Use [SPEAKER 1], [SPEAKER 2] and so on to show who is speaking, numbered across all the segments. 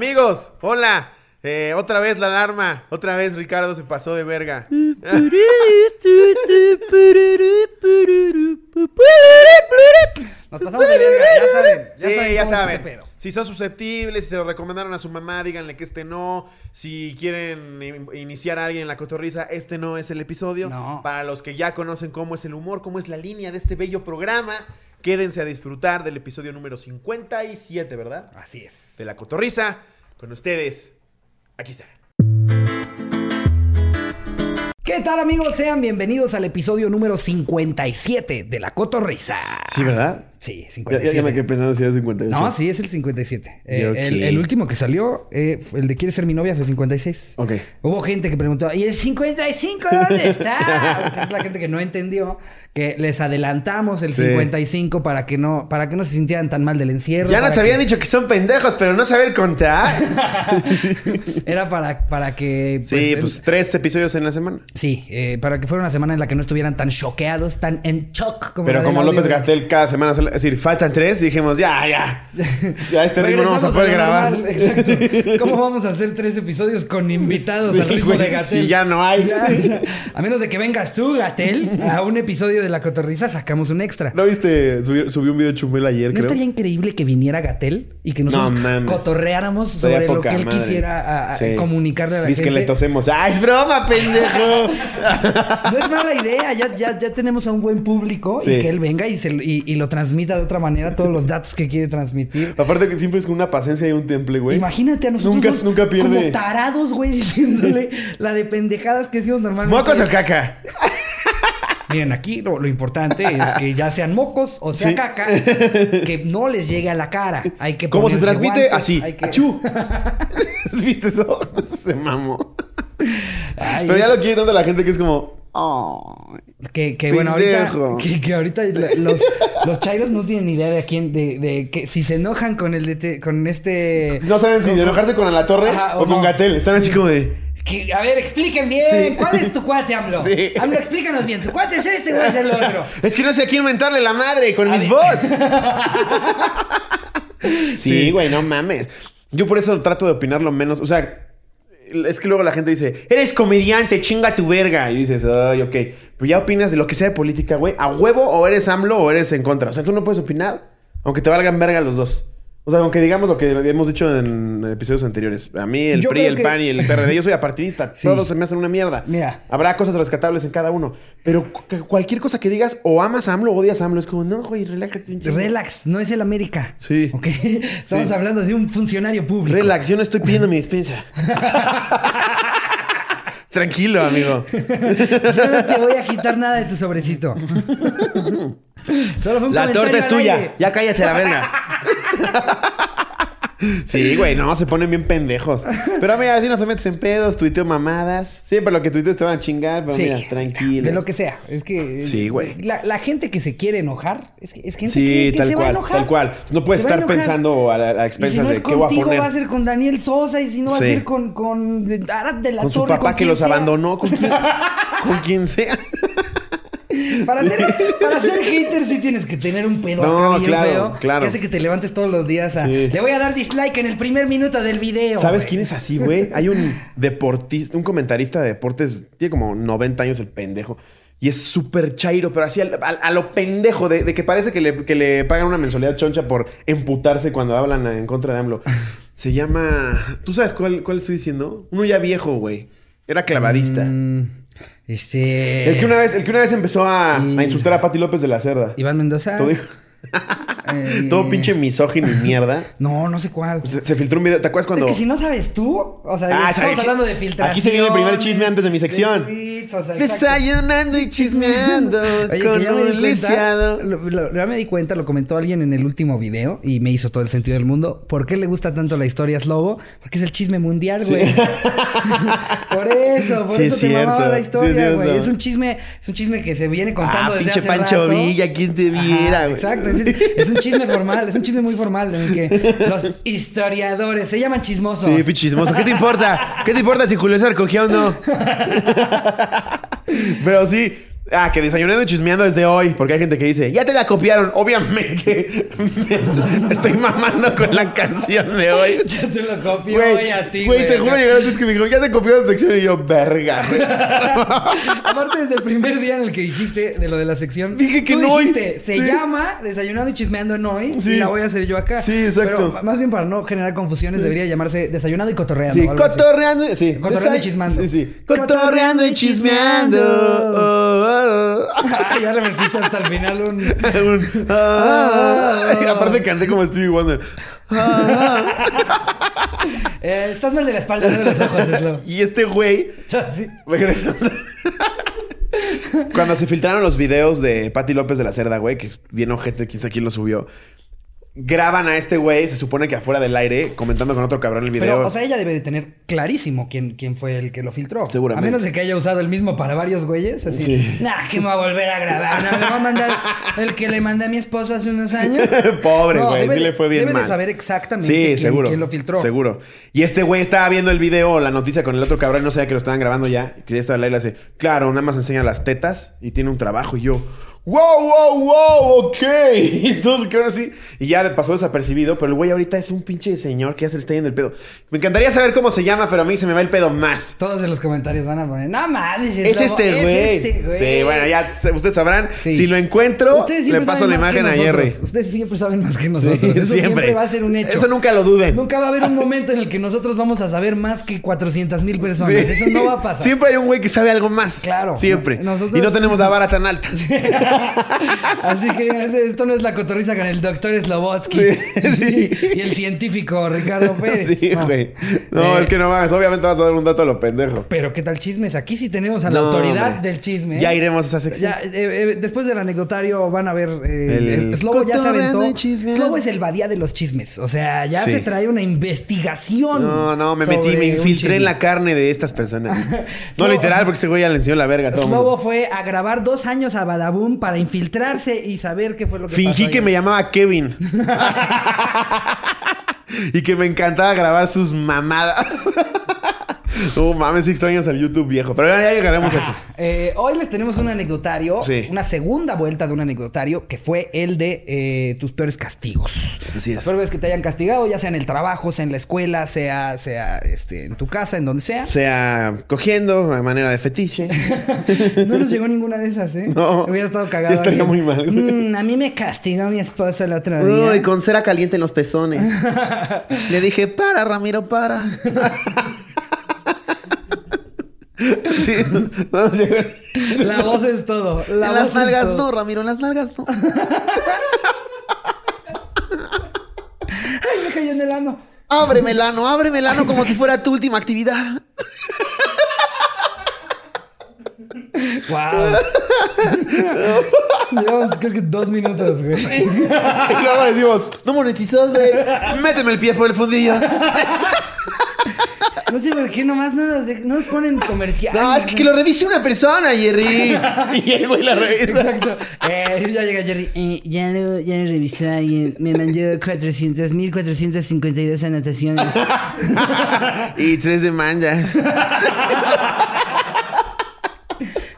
[SPEAKER 1] Amigos, hola. Eh, otra vez la alarma. Otra vez Ricardo se pasó de verga.
[SPEAKER 2] Nos pasamos de verga, ya saben. Ya
[SPEAKER 1] sí,
[SPEAKER 2] saben
[SPEAKER 1] ya
[SPEAKER 2] cómo es
[SPEAKER 1] saben.
[SPEAKER 2] este pedo.
[SPEAKER 1] Si son susceptibles, si se lo recomendaron a su mamá, díganle que este no. Si quieren in- iniciar a alguien en la cotorriza, este no es el episodio.
[SPEAKER 2] No.
[SPEAKER 1] Para los que ya conocen cómo es el humor, cómo es la línea de este bello programa, quédense a disfrutar del episodio número 57, ¿verdad?
[SPEAKER 2] Así es.
[SPEAKER 1] De la cotorriza. Con ustedes, aquí está.
[SPEAKER 2] ¿Qué tal, amigos? Sean bienvenidos al episodio número 57 de La Cotorrisa.
[SPEAKER 3] Sí, ¿verdad?
[SPEAKER 2] Sí,
[SPEAKER 3] Ya, ya-
[SPEAKER 2] 57.
[SPEAKER 3] ya me quedé pensando si era 58.
[SPEAKER 2] No, sí, es el 57. Eh,
[SPEAKER 3] Yo
[SPEAKER 2] el,
[SPEAKER 3] qué.
[SPEAKER 2] el último que salió, eh, fue el de Quiere ser mi novia, fue 56.
[SPEAKER 3] Ok.
[SPEAKER 2] Hubo gente que preguntó, ¿y el 55 dónde está? Porque es la gente que no entendió que les adelantamos el
[SPEAKER 3] Sí.
[SPEAKER 2] 55 para que no para que no se sintieran tan mal del encierro.
[SPEAKER 1] Ya
[SPEAKER 2] para
[SPEAKER 1] nos
[SPEAKER 2] que-
[SPEAKER 1] habían dicho que son pendejos, pero no saber contar.
[SPEAKER 2] Era para, para que...
[SPEAKER 1] sí,
[SPEAKER 2] el-
[SPEAKER 1] pues tres episodios en la semana.
[SPEAKER 2] Sí, eh, para que fuera una semana en la que no estuvieran tan choqueados, tan en shock. Como la
[SPEAKER 1] Pero
[SPEAKER 2] del
[SPEAKER 1] como
[SPEAKER 2] audio,
[SPEAKER 1] López
[SPEAKER 2] güey.
[SPEAKER 1] Gatel cada semana, sale- es decir, faltan tres, dijimos, ya, ya. Ya a este ritmo no vamos a
[SPEAKER 2] Regresamos
[SPEAKER 1] poder
[SPEAKER 2] lo
[SPEAKER 1] grabar.
[SPEAKER 2] normal, Exacto. ¿Cómo vamos a hacer tres episodios con invitados
[SPEAKER 1] Sí,
[SPEAKER 2] al ritmo
[SPEAKER 1] güey,
[SPEAKER 2] de Gatel?
[SPEAKER 1] si ya no hay.
[SPEAKER 2] a menos de que vengas tú, Gatel, a un episodio de La Cotorrisa sacamos un extra.
[SPEAKER 3] ¿No viste? Subió, subió un video Chumel ayer,
[SPEAKER 2] ¿No
[SPEAKER 3] creo.
[SPEAKER 2] estaría increíble que viniera Gatel y que nosotros
[SPEAKER 1] No mames.
[SPEAKER 2] cotorreáramos
[SPEAKER 3] Estaría
[SPEAKER 2] sobre lo
[SPEAKER 3] poca
[SPEAKER 2] que él
[SPEAKER 3] madre.
[SPEAKER 2] quisiera a- a-
[SPEAKER 3] Sí.
[SPEAKER 2] comunicarle a la
[SPEAKER 3] Dice que le
[SPEAKER 2] gente?
[SPEAKER 3] tosemos.
[SPEAKER 1] ¡Ah, es broma, pendejo!
[SPEAKER 2] No es mala idea, ya, ya, ya tenemos a un buen público y
[SPEAKER 3] Sí.
[SPEAKER 2] que él venga y, se, lo- y, y lo transmita de otra manera todos los datos que quiere transmitir.
[SPEAKER 3] Aparte que siempre es con una paciencia y un temple, güey.
[SPEAKER 2] Imagínate a nosotros
[SPEAKER 3] Nunca,
[SPEAKER 2] dos
[SPEAKER 3] nunca
[SPEAKER 2] como
[SPEAKER 3] pierde.
[SPEAKER 2] tarados, güey, diciéndole la de pendejadas que hicimos normalmente.
[SPEAKER 1] ¿Mocos o caca?
[SPEAKER 2] Miren, aquí lo, lo importante es que ya sean mocos o sea
[SPEAKER 3] Sí.
[SPEAKER 2] caca, que no les llegue a la cara. Hay que
[SPEAKER 3] ¿Cómo se
[SPEAKER 2] ponerse
[SPEAKER 3] transmite?
[SPEAKER 2] guantes,
[SPEAKER 3] Así.
[SPEAKER 2] hay que-
[SPEAKER 3] ¡Achú!
[SPEAKER 1] ¿Viste eso? Se mamó.
[SPEAKER 2] Ay,
[SPEAKER 3] Pero ya
[SPEAKER 2] es-
[SPEAKER 3] lo quiere tanto la gente que es como...
[SPEAKER 1] "Ah".
[SPEAKER 3] "Ay".
[SPEAKER 2] Que, que, bueno, ahorita,
[SPEAKER 3] Pendejo.
[SPEAKER 2] que, que ahorita la- los, los chairos no tienen idea de a quién, de, de que si se enojan con el de te- con este...
[SPEAKER 3] No saben si enojarse con la torre
[SPEAKER 2] Ajá, o
[SPEAKER 3] o
[SPEAKER 2] no.
[SPEAKER 3] con Gatel. Están así como de...
[SPEAKER 2] Que, a ver, expliquen bien, ¿cuál es tu cuate, AMLO?
[SPEAKER 3] Sí.
[SPEAKER 2] AMLO, explícanos bien, tu cuate es este o es el otro.
[SPEAKER 1] Es que no sé a quién mentarle la madre con
[SPEAKER 2] A
[SPEAKER 1] mis
[SPEAKER 2] ver.
[SPEAKER 1] bots.
[SPEAKER 3] Sí.
[SPEAKER 1] Sí, güey, no mames. Yo por eso trato de opinar lo menos. O sea, es que luego la gente dice, eres comediante, chinga tu verga. Y dices, ay, ok. Pero ya opinas de lo que sea de política, güey. A huevo o eres AMLO o eres en contra. O sea, tú no puedes opinar, aunque te valgan verga los dos. O sea, aunque digamos lo que hemos dicho en episodios anteriores. A mí, el
[SPEAKER 2] Yo
[SPEAKER 1] PRI,
[SPEAKER 2] creo
[SPEAKER 1] el
[SPEAKER 2] que-
[SPEAKER 1] PAN y el PRD, yo soy apartidista.
[SPEAKER 2] Sí.
[SPEAKER 1] Todos se me hacen una mierda.
[SPEAKER 2] Mira.
[SPEAKER 1] Habrá cosas rescatables en cada uno. Pero cu- cualquier cosa que digas, o amas a AMLO o odias a AMLO, es como, no, güey, relájate. un chingo".
[SPEAKER 2] Relax, no es el América.
[SPEAKER 3] Sí.
[SPEAKER 2] ¿Ok? Estamos
[SPEAKER 3] Sí.
[SPEAKER 2] hablando de un funcionario público.
[SPEAKER 1] Relax, yo no estoy pidiendo mi dispensa. Tranquilo, amigo.
[SPEAKER 2] Yo no te voy a quitar nada de tu sobrecito. Solo fue un
[SPEAKER 1] La
[SPEAKER 2] comentario
[SPEAKER 1] torta es
[SPEAKER 2] al aire.
[SPEAKER 1] tuya. Ya cállate la verga. Sí, güey, no, se ponen bien pendejos. Pero mira, así no te metes en pedos, tuiteo mamadas. Siempre lo que tuitees te van a chingar, pero
[SPEAKER 2] Sí.
[SPEAKER 1] mira, tranquilo.
[SPEAKER 2] De lo que sea. Es que.
[SPEAKER 1] Sí, güey.
[SPEAKER 2] La, la gente que se quiere enojar es, que- es gente
[SPEAKER 3] Sí,
[SPEAKER 2] que, que
[SPEAKER 3] tal
[SPEAKER 2] se va a
[SPEAKER 3] cual,
[SPEAKER 2] enojar.
[SPEAKER 3] tal cual. No puedes
[SPEAKER 2] Se va a
[SPEAKER 3] estar
[SPEAKER 2] enojar.
[SPEAKER 3] pensando a la, a la
[SPEAKER 2] Y si
[SPEAKER 3] expensas
[SPEAKER 2] no es
[SPEAKER 3] de qué voy a
[SPEAKER 2] contigo,
[SPEAKER 3] poner.
[SPEAKER 2] va a ser con Daniel Sosa. Y si no va
[SPEAKER 1] Sí.
[SPEAKER 2] a ser con, con Arad de la
[SPEAKER 1] Con su
[SPEAKER 2] Torre,
[SPEAKER 1] papá que
[SPEAKER 2] quien
[SPEAKER 1] los
[SPEAKER 2] sea.
[SPEAKER 1] abandonó, con quien, con quien sea.
[SPEAKER 2] Para ser, para ser hater sí tienes que tener un pedo
[SPEAKER 1] No,
[SPEAKER 2] acá bien
[SPEAKER 1] claro,
[SPEAKER 2] feo,
[SPEAKER 1] claro.
[SPEAKER 2] Que hace que te levantes todos los días a...
[SPEAKER 3] Sí.
[SPEAKER 2] Le voy a dar dislike en el primer minuto del video.
[SPEAKER 1] ¿Sabes
[SPEAKER 2] güey".
[SPEAKER 1] quién es así, güey? Hay un deportista, un comentarista de deportes, tiene como 90 años el pendejo. Y es súper chairo, pero así al- al- a, lo pendejo, de, de que parece que le, que le pagan una mensualidad choncha por emputarse cuando hablan en contra de AMLO. Se llama. ¿Tú sabes cuál, cuál estoy diciendo? Uno ya viejo, güey. Era clavadista.
[SPEAKER 2] Mm, Este...
[SPEAKER 1] El, que una vez, el que una vez empezó a, a
[SPEAKER 2] Y-
[SPEAKER 1] insultar a Pati López de la Cerda.
[SPEAKER 2] Iván Mendoza.
[SPEAKER 1] Todo, dijo-
[SPEAKER 2] Eh,
[SPEAKER 1] todo pinche misógino y mierda.
[SPEAKER 2] No, no sé cuál.
[SPEAKER 1] Se, se filtró un video. ¿Te acuerdas cuando.?
[SPEAKER 2] Es que si no sabes tú, o sea,
[SPEAKER 1] Ah,
[SPEAKER 2] estamos
[SPEAKER 1] sabe-
[SPEAKER 2] hablando de filtración.
[SPEAKER 1] Aquí se viene el primer chisme antes de mi sección. Desayunando Pues y chismeando con un lisiado.
[SPEAKER 2] ya me di cuenta, lo comentó alguien en el último video y me hizo todo el sentido del mundo. ¿Por qué le gusta tanto la historia a Slobo? Porque es el chisme mundial, güey. por eso, por
[SPEAKER 1] Sí,
[SPEAKER 2] eso
[SPEAKER 1] es
[SPEAKER 2] te mamaba
[SPEAKER 1] cierto,
[SPEAKER 2] la
[SPEAKER 1] sí, es
[SPEAKER 2] historia, güey.
[SPEAKER 1] cierto.
[SPEAKER 2] es un chisme, es un chisme que se viene contando
[SPEAKER 1] Ah,
[SPEAKER 2] desde
[SPEAKER 1] pinche
[SPEAKER 2] hace
[SPEAKER 1] Pancho
[SPEAKER 2] rato.
[SPEAKER 1] Villa, ¿quién te
[SPEAKER 2] Ajá,
[SPEAKER 1] viera, güey?
[SPEAKER 2] Exacto, es, es un chisme formal, es un chisme muy formal en el que los historiadores se llaman chismosos.
[SPEAKER 1] Sí, pinche chismoso. ¿Qué te importa? ¿Qué te importa si Julio César cogía o no? Pero sí, Ah, que desayunando y chismeando desde hoy, porque hay gente que dice, ya te la copiaron. Obviamente, me- estoy mamando con la canción de hoy.
[SPEAKER 2] Ya te lo copió
[SPEAKER 1] Güey,
[SPEAKER 2] hoy a ti,
[SPEAKER 1] güey, te juro llegaron antes que me dijo, ya te copiaron la sección y yo, verga. güey".
[SPEAKER 2] Aparte, desde el primer día en el que dijiste de lo de la sección.
[SPEAKER 1] Dije que
[SPEAKER 2] tú
[SPEAKER 1] no hoy.
[SPEAKER 2] dijiste, se
[SPEAKER 1] Sí.
[SPEAKER 2] llama Desayunando y Chismeando en hoy.
[SPEAKER 1] Sí.
[SPEAKER 2] Y la voy a hacer yo acá.
[SPEAKER 1] Sí, exacto.
[SPEAKER 2] Pero ma- más bien para no generar confusiones, debería llamarse Desayunando y Cotorreando.
[SPEAKER 1] Sí,
[SPEAKER 2] o algo así.
[SPEAKER 1] cotorreando, sí.
[SPEAKER 2] Cotorreando y
[SPEAKER 1] Desay-
[SPEAKER 2] chismando.
[SPEAKER 1] Sí, sí. Cotorreando y chismeando. Oh, oh, oh.
[SPEAKER 2] Ah, ya le metiste hasta el final un.
[SPEAKER 1] Un- ah, ah, ah. Aparte canté como Stevie Wonder.
[SPEAKER 2] Eh, estás mal de la espalda, no de los ojos, es lo.
[SPEAKER 1] Y este güey,
[SPEAKER 2] Así.
[SPEAKER 1] regresando. Cuando se filtraron los videos de Patti López de la Cerda, güey, que bien ojete, quién sabe quién lo subió. Graban a este güey, se supone que afuera del aire, comentando con otro cabrón el video.
[SPEAKER 2] Pero, o sea, ella debe de tener clarísimo quién, quién fue el que lo filtró.
[SPEAKER 1] Seguramente.
[SPEAKER 2] A menos de que haya usado el mismo para varios güeyes. Así.
[SPEAKER 1] Sí.
[SPEAKER 2] Nah, que me va a volver a grabar. No, le va a mandar el que le mandé a mi esposo hace unos años.
[SPEAKER 1] Pobre,
[SPEAKER 2] No,
[SPEAKER 1] güey,
[SPEAKER 2] debe
[SPEAKER 1] sí
[SPEAKER 2] de-
[SPEAKER 1] le fue bien
[SPEAKER 2] Debe
[SPEAKER 1] mal.
[SPEAKER 2] de saber exactamente
[SPEAKER 1] Sí,
[SPEAKER 2] quién,
[SPEAKER 1] seguro.
[SPEAKER 2] quién lo filtró.
[SPEAKER 1] Seguro. Y este güey estaba viendo el video, la noticia con el otro cabrón, no sabía que lo estaban grabando ya. Que ya estaba la y le hace, claro, nada más enseña las tetas y tiene un trabajo. Y yo, wow, wow, wow, ok. Y todos se quedaron así. Y ya pasó desapercibido, pero el güey ahorita es un pinche señor que ya se le está yendo el pedo. Me encantaría saber cómo se llama, pero a mí se me va el pedo más.
[SPEAKER 2] Todos en los comentarios van a poner, no mames, es,
[SPEAKER 1] Es
[SPEAKER 2] lobo,
[SPEAKER 1] este güey.
[SPEAKER 2] Es este güey.
[SPEAKER 1] sí, bueno, ya se- ustedes sabrán.
[SPEAKER 2] Sí.
[SPEAKER 1] Si lo encuentro,
[SPEAKER 2] Ustedes
[SPEAKER 1] le
[SPEAKER 2] siempre
[SPEAKER 1] paso la
[SPEAKER 2] saben más que
[SPEAKER 1] imagen a
[SPEAKER 2] nosotros.
[SPEAKER 1] Jerry.
[SPEAKER 2] Ustedes siempre saben más que nosotros. Eso siempre. va a ser un hecho.
[SPEAKER 1] Eso nunca lo duden.
[SPEAKER 2] Nunca va a haber un momento en el que nosotros vamos a saber más que 400 mil personas.
[SPEAKER 1] Sí.
[SPEAKER 2] Eso no va a pasar.
[SPEAKER 1] Siempre hay un güey que sabe algo más.
[SPEAKER 2] Claro.
[SPEAKER 1] Siempre.
[SPEAKER 2] No- nosotros-
[SPEAKER 1] Y no tenemos la vara tan alta.
[SPEAKER 2] Así que es- esto no es la cotorriza con el doctor Slobotsky
[SPEAKER 1] Sí, sí.
[SPEAKER 2] y el científico Ricardo Pérez.
[SPEAKER 1] Sí, güey. No,
[SPEAKER 2] Eh,
[SPEAKER 1] es que no mames. Obviamente vas a dar un dato a lo pendejo.
[SPEAKER 2] Pero qué tal chismes. Aquí sí tenemos a la
[SPEAKER 1] No,
[SPEAKER 2] autoridad
[SPEAKER 1] hombre.
[SPEAKER 2] del chisme. ¿eh?
[SPEAKER 1] Ya iremos a esa sección.
[SPEAKER 2] Ya, eh, eh, después del anecdotario van a ver. eh,
[SPEAKER 1] El-
[SPEAKER 2] es- Slobo ya se aventó.
[SPEAKER 1] Cotorreando y chismeando.
[SPEAKER 2] Slobo es el badía de los chismes. O sea, ya
[SPEAKER 1] Sí.
[SPEAKER 2] se trae una investigación.
[SPEAKER 1] No, no, me metí,
[SPEAKER 2] sobre
[SPEAKER 1] me
[SPEAKER 2] un
[SPEAKER 1] infiltré en
[SPEAKER 2] chisme.
[SPEAKER 1] la carne de estas personas. No,
[SPEAKER 2] Slobo-
[SPEAKER 1] literal, porque ese güey ya le enseñó la verga a todo el
[SPEAKER 2] Slobo
[SPEAKER 1] mundo.
[SPEAKER 2] fue a grabar dos años a Badaboom para infiltrarse y saber qué fue lo que pasó.
[SPEAKER 1] Fingí que
[SPEAKER 2] ahí.
[SPEAKER 1] me llamaba Kevin. y que me encantaba grabar sus mamadas. No mames, sí extrañas al YouTube viejo. Pero ya llegaremos a eso.
[SPEAKER 2] Eh, hoy les tenemos un anecdotario,
[SPEAKER 1] Sí.
[SPEAKER 2] una segunda vuelta de un anecdotario que fue el de eh, tus peores castigos.
[SPEAKER 1] Así
[SPEAKER 2] Las peores veces que te hayan castigado, ya sea en el trabajo, sea en la escuela, sea, sea este, en tu casa, en donde sea.
[SPEAKER 1] O sea, cogiendo de manera de fetiche.
[SPEAKER 2] No nos llegó ninguna de esas, ¿eh?
[SPEAKER 1] No.
[SPEAKER 2] Hubiera estado
[SPEAKER 1] Ya
[SPEAKER 2] cagado.
[SPEAKER 1] estaría
[SPEAKER 2] alguien.
[SPEAKER 1] muy mal, güey.
[SPEAKER 2] Mm, a mí me castigó mi esposa el otro día.
[SPEAKER 1] Uy, con cera caliente en los pezones. Le dije, para, Ramiro, para. sí, no, no, sí, güey.
[SPEAKER 2] La voz es todo. La
[SPEAKER 1] en
[SPEAKER 2] voz
[SPEAKER 1] las
[SPEAKER 2] es
[SPEAKER 1] nalgas
[SPEAKER 2] todo.
[SPEAKER 1] no, Ramiro, en las nalgas no.
[SPEAKER 2] Ay, me cayó en el ano.
[SPEAKER 1] Ábreme el ano, ábreme el ano como si fuera tu última actividad.
[SPEAKER 2] Wow. Llevamos creo que dos minutos, güey.
[SPEAKER 1] Y luego decimos, no monetizas, güey. Méteme el pie por el fundillo.
[SPEAKER 2] No sé por qué nomás no nos, de- no nos ponen comerciales.
[SPEAKER 1] No, es que, que lo revise una persona, Jerry. y el güey la revisa.
[SPEAKER 2] Exacto. Eh, ya llega Jerry. Eh, ya, lo, ya lo revisó alguien. Me mandó 400.452 anotaciones.
[SPEAKER 1] y tres demandas.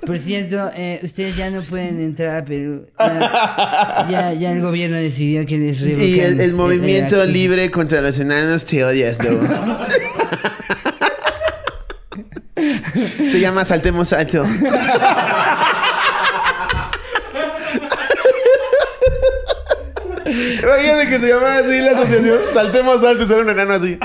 [SPEAKER 2] Por cierto, eh, ustedes ya no pueden entrar a Perú. Ya, ya, ya el gobierno decidió que les revocan.
[SPEAKER 1] Y el, el movimiento
[SPEAKER 2] acceso.
[SPEAKER 1] libre contra los enanos te odias, Lobo. Se llama Saltemos Alto. Imagínate que se llamara así la asociación. Saltemos Alto y sale un enano así.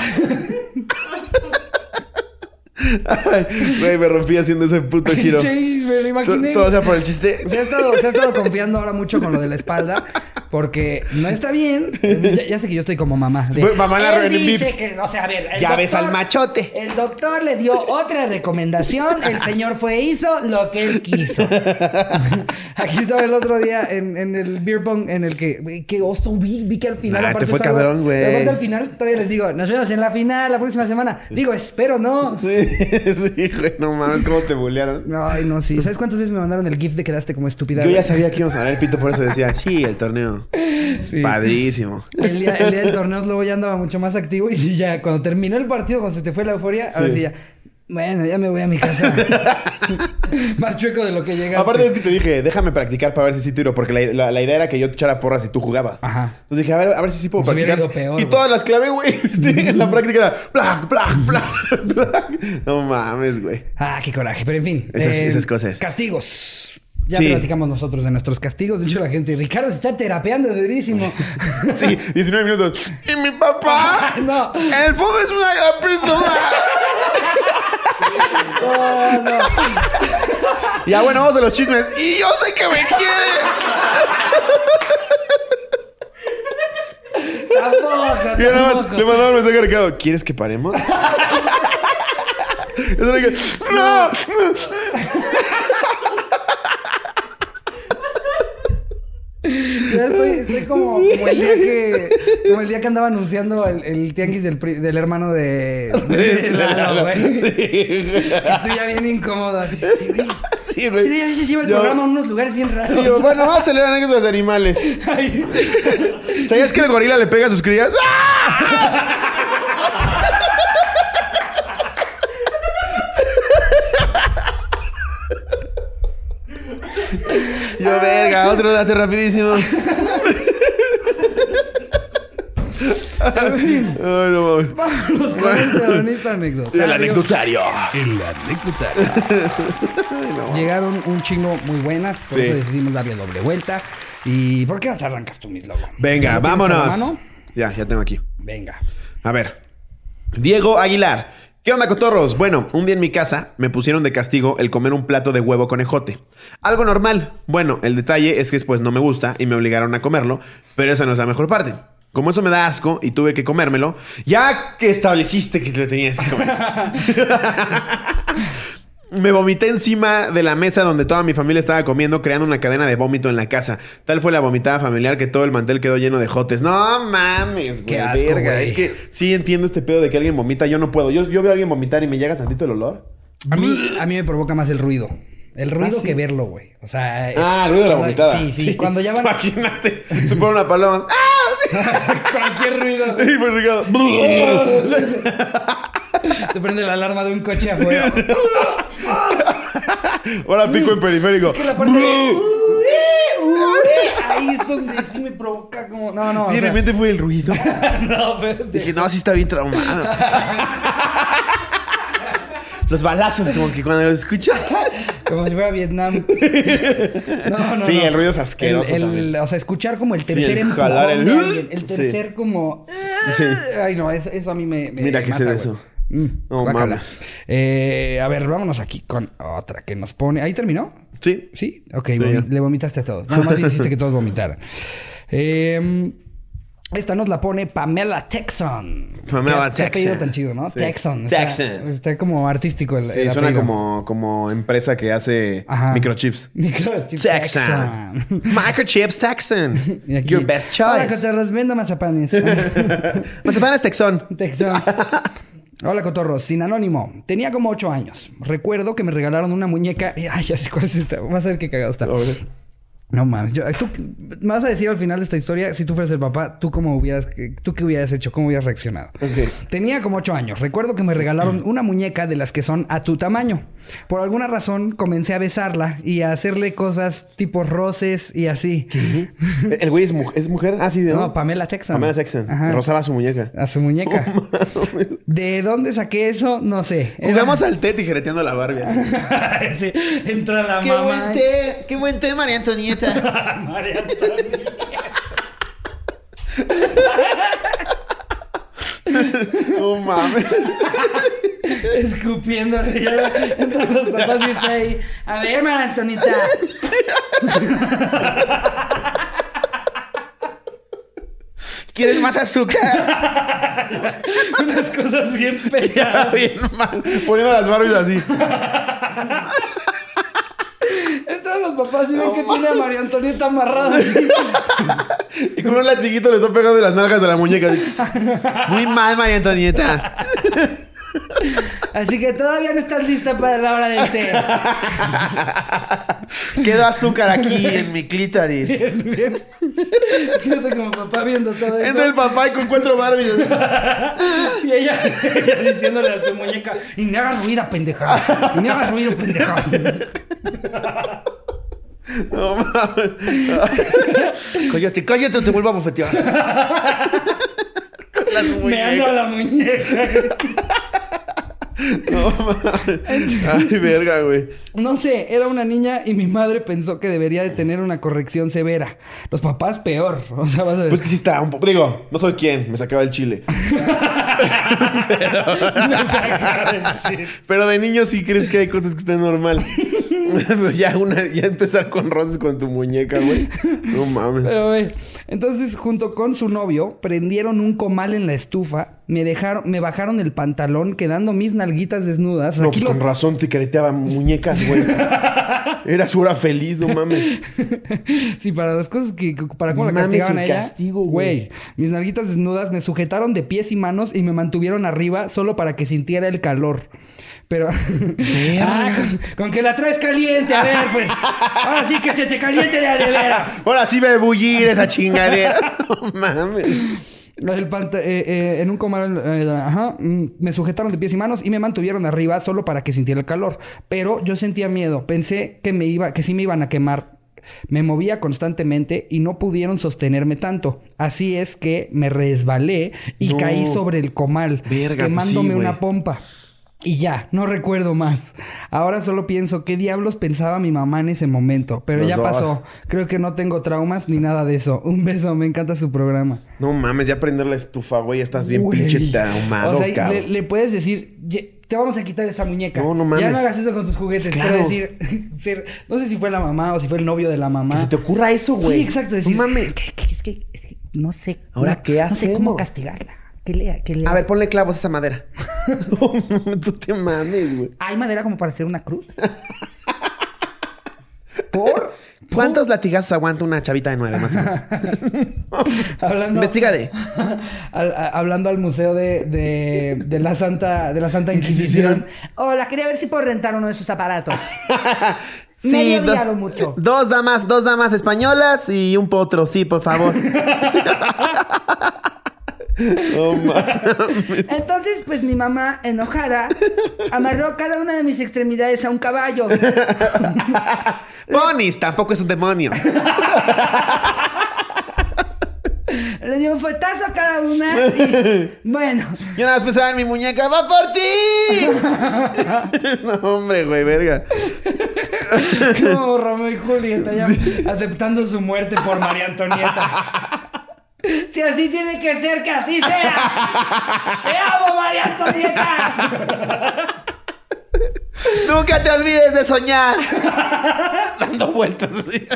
[SPEAKER 1] Ay, güey, me rompí haciendo ese puto giro.
[SPEAKER 2] Sí, me lo
[SPEAKER 1] To-
[SPEAKER 2] imaginé.
[SPEAKER 1] Todo sea por el chiste.
[SPEAKER 2] Se ha, estado, se ha estado confiando ahora mucho con lo de la espalda porque no está bien. Ya, ya sé que yo estoy como mamá. de,
[SPEAKER 1] Pues, mamá la
[SPEAKER 2] él
[SPEAKER 1] reunión en
[SPEAKER 2] dice
[SPEAKER 1] Vips".
[SPEAKER 2] que, o sea, a ver, el
[SPEAKER 1] Ya ves
[SPEAKER 2] doctor-
[SPEAKER 1] al machote.
[SPEAKER 2] El doctor le dio otra recomendación. El señor fue e hizo lo que él quiso. Aquí estaba el otro día en, en el beer pong en el que güey, qué oso vi, vi que al final
[SPEAKER 1] Nah, te fue
[SPEAKER 2] es algo-
[SPEAKER 1] cabrón, güey.
[SPEAKER 2] pero aparte al final todavía les digo, nos vemos en la final la próxima semana. Digo, espero no.
[SPEAKER 1] Sí, sí, güey, no mames, cómo te bullearon.
[SPEAKER 2] Ay, no, sí. ¿Sabes cuántas veces me mandaron el GIF de quedaste como estúpida?
[SPEAKER 1] Yo
[SPEAKER 2] güey?
[SPEAKER 1] ya sabía que íbamos a ganar el pito, por eso decía, sí, el torneo.
[SPEAKER 2] Sí.
[SPEAKER 1] Padrísimo.
[SPEAKER 2] El día, el día del torneo Slobo ya andaba mucho más activo y sí, ya cuando terminó el partido, cuando se te fue la euforia, ahora sí ya. Bueno, ya me voy a mi casa. Más chueco de lo que llegaste.
[SPEAKER 4] Aparte es que te dije, déjame practicar para ver si sí tiro, porque la, la- la idea era que yo te echara porras y tú jugabas.
[SPEAKER 1] Ah.
[SPEAKER 2] Ajá.
[SPEAKER 4] Entonces dije, a ver, a ver si sí puedo
[SPEAKER 2] Nos Pues hubiera
[SPEAKER 4] practicar.
[SPEAKER 2] ido peor,
[SPEAKER 4] y
[SPEAKER 2] güey.
[SPEAKER 4] todas las clavé, güey. ¿viste? En la práctica era black, black, black, black. No mames, güey.
[SPEAKER 2] Ah, qué coraje. Pero en fin. eh,
[SPEAKER 4] Esas- esas cosas.
[SPEAKER 2] Castigos. Ya
[SPEAKER 4] Sí.
[SPEAKER 2] platicamos nosotros de nuestros castigos. De hecho, la gente... Ricardo se está terapeando durísimo.
[SPEAKER 4] Sí, 19 minutos. ¿Y mi papá?
[SPEAKER 2] No.
[SPEAKER 4] El fútbol es una gran persona.
[SPEAKER 2] No, no.
[SPEAKER 4] ya, bueno, vamos a los chismes. Y yo sé que me quiere. Y
[SPEAKER 2] Tampoco,
[SPEAKER 4] yo nada más
[SPEAKER 2] tampoco.
[SPEAKER 4] le mandaba un mensaje a Ricardo. ¿Quieres que paremos? Y otro Ricardo, ¡No!
[SPEAKER 2] Ya estoy, estoy como, como el día que como el día que andaba anunciando el, el tianguis del, pri- del hermano de, de Lalo, güey. Estoy ya bien incómodo así, sí, güey.
[SPEAKER 4] Sí, güey.
[SPEAKER 2] Sí, a veces lleva el
[SPEAKER 4] Pues, Yo-
[SPEAKER 2] programa a unos lugares bien raros.
[SPEAKER 4] Sí, yo, bueno, vamos a leer anécdotas de animales.
[SPEAKER 2] Ay.
[SPEAKER 4] ¿Sabías que el gorila le pega a sus crías? ¡Ah! Yo, verga, otro dato rapidísimo.
[SPEAKER 2] En fin,
[SPEAKER 4] Ay, no mames.
[SPEAKER 2] pues vámonos con esta bonita anécdota.
[SPEAKER 4] El anecdotario.
[SPEAKER 2] El anécdota. Llegaron un chingo muy buenas, por
[SPEAKER 4] Sí.
[SPEAKER 2] eso decidimos darle doble vuelta. ¿Y por qué no te arrancas tú, mis loco?
[SPEAKER 4] Venga,
[SPEAKER 2] ¿No tienes a la
[SPEAKER 4] vámonos.
[SPEAKER 2] mano?
[SPEAKER 4] Ya, ya tengo aquí.
[SPEAKER 2] Venga.
[SPEAKER 4] A ver. Diego Aguilar. ¿Qué onda, cotorros? Bueno, un día en mi casa me pusieron de castigo el comer un plato de huevo con ejote. Algo normal. Bueno, el detalle es que después no me gusta y me obligaron a comerlo, pero esa no es la mejor parte. Como eso me da asco y tuve que comérmelo, ya que estableciste que te lo tenías que comer. Me vomité encima de la mesa donde toda mi familia estaba comiendo, creando una cadena de vómito en la casa. Tal fue la vomitada familiar que todo el mantel quedó lleno de jotes. No mames,
[SPEAKER 2] Qué
[SPEAKER 4] güey.
[SPEAKER 2] asco,
[SPEAKER 4] verga.
[SPEAKER 2] güey.
[SPEAKER 4] Es que sí entiendo este pedo de que alguien vomita. Yo no puedo. Yo, yo veo a alguien vomitar y me llega tantito el olor.
[SPEAKER 2] A mí, a mí me provoca más el ruido. El ruido
[SPEAKER 4] Ah, sí.
[SPEAKER 2] que verlo, güey. O sea.
[SPEAKER 4] Ah, el ruido de la
[SPEAKER 2] Eh, cuando-
[SPEAKER 4] vomitada.
[SPEAKER 2] Sí, sí, Cuando ya van.
[SPEAKER 4] Imagínate. Se pone una paloma. ¡Ah!
[SPEAKER 2] cualquier ruido.
[SPEAKER 4] Y pues Ricardo. "Bruh".
[SPEAKER 2] Se prende la alarma de un coche afuera.
[SPEAKER 4] Ahora pico en periférico.
[SPEAKER 2] es que la parte de.
[SPEAKER 4] "Bruh".
[SPEAKER 2] Uy, uy, Ahí es donde sí me provoca como. No, no. o
[SPEAKER 4] Sí, de
[SPEAKER 2] sea,
[SPEAKER 4] repente fue el ruido.
[SPEAKER 2] No, espérate.
[SPEAKER 4] Dije, no, sí está bien traumado. Los balazos, como que cuando los escucha.
[SPEAKER 2] Como si fuera Vietnam. No, no.
[SPEAKER 4] Sí,
[SPEAKER 2] no.
[SPEAKER 4] el ruido es asqueroso
[SPEAKER 2] El- el-
[SPEAKER 4] también.
[SPEAKER 2] O sea, escuchar como el tercer
[SPEAKER 4] el
[SPEAKER 2] empujón
[SPEAKER 4] jalar, el-
[SPEAKER 2] de alguien, El
[SPEAKER 4] Sí.
[SPEAKER 2] tercer como.
[SPEAKER 4] Sí.
[SPEAKER 2] Ay, no, eso, eso a mí me. me
[SPEAKER 4] Mira que
[SPEAKER 2] mata,
[SPEAKER 4] se da
[SPEAKER 2] güey.
[SPEAKER 4] eso.
[SPEAKER 2] Mm,
[SPEAKER 4] No
[SPEAKER 2] guácala.
[SPEAKER 4] mames.
[SPEAKER 2] Eh, a ver, vámonos aquí con otra que nos pone. ¿Ahí terminó?
[SPEAKER 4] Sí.
[SPEAKER 2] ¿Sí? Ok, vomi- le vomitaste a todos. Nada más bien hiciste que todos vomitaran. Eh, esta nos la pone Pamela Texon.
[SPEAKER 4] Pamela
[SPEAKER 2] Qué- Qué apellido
[SPEAKER 4] Texon.
[SPEAKER 2] tan chido, ¿no?
[SPEAKER 4] Sí.
[SPEAKER 2] Texon. Está,
[SPEAKER 4] Texon.
[SPEAKER 2] está como artístico el,
[SPEAKER 4] Sí,
[SPEAKER 2] el
[SPEAKER 4] suena
[SPEAKER 2] apellido.
[SPEAKER 4] como, como empresa que hace
[SPEAKER 2] Ajá.
[SPEAKER 4] microchips.
[SPEAKER 2] Microchip
[SPEAKER 4] Texan. Microchips Texan.
[SPEAKER 2] Y aquí,
[SPEAKER 4] Your best
[SPEAKER 2] Hola,
[SPEAKER 4] choice.
[SPEAKER 2] cotorros, vendo mazapanes.
[SPEAKER 4] Mazapanes Texón.
[SPEAKER 2] Texan. Hola, cotorros. Sin anónimo. Tenía como ocho años. Recuerdo que me regalaron una muñeca. Ay, ya sé cuál es esta. Vas a ver qué cagado está. No mames, yo, tú me vas a decir al final de esta historia, si tú fueras el papá, tú cómo hubieras, tú qué hubieras hecho, cómo hubieras reaccionado. Tenía como ocho años. Recuerdo que me regalaron
[SPEAKER 4] Mm.
[SPEAKER 2] una muñeca de las que son a tu tamaño. Por alguna razón comencé a besarla y a hacerle cosas tipo roces y así.
[SPEAKER 4] El güey es, mu- es mujer. Ah, sí, de
[SPEAKER 2] No, Pamela Texan.
[SPEAKER 4] Pamela Texan.
[SPEAKER 2] Ajá.
[SPEAKER 4] Rozaba su muñeca.
[SPEAKER 2] A su muñeca. ¿De dónde saqué eso? No sé. Era-
[SPEAKER 4] Jugamos al té tijereteando la Barbie. así.
[SPEAKER 2] Sí, Entra la
[SPEAKER 1] Qué
[SPEAKER 2] mamá.
[SPEAKER 1] buen té, qué buen té, María Antonieta.
[SPEAKER 2] María Antonieta.
[SPEAKER 4] No mames.
[SPEAKER 2] escupiendo. Entran los papás y está ahí. A ver, María Antonita.
[SPEAKER 4] ¿Quieres más azúcar?
[SPEAKER 2] Unas cosas bien pesadas.
[SPEAKER 4] Ya, bien mal. Poniendo las Barbies así.
[SPEAKER 2] Entran los papás y ven que tiene a María Antonieta amarrada. así.
[SPEAKER 4] Y con un latiguito le está pegando las nalgas de la muñeca. así. Muy mal, María Antonieta.
[SPEAKER 2] Así que todavía no estás lista para la hora del té.
[SPEAKER 1] Quedó azúcar aquí en mi clítoris.
[SPEAKER 2] Bien, bien. Fíjate como papá viendo todo eso.
[SPEAKER 4] Entra el papá y con cuatro Barbies.
[SPEAKER 2] Y ella, ella diciéndole a su muñeca, y me hagas ruido, pendeja. Y me hagas ruido, pendeja.
[SPEAKER 4] No mames.
[SPEAKER 1] Coyote, cállate o te vuelvo a bofetear.
[SPEAKER 2] Me ando a la muñeca.
[SPEAKER 4] No mames. Ay, verga, güey.
[SPEAKER 2] No sé, era una niña y mi madre pensó que debería de tener una corrección severa. Los papás peor. O sea, vas a ver.
[SPEAKER 4] Pues que sí está un poco. Digo, no soy quién, me sacaba el chile. Pero de niño sí crees que hay cosas que están normal. Pero ya una, ya empezar con roces con tu muñeca, güey. No mames.
[SPEAKER 2] Pero, güey, Entonces, junto con su novio, prendieron un comal en la estufa, me dejaron, me bajaron el pantalón, quedando mis nalguitas desnudas.
[SPEAKER 4] No,
[SPEAKER 2] Aquí
[SPEAKER 4] pues
[SPEAKER 2] lo-
[SPEAKER 4] con razón te careteaba muñecas, güey. Era su hora feliz, no mames.
[SPEAKER 2] sí, para las cosas que, que- para cómo la
[SPEAKER 4] Mames,
[SPEAKER 2] castigaban
[SPEAKER 4] el
[SPEAKER 2] a ella.
[SPEAKER 4] castigo, güey.
[SPEAKER 2] güey. Mis nalguitas desnudas me sujetaron de pies y manos y me mantuvieron arriba solo para que sintiera el calor. Pero. Ah, con, con que la traes caliente, a ver, pues. Ahora sí que se te caliente de a de veras.
[SPEAKER 4] Ahora sí me bullir esa chingadera. No mames.
[SPEAKER 2] El panta- eh, eh, en un comal, eh, ajá, mm, me sujetaron de pies y manos y me mantuvieron arriba solo para que sintiera el calor. Pero yo sentía miedo. Pensé que me iba, que sí me iban a quemar. Me movía constantemente y no pudieron sostenerme tanto. Así es que me resbalé y
[SPEAKER 4] No.
[SPEAKER 2] caí sobre el comal,
[SPEAKER 4] Verga, pues
[SPEAKER 2] quemándome
[SPEAKER 4] sí, güey.
[SPEAKER 2] una pompa. Y ya, no recuerdo más. Ahora solo pienso qué diablos pensaba mi mamá en ese momento. Pero
[SPEAKER 4] Los
[SPEAKER 2] ya
[SPEAKER 4] dos.
[SPEAKER 2] pasó. Creo que no tengo traumas ni nada de eso. Un beso, me encanta su programa.
[SPEAKER 4] No mames, ya prender la estufa, güey. ya Estás bien
[SPEAKER 2] Güey.
[SPEAKER 4] pinche traumado,
[SPEAKER 2] O sea, y
[SPEAKER 4] cabrón.
[SPEAKER 2] le, le puedes decir, "Ye- te vamos a quitar esa muñeca.
[SPEAKER 4] No, no mames. Pues
[SPEAKER 2] Ya no hagas eso con tus juguetes.
[SPEAKER 4] Claro.
[SPEAKER 2] Pero decir, ser- no sé si fue la mamá o si fue el novio de la mamá.
[SPEAKER 4] Que se te ocurra eso, güey.
[SPEAKER 2] Sí, exacto. Decir,
[SPEAKER 4] No mames.
[SPEAKER 2] "Es que- es que- es que no sé.
[SPEAKER 4] Ahora,
[SPEAKER 2] no-
[SPEAKER 4] ¿qué
[SPEAKER 2] No sé cómo
[SPEAKER 4] hacemos?
[SPEAKER 2] castigarla. ¿Qué le, qué le
[SPEAKER 4] A ver, ponle clavos a esa madera. Tú te mames, güey.
[SPEAKER 2] ¿Hay madera como para hacer una cruz? ¿Por?
[SPEAKER 4] ¿Cuántos latigazos aguanta una chavita de nueve más o menos?
[SPEAKER 2] Hablando...
[SPEAKER 4] Investígale.
[SPEAKER 2] Al- a- hablando al museo de, de, de la Santa de la Santa Inquisición. Hola, quería ver si puedo rentar uno de sus aparatos. Medio día a lo mucho.
[SPEAKER 4] eh, Dos damas, dos damas españolas y un potro, sí, por favor. No mames.
[SPEAKER 2] Entonces, pues mi mamá, enojada, amarró cada una de mis extremidades a un caballo.
[SPEAKER 4] Ponis, tampoco es un demonio.
[SPEAKER 2] Le dio un fuetazo a cada una y, bueno,
[SPEAKER 4] Yo nada más pensaba en mi muñeca, ¡va por ti! No, hombre, güey, verga.
[SPEAKER 2] como Romeo y Julieta ya aceptando su muerte por María Antonieta. Si así tiene que ser, que así sea. ¡Te amo, María Antonieta!
[SPEAKER 4] Nunca te olvides de soñar. Dando vueltas así.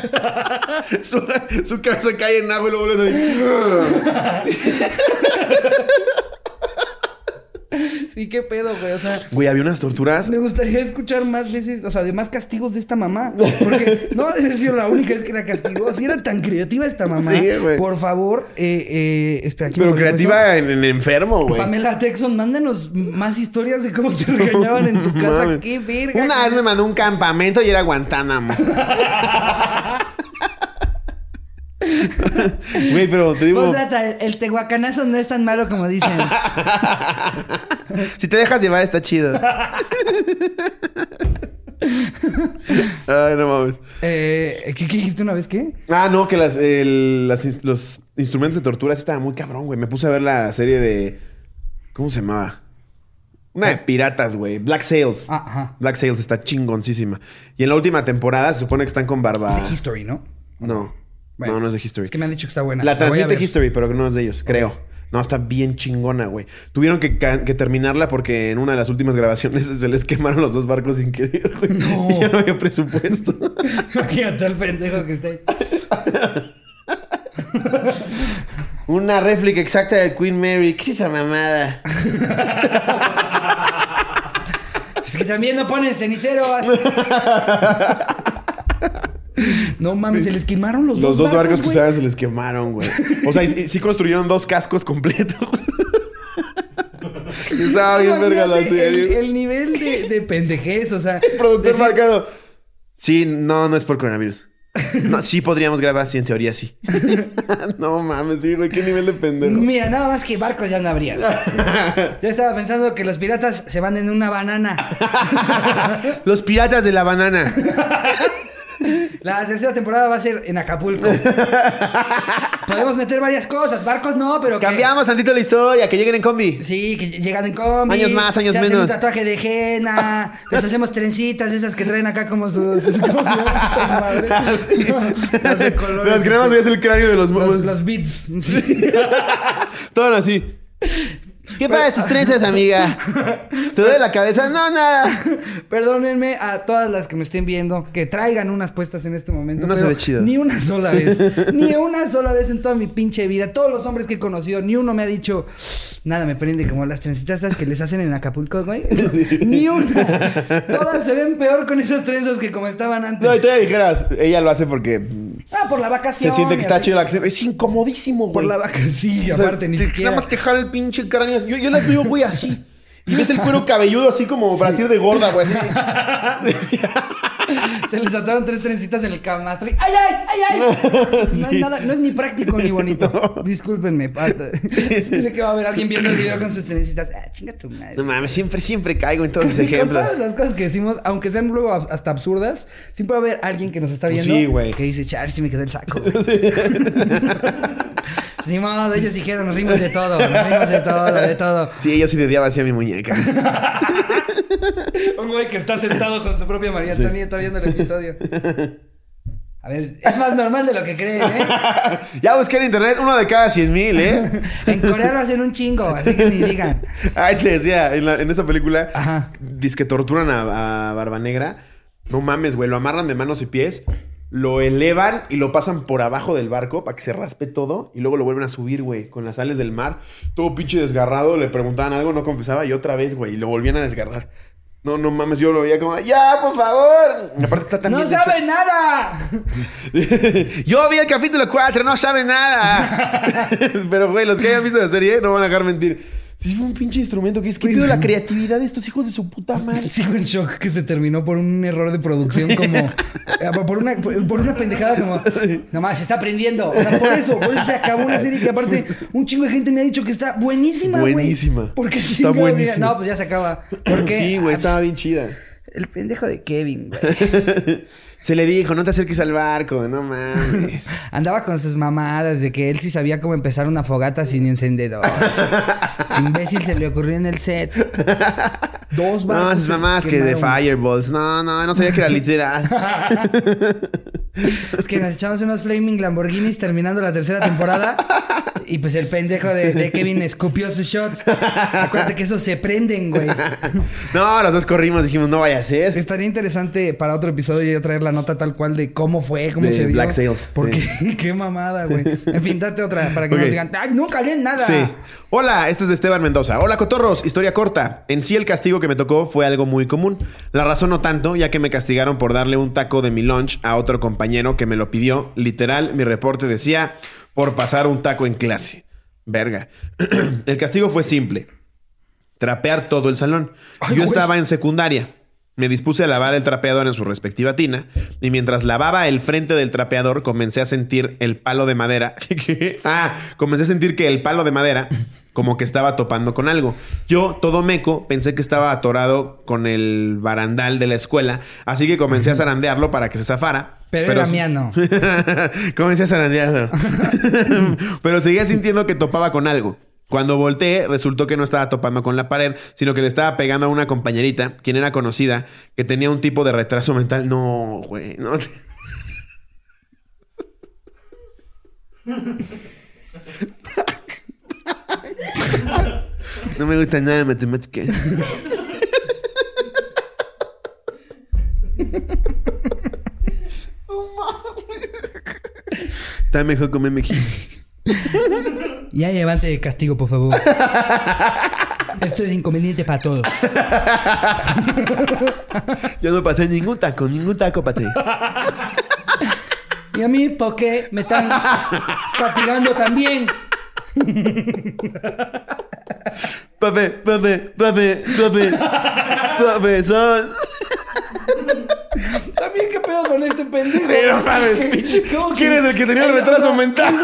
[SPEAKER 4] su, su cabeza cae en agua y luego vuelve a salir.
[SPEAKER 2] Sí, qué pedo, güey. O sea,
[SPEAKER 4] Güey, había unas torturas.
[SPEAKER 2] Me gustaría escuchar más veces, o sea, de más castigos de esta mamá. Porque no debe sido la única vez que la castigó. Si era tan creativa esta mamá,
[SPEAKER 4] Sí, güey.
[SPEAKER 2] por favor, eh, eh, espera aquí.
[SPEAKER 4] Pero
[SPEAKER 2] por supuesto.
[SPEAKER 4] creativa en, en enfermo, güey.
[SPEAKER 2] Pamela Texon, mándanos más historias de cómo te regañaban en tu casa.
[SPEAKER 4] Mames.
[SPEAKER 2] ¡Qué verga!
[SPEAKER 4] Una vez me mandó un campamento y era Guantánamo. Güey, pero te digo,
[SPEAKER 2] Postdata, el, el tehuacanazo no es tan malo como dicen.
[SPEAKER 4] si te dejas llevar está chido. Ay, no mames.
[SPEAKER 2] Eh, ¿qué, qué dijiste una vez qué?
[SPEAKER 4] Ah, no, que las, el- las ins- los instrumentos de tortura sí estaban muy cabrón, güey. Me puse a ver la serie de. ¿Cómo se llamaba? Una de piratas, güey. Black Sails.
[SPEAKER 2] Ah, ajá.
[SPEAKER 4] Black Sails está chingoncísima. Y en la última temporada se supone que están con barba.
[SPEAKER 2] Es de History, ¿no?
[SPEAKER 4] No.
[SPEAKER 2] Bueno,
[SPEAKER 4] no, no es de History.
[SPEAKER 2] Es que me han dicho que está buena.
[SPEAKER 4] La
[SPEAKER 2] voy a
[SPEAKER 4] transmite
[SPEAKER 2] ver.
[SPEAKER 4] History, pero que no es de ellos, creo. No, está bien chingona, güey. Tuvieron que, ca- que terminarla porque en una de las últimas grabaciones se les quemaron los dos barcos sin querer, güey.
[SPEAKER 2] No.
[SPEAKER 4] Y ya no había presupuesto.
[SPEAKER 2] Imagínate al pendejo que está ahí.
[SPEAKER 4] una réplica exacta de Queen Mary. ¿Qué es esa mamada?
[SPEAKER 2] Es que también no ponen ceniceros. no mames, se les quemaron los,
[SPEAKER 4] Los dos barcos que
[SPEAKER 2] güey.
[SPEAKER 4] usaban se les quemaron, güey. O sea, y- y sí construyeron dos cascos completos. y Sí, estaba bien verga la
[SPEAKER 2] Imagínate el,
[SPEAKER 4] serie.
[SPEAKER 2] el nivel de, de pendejez, o sea.
[SPEAKER 4] El productor
[SPEAKER 2] decir-
[SPEAKER 4] marcado. Sí, no, no es por coronavirus. No, sí podríamos grabar, sí, en teoría sí. no mames, sí, güey, qué nivel de pendejo.
[SPEAKER 2] Mira, nada más que barcos ya no habría. Yo estaba pensando que los piratas se van en una banana.
[SPEAKER 4] Los piratas de la banana.
[SPEAKER 2] La tercera temporada va a ser en Acapulco. Podemos meter varias cosas. Barcos no, pero que-
[SPEAKER 4] Cambiamos tantito la historia, que lleguen en combi.
[SPEAKER 2] Sí, que llegan en combi.
[SPEAKER 4] Años más, años
[SPEAKER 2] se hacen
[SPEAKER 4] menos.
[SPEAKER 2] un tatuaje de henna. les hacemos trencitas esas que traen acá como sus... ¿Cómo se llaman esas madres? Las de colores. este.
[SPEAKER 4] Las cremas es el cráneo de los
[SPEAKER 2] Los,
[SPEAKER 4] mumos.
[SPEAKER 2] los beats. Sí.
[SPEAKER 4] Todo así. ¿Qué pasa tus trenzas, amiga? ¿Te duele la cabeza? No, nada.
[SPEAKER 2] Perdónenme a todas las que me estén viendo que traigan unas puestas en este momento.
[SPEAKER 4] No se
[SPEAKER 2] pero
[SPEAKER 4] ve chido.
[SPEAKER 2] Ni una sola vez. ni una sola vez en toda mi pinche vida. Todos los hombres que he conocido, ni uno me ha dicho nada me prende como las trencitas estas que les hacen en Acapulco, güey. ni una. Todas se ven peor con esas trenzas que como estaban antes.
[SPEAKER 4] No, y te dijeras, ella lo hace porque.
[SPEAKER 2] Ah, por la
[SPEAKER 4] Se
[SPEAKER 2] vacación.
[SPEAKER 4] siente
[SPEAKER 2] y
[SPEAKER 4] que está
[SPEAKER 2] así.
[SPEAKER 4] chido la acción. Es incomodísimo, güey.
[SPEAKER 2] Por la vaca, sí,
[SPEAKER 4] O sea,
[SPEAKER 2] aparte, ni
[SPEAKER 4] te-
[SPEAKER 2] siquiera.
[SPEAKER 4] Nada más te jala el pinche cráneo. así. Yo, yo las veo, güey, así. Y ves el cuero cabelludo así como brasier de gorda, güey. así.
[SPEAKER 2] Se les ataron tres trencitas en el camastro. y ¡Ay, ay, ay, ay! No, hay nada, no es ni práctico ni bonito. Discúlpenme, pata. Dice que va a haber alguien viendo el video con sus trencitas. ¡Ah, chinga tu madre!
[SPEAKER 4] No mames, siempre, siempre caigo en todos mis
[SPEAKER 2] Con
[SPEAKER 4] ejemplos.
[SPEAKER 2] todas las cosas que decimos, aunque sean luego ab- hasta absurdas, siempre va a haber alguien que nos está
[SPEAKER 4] Pues
[SPEAKER 2] viendo
[SPEAKER 4] sí, güey.
[SPEAKER 2] que dice, char, si me quedó el saco. güey". Pues Ni modo, ellos dijeron, nos rimos de todo, nos rimos de todo, de todo.
[SPEAKER 4] Sí, yo sí de odiaba así a mi muñeca.
[SPEAKER 2] Un güey que está sentado con su propia María Antonieta viendo el episodio. A ver, es más normal de lo que creen, ¿eh?
[SPEAKER 4] ya busqué en internet uno de cada 100 mil, ¿eh?
[SPEAKER 2] En Corea lo hacen un chingo, así que ni digan.
[SPEAKER 4] Ay, te decía, en, la- en esta película,
[SPEAKER 2] Ajá.
[SPEAKER 4] dice que torturan a, a Barba Negra. No mames, güey, lo amarran de manos y pies, lo elevan y lo pasan por abajo del barco para que se raspe todo y luego lo vuelven a subir, güey, con las sales del mar. Todo pinche desgarrado, le preguntaban algo, no confesaba y otra vez, güey, y lo volvían a desgarrar. No, no mames, yo lo veía como, ya, por favor. Y aparte está también.
[SPEAKER 2] ¡No sabe nada!
[SPEAKER 4] Yo vi el capítulo 4, no sabe nada. Pero, güey, los que hayan visto la serie no van a dejar mentir. Sí, fue un pinche instrumento que es que pido la creatividad de estos hijos de su puta madre.
[SPEAKER 2] Sigo en shock que se terminó por un error de producción como... eh, Por una, por una pendejada como... Nomás, se está aprendiendo. O sea, por eso, por eso se acabó una serie que aparte un chingo de gente me ha dicho que está buenísima, güey.
[SPEAKER 4] Buenísima.
[SPEAKER 2] Porque
[SPEAKER 4] Está
[SPEAKER 2] está buenísima.
[SPEAKER 4] buenísima.
[SPEAKER 2] No, pues ya se acaba. ¿Por qué?
[SPEAKER 4] Sí, güey, estaba bien chida.
[SPEAKER 2] El pendejo de Kevin, güey.
[SPEAKER 4] Se le dijo, no te acerques al barco, no mames.
[SPEAKER 2] Andaba con sus mamadas de que él sí sabía cómo empezar una fogata sin encendedor. Imbécil se le ocurrió en el set. Dos
[SPEAKER 4] No,
[SPEAKER 2] barcos
[SPEAKER 4] esas mamás
[SPEAKER 2] se
[SPEAKER 4] que de
[SPEAKER 2] quemaron.
[SPEAKER 4] fireballs. No, no, no sabía que era literal.
[SPEAKER 2] Es que nos echamos unos flaming Lamborghinis terminando la tercera temporada. Y pues el pendejo de, de Kevin escupió su shot. Acuérdate que esos se prenden, güey.
[SPEAKER 4] No, los dos corrimos, dijimos, no vaya a ser.
[SPEAKER 2] Estaría interesante para otro episodio yo traer la nota tal cual de cómo fue, cómo
[SPEAKER 4] De
[SPEAKER 2] se dio.
[SPEAKER 4] Black Sails,
[SPEAKER 2] Porque
[SPEAKER 4] sí.
[SPEAKER 2] qué mamada, güey. En fin, date otra para que
[SPEAKER 4] Ok.
[SPEAKER 2] nos digan, ¡ay, nunca leen nada!
[SPEAKER 4] Sí. Hola, este es de Esteban Mendoza. Hola, cotorros. Historia corta. En sí, el castigo que me tocó fue algo muy común. La razón no tanto, ya que me castigaron por darle un taco de mi lunch a otro compañero que me lo pidió. Literal, mi reporte decía por pasar un taco en clase. Verga. el castigo fue simple. Trapear todo el salón. Yo estaba en secundaria. Me dispuse a lavar el trapeador en su respectiva tina y mientras lavaba el frente del trapeador comencé a sentir el palo de madera. ¿Qué? ah, comencé a sentir que el palo de madera como que estaba topando con algo. Yo, todo meco, pensé que estaba atorado con el barandal de la escuela, así que comencé a zarandearlo para que se zafara.
[SPEAKER 2] Pero, era
[SPEAKER 4] sí-
[SPEAKER 2] mía, no.
[SPEAKER 4] Comencé a zarandearlo. Pero seguía sintiendo que topaba con algo. Cuando volteé, resultó que no estaba topando con la pared, sino que le estaba pegando a una compañerita, quien era conocida, que tenía un tipo de retraso mental. No, güey, no. te- No me gusta nada de matemática. Está mejor comer mejillas.
[SPEAKER 2] Ya levante el castigo, por favor. Esto es inconveniente para todos.
[SPEAKER 4] Yo no pasé ningún taco, ningún taco pasé.
[SPEAKER 2] ¿Y a mí por qué me están castigando también?
[SPEAKER 4] Profe, profe, profe, profe. Profesor.
[SPEAKER 2] También qué pedo con este pendejo.
[SPEAKER 4] Pero mames, pinche.
[SPEAKER 2] ¿Cómo
[SPEAKER 4] ¿Quién es el que tenía el
[SPEAKER 2] Ay,
[SPEAKER 4] retraso
[SPEAKER 2] o sea,
[SPEAKER 4] mental?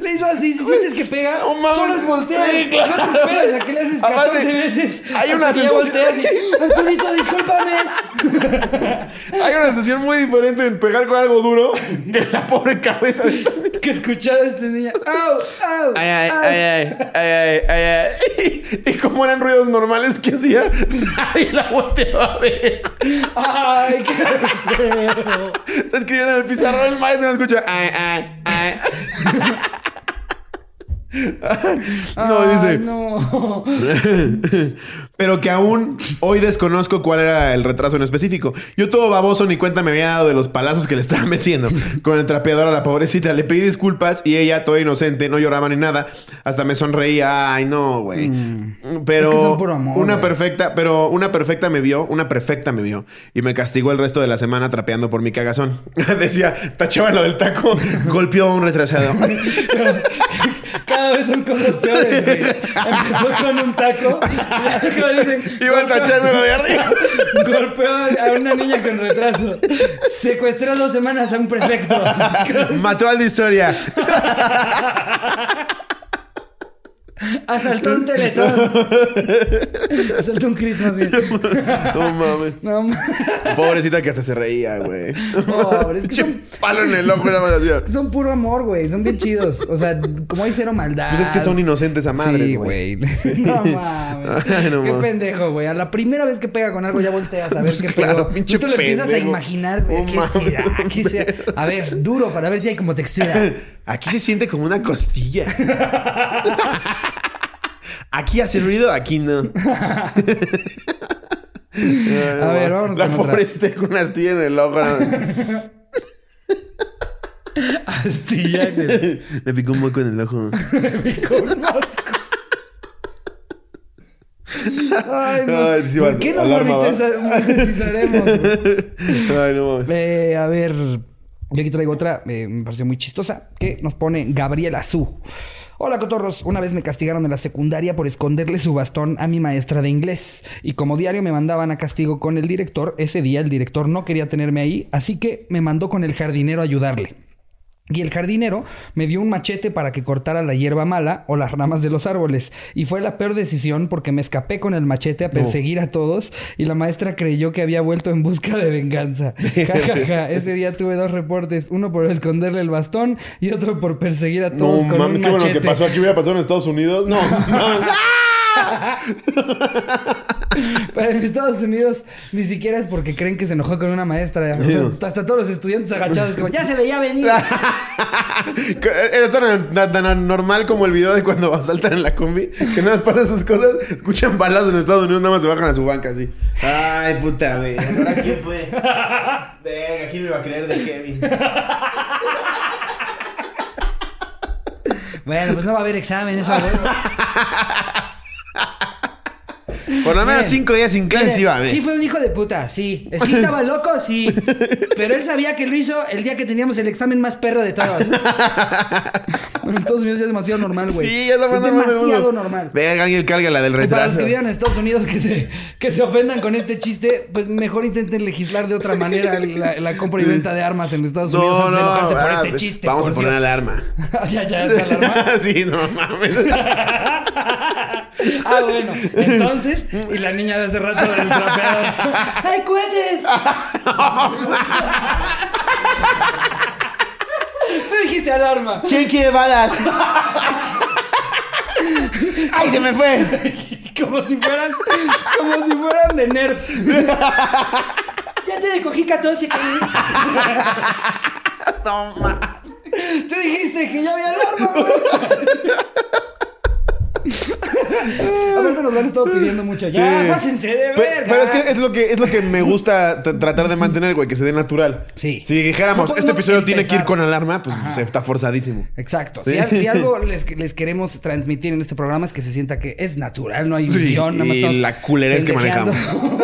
[SPEAKER 2] Le hizo así, si sientes que pega,
[SPEAKER 4] No mames.
[SPEAKER 2] solo es voltear.
[SPEAKER 4] Sí, claro.
[SPEAKER 2] No te esperas a que le haces 14
[SPEAKER 4] Aparte,
[SPEAKER 2] veces.
[SPEAKER 4] hay una
[SPEAKER 2] hasta que
[SPEAKER 4] sensación-
[SPEAKER 2] ya volteas y, Arturito, discúlpame.
[SPEAKER 4] Hay una sensación muy diferente en pegar con algo duro que la pobre cabeza. de-
[SPEAKER 2] Que escuchar a este niño. ¡Au! ¡Au!
[SPEAKER 4] Ay, ay,
[SPEAKER 2] au".
[SPEAKER 4] ay, ay, ay, ay, ay, ay. Y, y como eran ruidos normales que hacía, nadie la volteaba a ver.
[SPEAKER 2] ¡Ay, qué feo!
[SPEAKER 4] Está escribiendo en el pizarrón el maestro y no escucha. Ay, ay, ay. No,
[SPEAKER 2] Ay,
[SPEAKER 4] dice.
[SPEAKER 2] No.
[SPEAKER 4] Pero que aún hoy desconozco cuál era el retraso en específico. Yo todo baboso ni cuenta me había dado de los palazos que le estaba metiendo. Con el trapeador a la pobrecita le pedí disculpas y ella, toda inocente, no lloraba ni nada. Hasta me sonreía. Ay, no, güey. Pero
[SPEAKER 2] Mm. Es que son puro amor,
[SPEAKER 4] una
[SPEAKER 2] güey.
[SPEAKER 4] perfecta, pero una perfecta me vio, una perfecta me vio y me castigó el resto de la semana trapeando por mi cagazón. Decía, tachaba lo del taco, golpeó a un retrasado.
[SPEAKER 2] Cada vez son cosas peores, güey. Empezó con un taco. y ahora dicen,
[SPEAKER 4] Iba tachándolo de arriba.
[SPEAKER 2] Golpeó a una niña con retraso. Secuestró dos semanas a un prefecto.
[SPEAKER 4] Mató al de historia.
[SPEAKER 2] Asaltó un teletón. Asaltó un Christmas. bien.
[SPEAKER 4] No mames.
[SPEAKER 2] No mames.
[SPEAKER 4] Pobrecita que hasta se reía, güey.
[SPEAKER 2] Pobre, es que son-
[SPEAKER 4] Pinche palo en el ojo, era más así.
[SPEAKER 2] Son puro amor, güey. Son bien chidos. O sea, como hay cero maldad.
[SPEAKER 4] Pues es que son inocentes a madres,
[SPEAKER 2] Sí,
[SPEAKER 4] güey.
[SPEAKER 2] güey. No mames.
[SPEAKER 4] Ay, no
[SPEAKER 2] qué
[SPEAKER 4] mames.
[SPEAKER 2] pendejo, güey. A la primera vez que pega con algo ya volteas a ver
[SPEAKER 4] Pues
[SPEAKER 2] qué
[SPEAKER 4] claro,
[SPEAKER 2] pegó.
[SPEAKER 4] pinche
[SPEAKER 2] Tú te lo empiezas a
[SPEAKER 4] pendejo.
[SPEAKER 2] imaginar, güey.
[SPEAKER 4] No
[SPEAKER 2] ¿Qué
[SPEAKER 4] mames,
[SPEAKER 2] será? ¿Qué
[SPEAKER 4] pendejo.
[SPEAKER 2] será? A ver, duro para ver si hay como textura.
[SPEAKER 4] Aquí se siente como una costilla. Aquí hace ruido, aquí no.
[SPEAKER 2] A ver, vámonos
[SPEAKER 4] La
[SPEAKER 2] con otra.
[SPEAKER 4] pobrecita con una astilla en el ojo. ¿no?
[SPEAKER 2] Astilla en el-
[SPEAKER 4] Me picó un moco en el ojo.
[SPEAKER 2] Me conozco. Ay, no.
[SPEAKER 4] Ay, sí,
[SPEAKER 2] ¿Por
[SPEAKER 4] va-
[SPEAKER 2] qué no
[SPEAKER 4] alarma,
[SPEAKER 2] monetizaremos?
[SPEAKER 4] Ay, no mames.
[SPEAKER 2] eh, a ver, yo aquí traigo otra, eh, me parece muy chistosa, que nos pone Gabriela Azú. Hola, cotorros. Una vez me castigaron en la secundaria por esconderle su bastón a mi maestra de inglés. Y como diario me mandaban a castigo con el director, ese día el director no quería tenerme ahí, así que me mandó con el jardinero a ayudarle. Y el jardinero me dio un machete para que cortara la hierba mala o las ramas de los árboles. Y fue la peor decisión porque me escapé con el machete a perseguir a todos y la maestra creyó que había vuelto en busca de venganza. Ja, ja, ja. Ese día tuve dos reportes, uno por esconderle el bastón y otro por perseguir a todos
[SPEAKER 4] No
[SPEAKER 2] con
[SPEAKER 4] mames,
[SPEAKER 2] un
[SPEAKER 4] qué bueno
[SPEAKER 2] machete.
[SPEAKER 4] que pasó. Aquí hubiera pasado en Estados Unidos. No, mames.
[SPEAKER 2] Pero en Estados Unidos ni siquiera es porque creen que se enojó con una maestra. O sea, hasta todos los estudiantes agachados como, ya se veía venir.
[SPEAKER 4] Era tan, tan- tan normal como el video de cuando asaltan en la combi, que nada más pasan sus cosas, escuchan balas en Estados Unidos, nada más se bajan a su banca así. Ay, puta, güey. ¿Ahora quién fue? Venga, ¿quién me iba a creer de Kevin?
[SPEAKER 2] bueno, pues no va a haber examen, eso. güey.
[SPEAKER 4] Por lo menos
[SPEAKER 2] Miren,
[SPEAKER 4] cinco días sin clases
[SPEAKER 2] Mire,
[SPEAKER 4] iba, güey.
[SPEAKER 2] Sí fue un hijo de puta, sí. Sí estaba loco, sí. Pero él sabía que lo hizo el día que teníamos el examen más perro de todos. en Estados Unidos ya es demasiado normal, güey.
[SPEAKER 4] Sí, ya está
[SPEAKER 2] Es
[SPEAKER 4] más normal.
[SPEAKER 2] demasiado
[SPEAKER 4] seguro.
[SPEAKER 2] normal.
[SPEAKER 4] Verga, alguien carga la del
[SPEAKER 2] Y para los
[SPEAKER 4] retraso.
[SPEAKER 2] que vivan en Estados Unidos que se, que se ofendan con este chiste, pues mejor intenten legislar de otra manera la, la compra y venta de armas en Estados Unidos
[SPEAKER 4] No,
[SPEAKER 2] antes
[SPEAKER 4] no,
[SPEAKER 2] de enojarse por
[SPEAKER 4] ah,
[SPEAKER 2] este chiste.
[SPEAKER 4] vamos
[SPEAKER 2] por
[SPEAKER 4] a poner
[SPEAKER 2] Dios.
[SPEAKER 4] alarma.
[SPEAKER 2] ya, ya, está la arma.
[SPEAKER 4] sí, no mames.
[SPEAKER 2] Ah, bueno. Entonces, y la niña de hace rato del trapeado. ¡Ay, cohetes! Tú dijiste alarma.
[SPEAKER 1] ¿Quién quiere balas? ¡Ay, se me fue!
[SPEAKER 2] Como si fueran, como si fueran de Nerf. Ya te cogí 14, cabrón.
[SPEAKER 4] No mames.
[SPEAKER 2] Tú dijiste que ya había alarma, güey. Aparte nos lo han estado pidiendo mucho. Ya,
[SPEAKER 4] Sí.
[SPEAKER 2] pásense de
[SPEAKER 4] Pe-
[SPEAKER 2] verga.
[SPEAKER 4] Pero, es que es lo que es lo que me gusta t- tratar de mantener, güey, que se dé natural.
[SPEAKER 2] Sí.
[SPEAKER 4] Si dijéramos,
[SPEAKER 2] No podemos
[SPEAKER 4] este episodio tiene que ir
[SPEAKER 2] empezar.
[SPEAKER 4] con alarma, pues se está forzadísimo.
[SPEAKER 2] Exacto.
[SPEAKER 4] Sí.
[SPEAKER 2] Si, al- si algo les, les queremos transmitir en este programa es que se sienta que es natural, no hay un
[SPEAKER 4] Sí,
[SPEAKER 2] guión, nada más
[SPEAKER 4] y
[SPEAKER 2] estamos
[SPEAKER 4] la culerez que
[SPEAKER 2] pendejeando.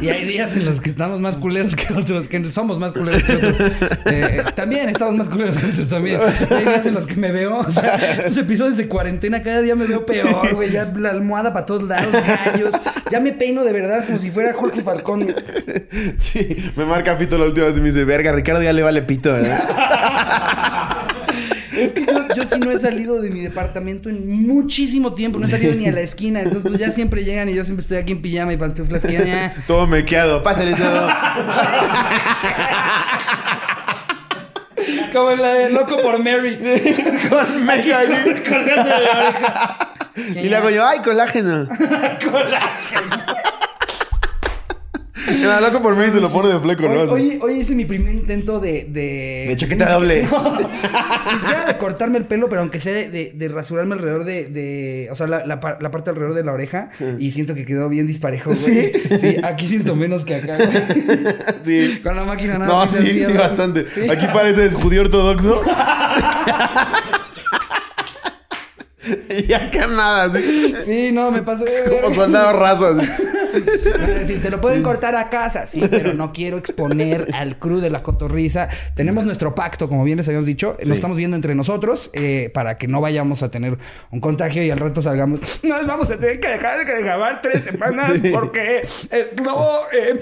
[SPEAKER 2] Y hay días en los que estamos más culeros que otros, que somos más culeros que otros. Eh, también estamos más culeros que otros también. Y hay días en los que me veo, o sea, estos episodios de cuarentena cada día me veo peor, güey. Ya la almohada para todos lados, gallos. Ya me peino de verdad como si fuera Jorge Falcón. güey.
[SPEAKER 1] Sí, me marca Fito la última vez y me dice, verga, Ricardo ya le vale pito, ¿verdad?
[SPEAKER 2] Es que yo, yo sí no he salido de mi departamento en muchísimo tiempo, no he salido ni a la esquina. Entonces, pues ya siempre llegan y yo siempre estoy aquí en pijama y pantuflas que ya-
[SPEAKER 1] Todo mequeado, pásale todo.
[SPEAKER 2] Como en la de Loco por Mary.
[SPEAKER 1] Con meca ahí.
[SPEAKER 2] Colgando de la oreja.
[SPEAKER 1] Y le hago yo, ay, colágeno. Era loco por mí y se lo pone de fleco, ¿no?
[SPEAKER 2] Hoy, hoy- hoy hice mi primer intento de... De,
[SPEAKER 1] De chaqueta
[SPEAKER 2] ni
[SPEAKER 1] doble.
[SPEAKER 2] siquiera- Ni siquiera de cortarme el pelo, pero aunque sea de, de- de rasurarme alrededor de... de- o sea, la, la par- la parte alrededor de la oreja. Y siento que quedó bien disparejo, güey. ¿Sí? aquí siento menos que acá. güey.
[SPEAKER 1] Sí.
[SPEAKER 2] Con la máquina nada
[SPEAKER 1] No,
[SPEAKER 2] más se
[SPEAKER 1] sí, sí,
[SPEAKER 2] hacía,
[SPEAKER 1] bastante.
[SPEAKER 2] Sí.
[SPEAKER 1] Aquí parece judío ortodoxo. y acá nada, así.
[SPEAKER 2] Sí, no, me pasó... de
[SPEAKER 1] Como
[SPEAKER 2] verga.
[SPEAKER 1] soldado raso. así.
[SPEAKER 2] Van a decir, te lo pueden cortar a casa, sí, pero no quiero exponer al crew de la cotorriza. Tenemos nuestro pacto, como bien les habíamos dicho, nos estamos viendo entre nosotros eh, para que no vayamos a tener un contagio y al rato salgamos. Nos vamos a tener que dejar de grabar tres semanas porque eh, no. eh,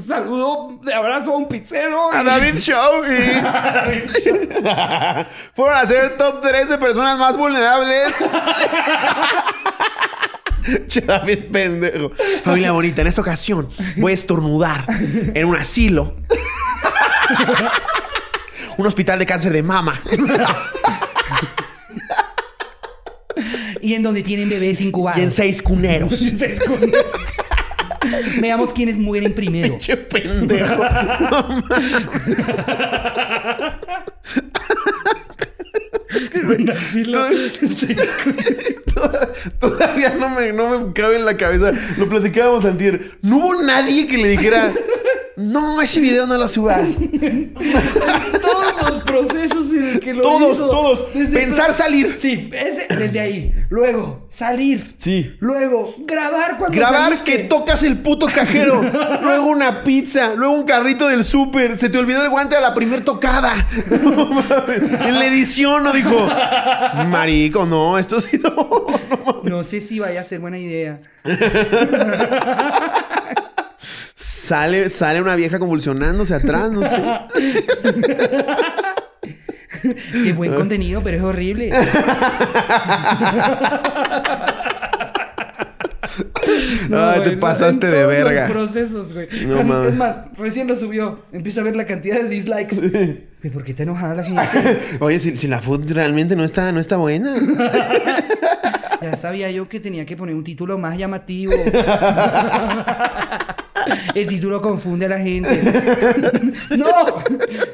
[SPEAKER 2] saludo de abrazo a un pizzero.
[SPEAKER 1] A David Show y... Por hacer top 3 de personas más vulnerables. Che, David, pendejo. Familia bonita, en esta ocasión voy a estornudar en un asilo. un hospital de cáncer de mama.
[SPEAKER 2] Y en donde tienen bebés
[SPEAKER 1] Y en
[SPEAKER 2] incubados.
[SPEAKER 1] seis cuneros.
[SPEAKER 2] Veamos quiénes mueren primero.
[SPEAKER 1] Che, pendejo. No mames. Toda- Todavía no me, no me cabe en la cabeza. Lo platicábamos antier. No hubo nadie que le dijera... No, ese video no lo subas.
[SPEAKER 2] Todos los procesos en el que lo
[SPEAKER 1] Todos,
[SPEAKER 2] hizo.
[SPEAKER 1] todos.
[SPEAKER 2] Desde
[SPEAKER 1] Pensar salir.
[SPEAKER 2] Sí, ese, desde ahí. Luego, salir.
[SPEAKER 1] Sí.
[SPEAKER 2] Luego, grabar cuando
[SPEAKER 1] Grabar
[SPEAKER 2] saliste.
[SPEAKER 1] que tocas el puto cajero. luego una pizza. Luego un carrito del súper. Se te olvidó el guante a la primer tocada. No mames. en la edición no dijo. Marico, no, esto sí no. no mames".
[SPEAKER 2] No sé si vaya a ser buena idea.
[SPEAKER 1] sale, sale una vieja convulsionándose atrás, no sé.
[SPEAKER 2] Qué buen contenido, pero es horrible.
[SPEAKER 1] Ay,
[SPEAKER 2] güey,
[SPEAKER 1] te
[SPEAKER 2] no,
[SPEAKER 1] pasaste
[SPEAKER 2] en
[SPEAKER 1] de
[SPEAKER 2] todos los
[SPEAKER 1] verga.
[SPEAKER 2] procesos, güey.
[SPEAKER 1] No
[SPEAKER 2] Cuando-
[SPEAKER 1] mames.
[SPEAKER 2] es más, recién lo subió. Empiezo a ver la cantidad de dislikes. Güey, ¿Por qué está enojada la gente?
[SPEAKER 1] Oye, si, si la food realmente no está, no está buena.
[SPEAKER 2] Ya sabía yo que tenía que poner un título más llamativo. El título confunde a la gente. ¡No!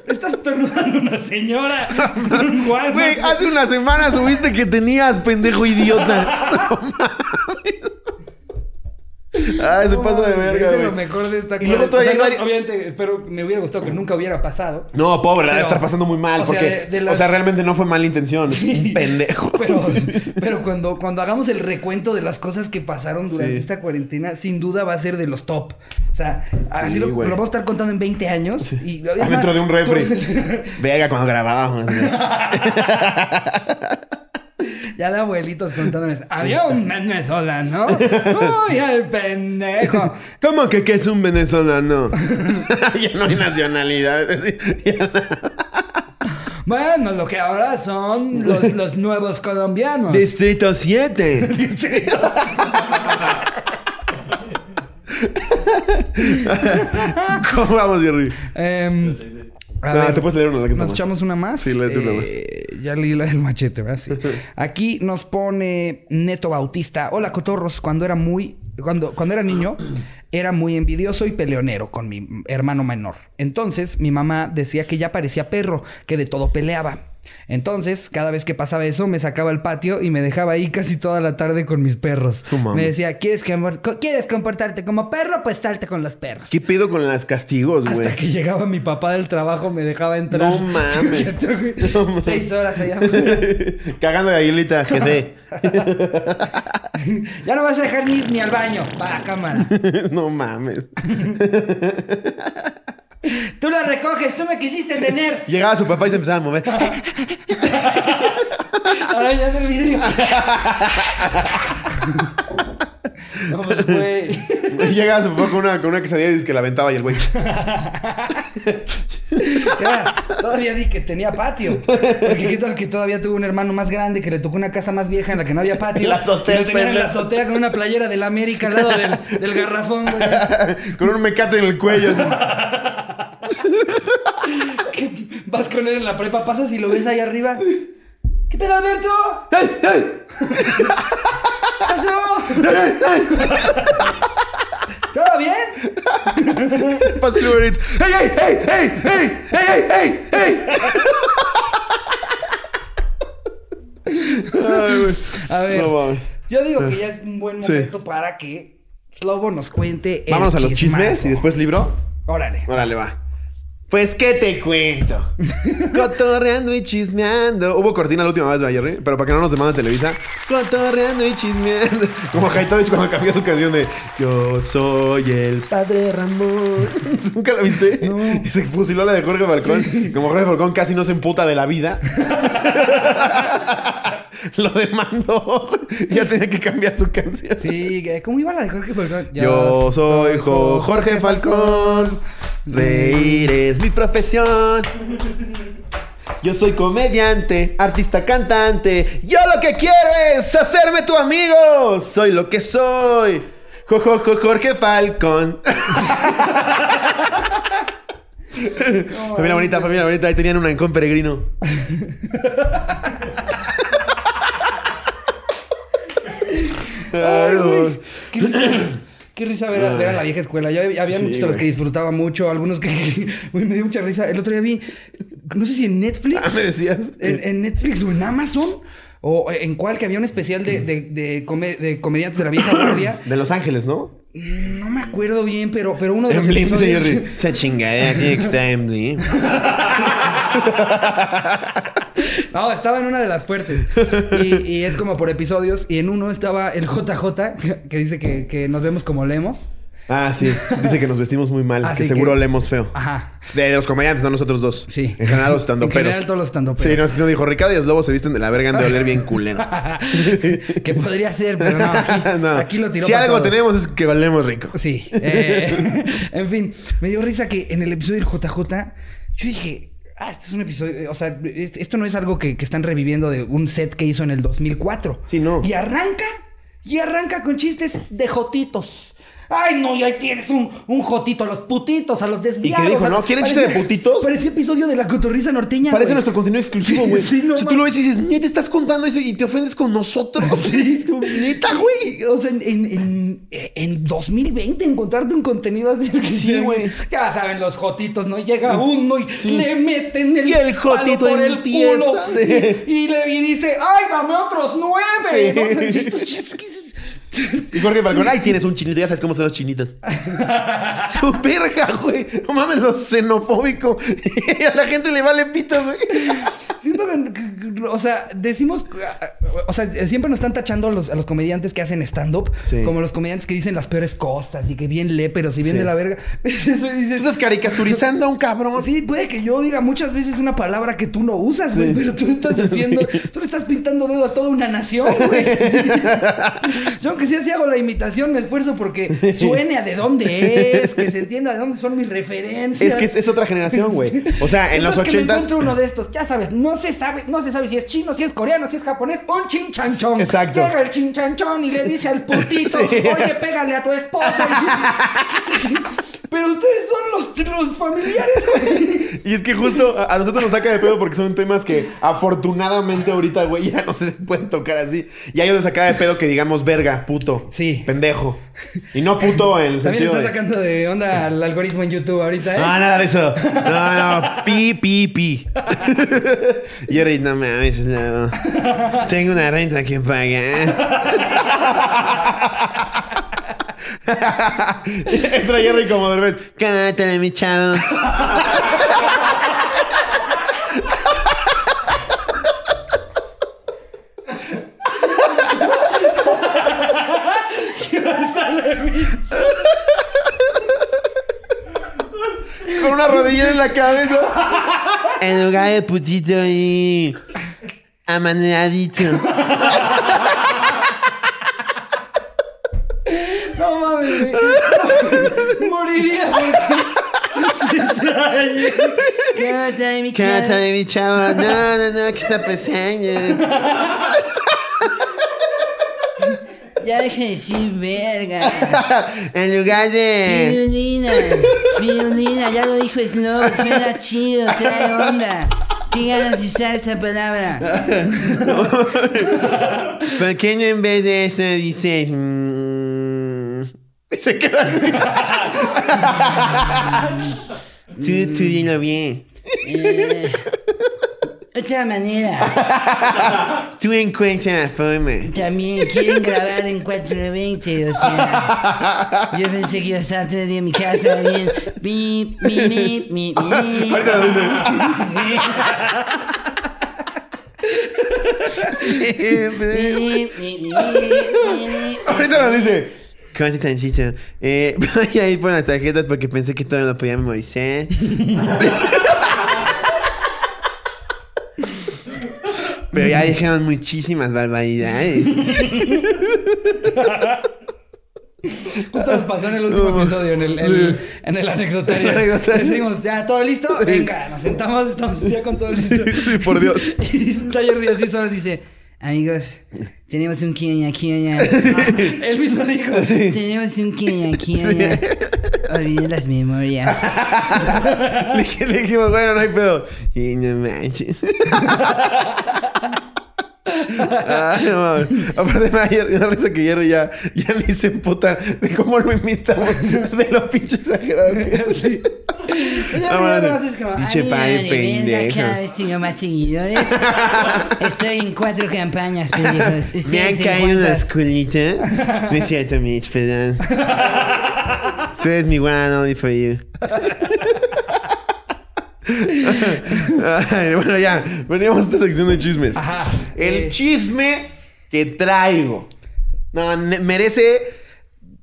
[SPEAKER 2] Estás estornudando una señora. Igual,
[SPEAKER 1] Güey,
[SPEAKER 2] no-
[SPEAKER 1] hace una semana subiste que tenías, pendejo idiota. No mames. Ay, se pasa de
[SPEAKER 2] Ay,
[SPEAKER 1] verga,
[SPEAKER 2] es de lo
[SPEAKER 1] güey.
[SPEAKER 2] mejor de esta
[SPEAKER 1] Y luego
[SPEAKER 2] cuarentena.
[SPEAKER 1] todavía
[SPEAKER 2] O sea,
[SPEAKER 1] hay
[SPEAKER 2] no, Obviamente, espero me hubiera gustado que nunca hubiera pasado.
[SPEAKER 1] No, pobre, la debe
[SPEAKER 2] Pero,
[SPEAKER 1] estar pasando muy mal.
[SPEAKER 2] o sea,
[SPEAKER 1] porque,
[SPEAKER 2] de- de las-
[SPEAKER 1] o sea, realmente no fue mala intención. Un pendejo.
[SPEAKER 2] Pero, pero cuando, cuando hagamos el recuento de las cosas que pasaron durante esta cuarentena, sin duda va a ser de los top. O sea, así
[SPEAKER 1] Sí,
[SPEAKER 2] lo,
[SPEAKER 1] güey.
[SPEAKER 2] lo vamos a estar contando en 20 años. Y, es más,
[SPEAKER 1] Adentro de un refri.
[SPEAKER 2] tú-
[SPEAKER 1] Verga, cuando grabábamos.
[SPEAKER 2] Ya de abuelitos contándoles. Había un Venezuela, ¿no? ¡Uy, el pendejo!
[SPEAKER 1] ¿Cómo que qué es un venezolano? ya no hay nacionalidad.
[SPEAKER 2] Bueno, lo que ahora son los, los nuevos colombianos.
[SPEAKER 1] Distrito 7. ¿Cómo vamos, Jerry?
[SPEAKER 2] Em, a
[SPEAKER 1] No,
[SPEAKER 2] ver,
[SPEAKER 1] te puedes leer una la que
[SPEAKER 2] Nos
[SPEAKER 1] tomas.
[SPEAKER 2] echamos una más.
[SPEAKER 1] Sí, léete una más.
[SPEAKER 2] Eh, Ya leí la del machete, ¿verdad? Sí. Aquí nos pone Neto Bautista. Hola, cotorros. Cuando era muy... Cuando, cuando era niño, era muy envidioso y peleonero con mi hermano menor. Entonces, mi mamá decía que ya parecía perro, que de todo peleaba. Entonces, cada vez que pasaba eso, me sacaba al patio y me dejaba ahí casi toda la tarde con mis perros.
[SPEAKER 4] No mames.
[SPEAKER 2] me decía, ¿quieres, que- co- ¿quieres comportarte como perro? Pues salte con los perros.
[SPEAKER 4] ¿Qué pedo con las castigos, güey?
[SPEAKER 2] Hasta que llegaba mi papá del trabajo, me dejaba entrar.
[SPEAKER 4] No mames.
[SPEAKER 2] Fíjate, güey.
[SPEAKER 4] No mames.
[SPEAKER 2] Seis horas allá. afuera.
[SPEAKER 4] Cagando de aguilita, GD.
[SPEAKER 2] ya no vas a dejar ni, ni al baño. Va, cámara.
[SPEAKER 4] no mames.
[SPEAKER 2] Tú la recoges, tú me quisiste tener.
[SPEAKER 4] Llegaba su papá y se empezaba a mover.
[SPEAKER 2] Ahora ya del vidrio. no, pues, güey.
[SPEAKER 4] Llegaba su papá con una, con una quesadilla y dice que la aventaba y el güey.
[SPEAKER 2] Era, todavía di que tenía patio. Porque qué tal que todavía tuvo un hermano más grande que le tocó una casa más vieja en la que no había patio.
[SPEAKER 4] En la azotea,
[SPEAKER 2] Y lo tenían en la
[SPEAKER 4] pendejo.
[SPEAKER 2] azotea con una playera del América al lado del, del garrafón, güey.
[SPEAKER 4] con un mecate en el cuello.
[SPEAKER 2] Que vas con él en la prepa, pasas y lo ves ahí arriba. ¿Qué pedo, Alberto?
[SPEAKER 4] ¡Ey, ey!
[SPEAKER 2] ¿Qué pasó? ¿Todo bien?
[SPEAKER 4] Pasa el Uber Eats. ¡Ey, ey, ey, ey, ey! ¡Ey, ey, ey, ey! Ay, güey.
[SPEAKER 2] A ver,
[SPEAKER 4] No mames.
[SPEAKER 2] yo digo que ya es un buen
[SPEAKER 4] Sí.
[SPEAKER 2] momento para que Slobo nos cuente. el
[SPEAKER 4] Vámonos a los chismes
[SPEAKER 2] chismazo.
[SPEAKER 4] y después libro.
[SPEAKER 2] Órale.
[SPEAKER 4] Órale, va. Pues, ¿qué te cuento? Cotorreando y chismeando. Hubo cortina la última vez, ¿verdad, Jerry? Pero para que no nos demande Televisa. Cotorreando y chismeando. Como Haitovich cuando cambió su canción de Yo soy el padre Ramón. ¿Nunca la viste?
[SPEAKER 2] No.
[SPEAKER 4] Y se fusiló la de Jorge Falcón. Como Jorge Falcón casi no se emputa de la vida. Lo demandó. Ya tenía que cambiar su canción.
[SPEAKER 2] Sí, que- ¿cómo iba la de Jorge Falcón?
[SPEAKER 4] Yo soy Jo- Jorge Falcón. Reír es mi profesión. Yo soy comediante, artista cantante. Yo lo que quiero es hacerme tu amigo. Soy lo que soy. Jo- jo- jo- Jorge Falcón. familia bonita, familia bonita. Ahí tenían un ancón peregrino.
[SPEAKER 2] Ay,
[SPEAKER 4] Claro.
[SPEAKER 2] güey. Qué risa, qué risa ver, a, ver a la vieja escuela. Yo había había muchos de los que disfrutaba mucho, algunos que, que- güey, me dio mucha risa. El otro día vi, no sé si en Netflix.
[SPEAKER 4] Ah, ¿me decías?
[SPEAKER 2] En, en Netflix o en Amazon. O en cuál que había un especial de, de, de come- de comediantes de la vieja guardia.
[SPEAKER 4] De Los Ángeles, ¿no?
[SPEAKER 2] No me acuerdo bien, pero, pero uno de los
[SPEAKER 4] En Blim, señor.
[SPEAKER 2] episodios-
[SPEAKER 4] Esa chingadera tiene que estar en Blim.
[SPEAKER 2] No, estaba en una de las fuertes. Y, y es como por episodios. Y en uno estaba el JJ, que, que dice que, que nos vemos como leemos.
[SPEAKER 4] Ah, sí. Dice que nos vestimos muy mal,
[SPEAKER 2] Así
[SPEAKER 4] que seguro
[SPEAKER 2] que-
[SPEAKER 4] olemos feo.
[SPEAKER 2] Ajá.
[SPEAKER 4] De, de los comediantes, no nosotros dos.
[SPEAKER 2] Sí.
[SPEAKER 4] En general, los estandoperos.
[SPEAKER 2] En general, todos los estandoperos.
[SPEAKER 4] Sí, no, es que no dijo Ricardo y los lobos se visten de la verga, han de oler bien culero.
[SPEAKER 2] que podría ser, pero no. Aquí,
[SPEAKER 4] No.
[SPEAKER 2] aquí lo tiró
[SPEAKER 4] Si
[SPEAKER 2] para
[SPEAKER 4] algo
[SPEAKER 2] todos.
[SPEAKER 4] tenemos es que olemos rico.
[SPEAKER 2] Sí. eh, en fin, me dio risa que en el episodio del JJ, yo dije, ah, este es un episodio, o sea, es- esto no es algo que, que están reviviendo de un set que hizo en el 2004.
[SPEAKER 4] Sí, no.
[SPEAKER 2] Y arranca, y arranca con chistes de jotitos. Ay, no, y ahí tienes un, un jotito a los putitos, a los desviados.
[SPEAKER 4] dijo,
[SPEAKER 2] a los-
[SPEAKER 4] no? ¿Quieren chiste de putitos?
[SPEAKER 2] Parecía episodio de la cotorriza norteña.
[SPEAKER 4] Parece
[SPEAKER 2] güey.
[SPEAKER 4] nuestro contenido exclusivo,
[SPEAKER 2] Sí,
[SPEAKER 4] güey.
[SPEAKER 2] sí, no
[SPEAKER 4] si tú
[SPEAKER 2] mames.
[SPEAKER 4] lo ves y dices, neta, estás contando eso y te ofendes con nosotros. Sí. Es como, neta, güey.
[SPEAKER 2] O sea, en, en, en- en 2020 encontrarte un contenido así. que sea,
[SPEAKER 4] güey.
[SPEAKER 2] Ya saben, los jotitos, ¿no? Llega uno y le meten el,
[SPEAKER 4] Y el jotito
[SPEAKER 2] palo por el
[SPEAKER 4] empieza,
[SPEAKER 2] culo.
[SPEAKER 4] sí.
[SPEAKER 2] Y, y le y dice, ¡ay, dame otros nueve!
[SPEAKER 4] Sí.
[SPEAKER 2] ¿no? O sea, sí, estos chis- que dices,
[SPEAKER 4] Y Jorge Falcón, ay, tienes un chinito, ya sabes cómo son los chinitas. Su verga, güey. No mames, lo xenofóbico. a la gente le vale pito, güey.
[SPEAKER 2] Siento que- que- que- o sea, decimos, o sea, siempre nos están tachando a los, a los comediantes que hacen stand-up,
[SPEAKER 4] Sí.
[SPEAKER 2] como los comediantes que dicen las peores cosas y que bien léperos y bien
[SPEAKER 4] Sí.
[SPEAKER 2] de la verga. Eso
[SPEAKER 4] Tú
[SPEAKER 2] dices,
[SPEAKER 4] estás caricaturizando a un cabrón.
[SPEAKER 2] Sí, puede que yo diga muchas veces una palabra que tú no usas, güey, pero tú estás haciendo, tú le estás pintando dedo a toda una nación, güey. yo aunque sea si hago la imitación, me esfuerzo porque suene a de dónde es, que se entienda de dónde son mis referencias.
[SPEAKER 4] Es que es, es otra generación, güey. O sea, en
[SPEAKER 2] Entonces,
[SPEAKER 4] los
[SPEAKER 2] que me
[SPEAKER 4] 80
[SPEAKER 2] encuentro uno de estos, ya sabes, no se sabe, no se sabe si es chino, si es coreano, si es japonés, un chinchanchón.
[SPEAKER 4] Exacto.
[SPEAKER 2] Llega el chinchanchón y le dice al putito, oye, pégale a tu esposa. Y- Pero ustedes son los, los familiares, güey.
[SPEAKER 4] Y es que justo a, a nosotros nos saca de pedo porque son temas que afortunadamente ahorita, güey, ya no se pueden tocar así. Y a ellos les saca de pedo que digamos verga, puto.
[SPEAKER 2] Sí.
[SPEAKER 4] Pendejo. Y no puto en el
[SPEAKER 2] También
[SPEAKER 4] sentido
[SPEAKER 2] está
[SPEAKER 4] de...
[SPEAKER 2] sacando de onda al algoritmo en YouTube ahorita, ¿eh?
[SPEAKER 4] No, nada de eso. No, no. Pi, pi, pi. Y ahorita no mames. No. Tengo una renta que
[SPEAKER 1] ¿eh?
[SPEAKER 4] pagar. Entra Jerry como de vez. Cállate, mi chavo. Con una rodillera en la cabeza.
[SPEAKER 1] En lugar de putito y. Amaneadito.
[SPEAKER 2] No mames, güey. Moriría, güey.
[SPEAKER 1] Cállate, mi chavo. Cállate, mi chavo. No, no, no, que está pesando.
[SPEAKER 5] Ya deja de decir verga.
[SPEAKER 1] En lugar de.
[SPEAKER 5] Pirulina. Pirulina, ya lo dijo Snow. Suena chido, trae onda. Qué ganas de usar esa palabra.
[SPEAKER 1] ¿Por qué no en vez de eso dices. mm,
[SPEAKER 4] Y se queda así.
[SPEAKER 1] Tú, tú dilo bien.
[SPEAKER 5] Eh, otra manera.
[SPEAKER 1] Tú encuentras la forma.
[SPEAKER 5] También quieren grabar en 420, o sea. Yo pensé que iba a estar todo el día en mi casa bien. Mi, mi, mi, mi, mi.
[SPEAKER 4] Ahorita lo dices.
[SPEAKER 5] Mi, mi, mi, mi.
[SPEAKER 4] Ahorita lo dice.
[SPEAKER 1] Cállate tantito. Eh, voy a ir por las tarjetas porque pensé que todo lo podía memorizar. Pero ya dijeron muchísimas barbaridades.
[SPEAKER 2] Justo nos pasó en el último episodio, en el, el- en el anecdotario.
[SPEAKER 4] El anecdotario.
[SPEAKER 2] Decimos, ya, ¿todo listo? Venga, nos sentamos, estamos ya con todo listo.
[SPEAKER 4] Sí, sí, por Dios.
[SPEAKER 2] Y está Jerry así solo dice,
[SPEAKER 5] Amigos, tenemos un quiña, quiña.
[SPEAKER 2] él mismo dijo.
[SPEAKER 5] Tenemos un quiña, quiña. Olvidé las memorias.
[SPEAKER 4] Le, dije- le dijimos, bueno, no hay pedo. Y no manches. Ah, no mames. Aparte me da hier- me da risa que Jerry ya, ya ni se emputa de cómo lo imitamos, de lo pinche exagerado que es.
[SPEAKER 2] Sí. Ya, ya,
[SPEAKER 4] Vámonos.
[SPEAKER 2] nada más es como,
[SPEAKER 4] Pinche
[SPEAKER 5] Ay,
[SPEAKER 4] padre
[SPEAKER 5] vale, verga,
[SPEAKER 4] pendejo.
[SPEAKER 5] Cada vez tengo más seguidores. Estoy en cuatro campañas, pendejos.
[SPEAKER 1] Me han
[SPEAKER 5] Ustedes en
[SPEAKER 1] caído unas
[SPEAKER 5] cuántas?
[SPEAKER 1] culitas. No es cierto, Mitch, perdón. Tú eres mi one and only for you.
[SPEAKER 4] Ay, bueno, ya, veníamos a esta sección de chismes.
[SPEAKER 2] Ajá.
[SPEAKER 4] Ah, El
[SPEAKER 2] Eh,
[SPEAKER 4] chisme que traigo. No, ne- merece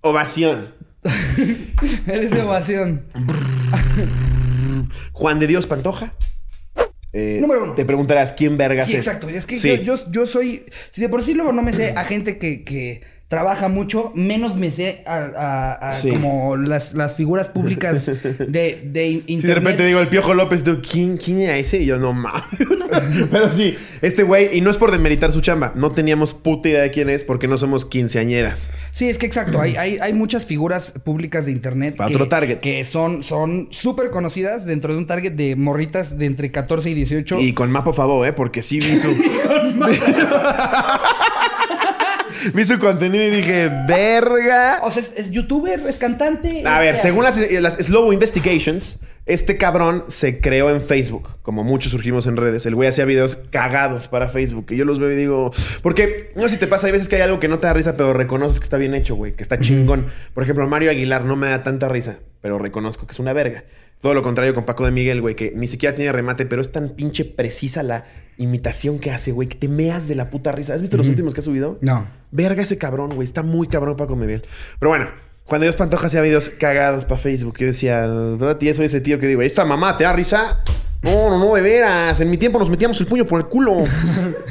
[SPEAKER 4] ovación.
[SPEAKER 2] Eres de ovación.
[SPEAKER 4] Juan de Dios Pantoja. Eh,
[SPEAKER 2] Número uno.
[SPEAKER 4] Te preguntarás quién vergas
[SPEAKER 2] Sí,
[SPEAKER 4] es.
[SPEAKER 2] exacto. Es que
[SPEAKER 4] Sí.
[SPEAKER 2] yo, yo, yo soy. Si de por sí luego no me sé a gente que, que trabaja mucho, menos me sé a, a- a
[SPEAKER 4] Sí.
[SPEAKER 2] como las, las figuras públicas de, de in- internet.
[SPEAKER 4] Si de repente digo el Piojo López, tú, ¿quién, ¿quién era ese? Y yo, no mames. Pero sí, este güey, y no es por demeritar su chamba, no teníamos puta idea de quién es porque no somos quinceañeras.
[SPEAKER 2] Sí, es que exacto. Hay, hay, hay muchas figuras públicas de internet
[SPEAKER 4] Para
[SPEAKER 2] que,
[SPEAKER 4] otro target.
[SPEAKER 2] que son son súper conocidas dentro de un target de morritas de entre 14 y 18.
[SPEAKER 4] Y con Mapo Fabo, ¿eh? Porque sí vi su. vi su contenido y dije, verga.
[SPEAKER 2] O sea, es, es youtuber, es cantante.
[SPEAKER 4] A
[SPEAKER 2] es-
[SPEAKER 4] ver,
[SPEAKER 2] es-
[SPEAKER 4] según las, eh, las Slow Investigations, este cabrón se creó en Facebook. Como muchos surgimos en redes, el güey hacía videos cagados para Facebook. Y yo los veo y digo, porque no sé si te pasa, hay veces que hay algo que no te da risa, pero reconoces que está bien hecho, güey, que está chingón. Por ejemplo, Mario Aguilar no me da tanta risa, pero reconozco que es una verga. Todo lo contrario con Paco de Miguel, güey, que ni siquiera tiene remate, pero es tan pinche precisa la imitación que hace, güey, que te meas de la puta risa. ¿Has visto los últimos que ha subido?
[SPEAKER 2] No.
[SPEAKER 4] Verga ese cabrón, güey. Está muy cabrón Paco Miguel. Pero bueno, cuando Dios Pantoja hacía videos cagados para Facebook, yo decía, ¿verdad? Y soy ese tío que digo, ¿esta mamá te da risa? No, no, no, de veras. En mi tiempo nos metíamos el puño por el culo.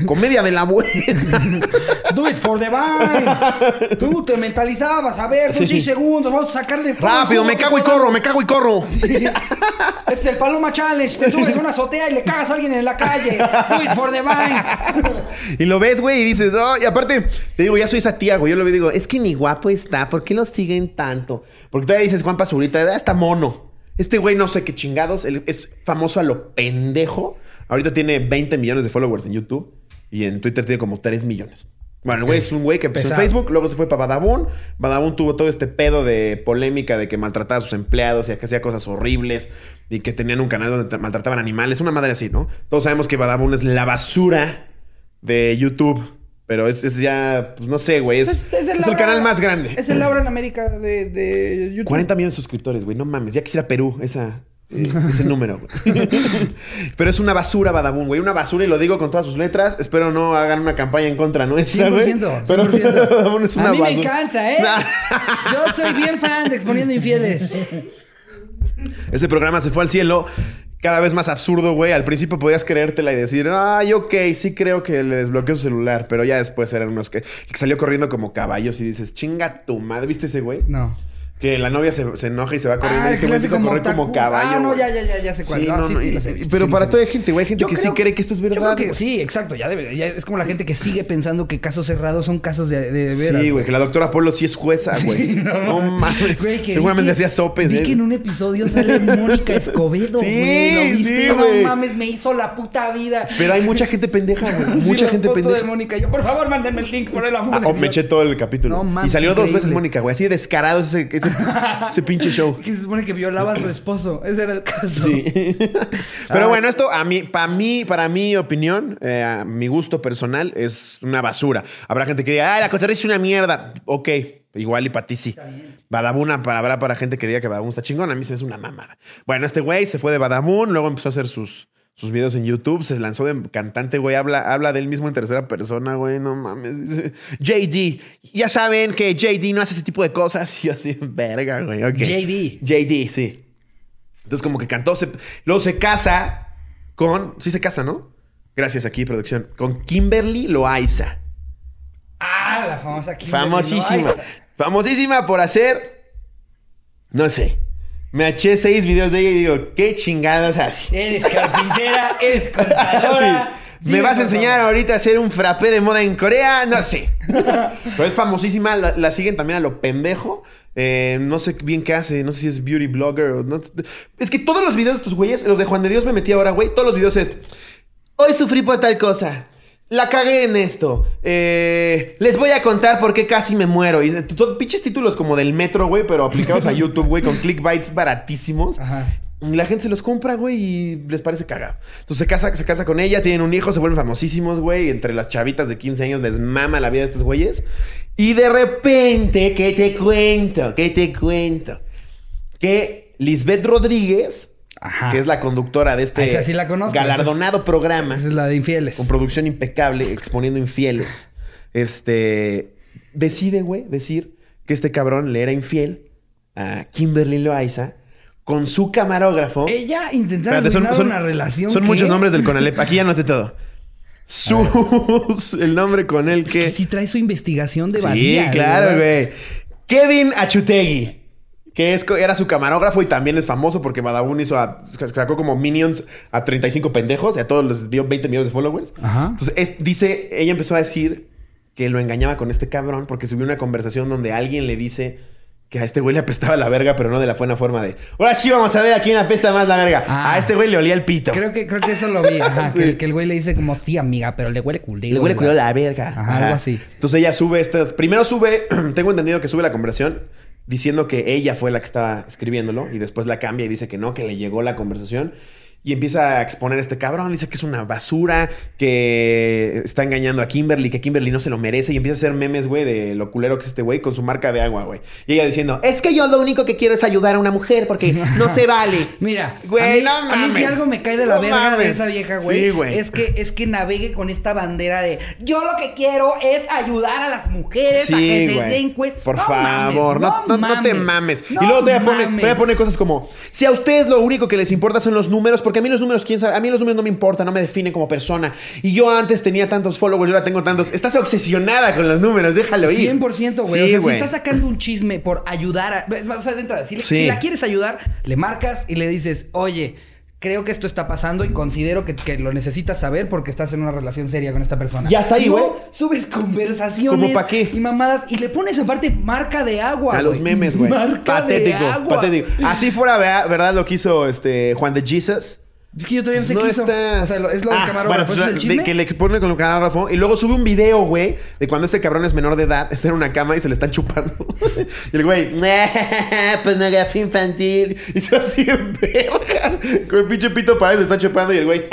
[SPEAKER 4] Comedia de la buena.
[SPEAKER 2] Do it for the vine. Tú te mentalizabas. A ver, son 10 segundos. Vamos a sacarle. todo el
[SPEAKER 4] Rápido,
[SPEAKER 2] jugo
[SPEAKER 4] me
[SPEAKER 2] que
[SPEAKER 4] cago y
[SPEAKER 2] podamos.
[SPEAKER 4] corro, me cago y corro.
[SPEAKER 2] Este es el Paloma Challenge. Te subes a una azotea y le cagas a alguien en la calle. Do it for the vine.
[SPEAKER 4] Y lo ves, güey, y dices, oh, y aparte, te digo, ya soy esa tía, güey. Yo le digo, es que ni guapo está, ¿por qué lo siguen tanto? Porque todavía dices, Juan Pazurita, ah, está mono. Este güey no sé qué chingados, él es famoso a lo pendejo. Ahorita tiene 20 millones de followers en YouTube y en Twitter tiene como 3 millones. Bueno, el güey es un güey que empezó
[SPEAKER 2] Pesado.
[SPEAKER 4] en Facebook, luego se fue para Badabun. Badabun tuvo todo este pedo de polémica de que maltrataba a sus empleados y que hacía cosas horribles y que tenían un canal donde tra- maltrataban animales, una madre así, ¿no? Todos sabemos que Badabun es la basura de YouTube, pero es, es ya, pues no sé, güey, es, es el
[SPEAKER 2] Laura-
[SPEAKER 4] canal más grande.
[SPEAKER 2] Es el Laura en América de, de YouTube.
[SPEAKER 4] 40 millones de suscriptores, güey. No mames. Ya quisiera Perú esa, eh, ese número, güey. Pero es una basura, Badabun, güey. Una basura, y lo digo con todas sus letras. Espero no hagan una campaña en contra nuestra, güey.
[SPEAKER 2] 100%,
[SPEAKER 4] Pero
[SPEAKER 2] 100%.
[SPEAKER 4] Badabun es una
[SPEAKER 2] a mí me
[SPEAKER 4] basura.
[SPEAKER 2] encanta, ¿eh? Yo soy bien fan de Exponiendo Infieles.
[SPEAKER 4] Ese programa se fue al cielo. Cada vez más absurdo, güey. Al principio podías creértela y decir, ay, ok, sí creo que le desbloqueó su celular. Pero ya después eran unos que, el que salió corriendo como caballos y dices, chinga tu madre. ¿Viste ese güey?
[SPEAKER 2] No.
[SPEAKER 4] Que la novia se, se enoja y se va corriendo.
[SPEAKER 2] Ah,
[SPEAKER 4] y
[SPEAKER 2] el
[SPEAKER 4] este güey
[SPEAKER 2] clásico
[SPEAKER 4] empieza a correr como
[SPEAKER 2] otaku.
[SPEAKER 4] caballo.
[SPEAKER 2] Ah, no,
[SPEAKER 4] güey.
[SPEAKER 2] ya, ya, ya, ya sé cuál.
[SPEAKER 4] Sí,
[SPEAKER 2] No,
[SPEAKER 4] no,
[SPEAKER 2] sí,
[SPEAKER 4] no,
[SPEAKER 2] sí,
[SPEAKER 4] y-
[SPEAKER 2] las he visto,
[SPEAKER 4] pero
[SPEAKER 2] sí,
[SPEAKER 4] para
[SPEAKER 2] las he
[SPEAKER 4] toda
[SPEAKER 2] visto.
[SPEAKER 4] gente, güey, hay gente
[SPEAKER 2] Yo
[SPEAKER 4] que sí
[SPEAKER 2] creo-
[SPEAKER 4] cree que esto es
[SPEAKER 2] Yo creo
[SPEAKER 4] verdad.
[SPEAKER 2] que
[SPEAKER 4] güey.
[SPEAKER 2] sí, exacto. Ya, debe- ya es como la gente que sigue pensando que casos cerrados son casos de, de veras.
[SPEAKER 4] Sí, güey, que la doctora Polo sí es jueza, güey. no, mames.
[SPEAKER 2] Güey, que vi
[SPEAKER 4] Seguramente
[SPEAKER 2] que-
[SPEAKER 4] hacía sopes.
[SPEAKER 2] Vi
[SPEAKER 4] ¿eh?
[SPEAKER 2] que en un episodio sale Mónica Escobedo,
[SPEAKER 4] Sí,
[SPEAKER 2] güey. ¿Lo viste?
[SPEAKER 4] sí,
[SPEAKER 2] no
[SPEAKER 4] güey.
[SPEAKER 2] mames, me hizo la puta vida.
[SPEAKER 4] Pero hay mucha gente pendeja, güey. Mucha gente
[SPEAKER 2] De
[SPEAKER 4] pendeja.
[SPEAKER 2] Mónica. Yo, por favor, mándenme el link por el amor
[SPEAKER 4] Ah,
[SPEAKER 2] de
[SPEAKER 4] oh, me
[SPEAKER 2] Dios.
[SPEAKER 4] eché todo el capítulo.
[SPEAKER 2] No
[SPEAKER 4] y
[SPEAKER 2] mames,
[SPEAKER 4] salió dos
[SPEAKER 2] increíble.
[SPEAKER 4] veces Mónica, güey. Así de descarado ese, ese, ese pinche show.
[SPEAKER 2] Que se supone que violaba a su esposo. Ese era el caso.
[SPEAKER 4] Sí.
[SPEAKER 2] Ah.
[SPEAKER 4] Pero bueno, esto a mí, para mí, para mi opinión, eh, a mi gusto personal, es una basura. Habrá gente que diga, ay, la cotorriza es una mierda. Ok, igual y para ti sí. Badabun ah, para- habrá para gente que diga que Badabun está chingón. A mí se me es una mamada. Bueno, este güey se fue de Badabun, luego empezó a hacer sus, sus videos en YouTube, se lanzó de cantante, güey. Habla, habla de él mismo en tercera persona, güey. No mames. Dice, JD, ya saben que JD no hace ese tipo de cosas. Y yo así, verga, güey. ok.
[SPEAKER 2] JD.
[SPEAKER 4] JD, sí. Entonces, como que cantó. se- luego se casa con. Sí, se casa, ¿no? Gracias aquí, producción. Con Kimberly Loaiza.
[SPEAKER 2] Ah, la famosa Kimberly
[SPEAKER 4] Famosísima.
[SPEAKER 2] Loaiza.
[SPEAKER 4] Famosísima por hacer. No sé. Me eché seis videos de ella y digo, ¿qué chingadas hace?
[SPEAKER 2] Eres carpintera, eres contadora.
[SPEAKER 4] Sí. ¿Me vas a enseñar ahorita a hacer un frappé de moda en Corea? No sé. Pero es famosísima. La, la siguen también a lo pendejo. Eh, no sé bien qué hace. No sé si es beauty blogger o no. Es que todos los videos de tus güeyes, los de Juan de Dios me metí ahora, güey. Todos los videos es... Hoy sufrí por tal cosa. La cagué en esto. Eh, les voy a contar por qué casi me muero. Y todos pinches títulos como del metro, güey, pero aplicados a YouTube, güey, con clickbites baratísimos.
[SPEAKER 2] Ajá.
[SPEAKER 4] Y la gente se los compra, güey, y les parece cagado. Entonces se casa, se casa con ella, tienen un hijo, se vuelven famosísimos, güey. Entre las chavitas de 15 años les mama la vida de estos güeyes. Y de repente, ¿qué te cuento? ¿Qué te cuento? Que Lisbeth Rodríguez,
[SPEAKER 2] Ajá.
[SPEAKER 4] que es la conductora de este
[SPEAKER 2] Ah, esa sí la conozco.
[SPEAKER 4] galardonado programa,
[SPEAKER 2] Esa es la de infieles.
[SPEAKER 4] con producción impecable, exponiendo infieles, este, decide, güey, decir que este cabrón le era infiel a Kimberly Loaiza con su camarógrafo.
[SPEAKER 2] Ella intentaba
[SPEAKER 4] Espérate,
[SPEAKER 2] arruinar una relación.
[SPEAKER 4] son
[SPEAKER 2] que-
[SPEAKER 4] muchos nombres del Conalep. Aquí ya noté todo. Sus, el nombre con el
[SPEAKER 2] Que
[SPEAKER 4] que.
[SPEAKER 2] sí trae su investigación de
[SPEAKER 4] Sí,
[SPEAKER 2] valía.
[SPEAKER 4] claro,
[SPEAKER 2] ¿verdad?
[SPEAKER 4] güey. Kevin Achutegui. Que es, co- era su camarógrafo y también es famoso porque Badabun hizo a- sacó como minions a 35 pendejos y a todos les dio 20 millones de followers.
[SPEAKER 2] Ajá.
[SPEAKER 4] Entonces, es- dice, ella empezó a decir que lo engañaba con este cabrón porque subió una conversación donde alguien le dice que a este güey le apestaba la verga, pero no de la buena forma de, ahora sí vamos a ver a quién apesta más la verga.
[SPEAKER 2] Ah.
[SPEAKER 4] a este güey le olía el pito.
[SPEAKER 2] Pues Creo que, creo que eso lo vi. Ajá, que, el- que el güey le dice como, sí, amiga, pero le huele culero.
[SPEAKER 4] Le huele
[SPEAKER 2] ¿verdad?"
[SPEAKER 4] cuidado la verga.
[SPEAKER 2] Ajá, algo así.
[SPEAKER 4] Entonces ella sube estas. Primero sube, tengo entendido que sube la conversación diciendo que ella fue la que estaba escribiéndolo y después la cambia y dice que no, que le llegó la conversación. Y empieza a exponer a este cabrón, dice que es una basura, que está engañando a Kimberly, que Kimberly no se lo merece. Y empieza a hacer memes, güey, de lo culero que es este güey con su marca de agua, güey. Y ella diciendo, es que yo lo único que quiero es ayudar a una mujer porque no se vale.
[SPEAKER 2] Mira, a, mí,
[SPEAKER 4] güey, no
[SPEAKER 2] a mí si
[SPEAKER 4] mames.
[SPEAKER 2] algo me cae de la
[SPEAKER 4] No
[SPEAKER 2] verga
[SPEAKER 4] mames.
[SPEAKER 2] de esa vieja, güey,
[SPEAKER 4] Sí, güey.
[SPEAKER 2] es que es que navegue con esta bandera de yo lo que quiero es ayudar a las mujeres a que
[SPEAKER 4] Sí,
[SPEAKER 2] se den
[SPEAKER 4] güey.
[SPEAKER 2] cuenta.
[SPEAKER 4] Por
[SPEAKER 2] No
[SPEAKER 4] favor,
[SPEAKER 2] mames,
[SPEAKER 4] no, no- no te mames. y
[SPEAKER 2] No
[SPEAKER 4] luego te voy, a poner,
[SPEAKER 2] mames.
[SPEAKER 4] cosas como: si a ustedes lo único que les importa son los números, porque porque a mí los números, quién sabe, a mí los números no me importan, no me definen como persona. Y yo antes tenía tantos followers, yo ahora tengo tantos. Estás obsesionada con los números, déjalo ir.
[SPEAKER 2] 100%, güey. o
[SPEAKER 4] Sí,
[SPEAKER 2] sea, si estás sacando un chisme por ayudar a... O sea, de entrada, si, le-
[SPEAKER 4] Sí.
[SPEAKER 2] si la quieres ayudar, le marcas y le dices, oye, creo que esto está pasando y considero que, que lo necesitas saber porque estás en una relación seria con esta persona.
[SPEAKER 4] Ya está ahí,
[SPEAKER 2] No,
[SPEAKER 4] güey.
[SPEAKER 2] subes conversaciones
[SPEAKER 4] ¿Como pa' qué?
[SPEAKER 2] y mamadas y le pones aparte marca de agua,
[SPEAKER 4] A los
[SPEAKER 2] güey.
[SPEAKER 4] memes, güey.
[SPEAKER 2] Marca
[SPEAKER 4] Patético,
[SPEAKER 2] de agua.
[SPEAKER 4] patético. Ah, Así fuera, vea- ¿verdad? Lo que hizo este Juan de Jesus.
[SPEAKER 2] Es que yo todavía no sé
[SPEAKER 4] No
[SPEAKER 2] qué hizo.
[SPEAKER 4] está-
[SPEAKER 2] O sea, lo- es lo del
[SPEAKER 4] Ah,
[SPEAKER 2] camarógrafo.
[SPEAKER 4] bueno,
[SPEAKER 2] ¿Ese es el
[SPEAKER 4] de-
[SPEAKER 2] chisme?
[SPEAKER 4] que le pone con el camarógrafo y luego sube un video, güey, de cuando este cabrón es menor de edad, está en una cama y se le están chupando. y el güey, pornografía infantil. Y se así en verga. Con el pinche pito para él se está chupando y el güey,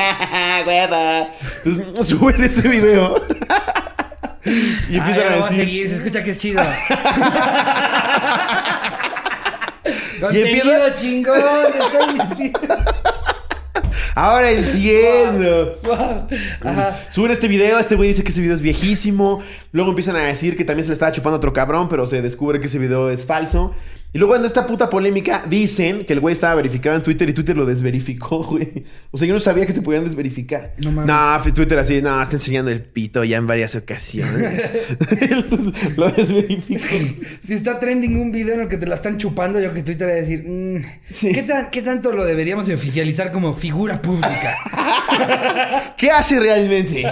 [SPEAKER 4] hueva. Entonces suben ese video. y
[SPEAKER 2] Ay,
[SPEAKER 4] empiezan
[SPEAKER 2] Ah, ya lo
[SPEAKER 4] a
[SPEAKER 2] voy
[SPEAKER 4] decir.
[SPEAKER 2] seguir, se escucha que es chido.
[SPEAKER 4] Y empieza-
[SPEAKER 2] chingón, te estoy diciendo.
[SPEAKER 4] Ahora entiendo.
[SPEAKER 2] Wow. Ajá.
[SPEAKER 4] Suben este video, este güey dice que ese video es viejísimo. Luego empiezan a decir que también se le estaba chupando a otro cabrón, pero se descubre que ese video es falso. Y luego en esta puta polémica dicen que el güey estaba verificado en Twitter y Twitter lo desverificó, güey. O sea, yo no sabía que te podían desverificar.
[SPEAKER 2] No mames.
[SPEAKER 4] No, pues, Twitter así, no, está enseñando el pito ya en varias ocasiones. Entonces, lo desverificó.
[SPEAKER 2] Si está trending un video en el que te la están chupando, yo que estoy te voy a decir, mm, ¿qué, tan- ¿qué tanto lo deberíamos de oficializar como figura pública?
[SPEAKER 4] ¿Qué hace realmente?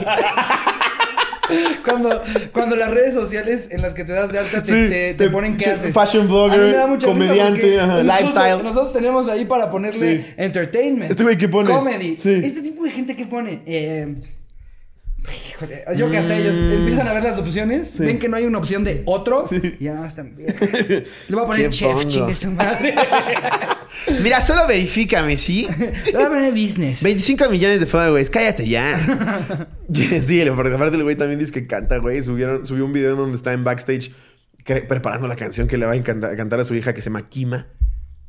[SPEAKER 2] cuando, cuando las redes sociales en las que te das de alta te,
[SPEAKER 4] Sí,
[SPEAKER 2] te- te
[SPEAKER 4] te-
[SPEAKER 2] ponen qué
[SPEAKER 4] te-
[SPEAKER 2] haces.
[SPEAKER 4] fashion blogger,
[SPEAKER 2] A mí me da mucha risa
[SPEAKER 4] comediante,
[SPEAKER 2] porque
[SPEAKER 4] ajá,
[SPEAKER 2] nosotros-
[SPEAKER 4] lifestyle.
[SPEAKER 2] Nosotros tenemos ahí para ponerle
[SPEAKER 4] Sí.
[SPEAKER 2] entertainment.
[SPEAKER 4] Este güey, ¿qué pone?
[SPEAKER 2] Comedy.
[SPEAKER 4] Sí.
[SPEAKER 2] Este tipo de gente que pone. Eh, híjole, yo que hasta ellos
[SPEAKER 4] Mm.
[SPEAKER 2] empiezan a ver las opciones, ven que no hay una opción de otro y ya no están bien. Le voy a poner
[SPEAKER 4] Qué
[SPEAKER 2] chef,
[SPEAKER 4] bongo.
[SPEAKER 2] chingue su madre.
[SPEAKER 4] Mira, solo verifícame, ¿sí?
[SPEAKER 2] Le voy a poner business.
[SPEAKER 4] 25 millones de followers, cállate ya. sí, el- porque aparte el güey también dice que canta, güey. Subieron, subió un video en donde está en backstage cre- preparando la canción que le va a encanta- cantar a su hija que se llama Kima.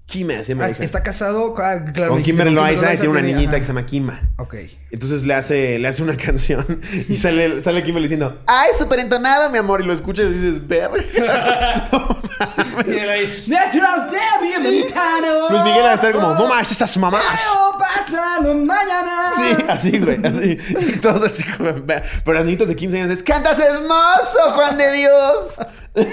[SPEAKER 4] Kima se llama
[SPEAKER 2] Ah,
[SPEAKER 4] la hija.
[SPEAKER 2] Está casado ah, claro,
[SPEAKER 4] Con
[SPEAKER 2] dijiste,
[SPEAKER 4] Kimberly Loaiza y
[SPEAKER 2] Loaiza
[SPEAKER 4] tiene una niñita
[SPEAKER 2] ajá.
[SPEAKER 4] que se llama Kima.
[SPEAKER 2] Ok.
[SPEAKER 4] Entonces le hace, le hace una canción y sale, sale Kimberly diciendo, ¡ay, súper entonada, mi amor! Y lo escuchas y dices, ¡verga! No mames.
[SPEAKER 2] ¡Nuestros de mexicanos!
[SPEAKER 4] Luis Miguel va a estar como, ¡no mames, estas mamás!
[SPEAKER 2] Pero pásalo mañana.
[SPEAKER 4] Sí, así, güey, así. Y todos así como... "Ve". Pero las niñitas de 15 años es... ¡Cantas hermoso, Juan de Dios!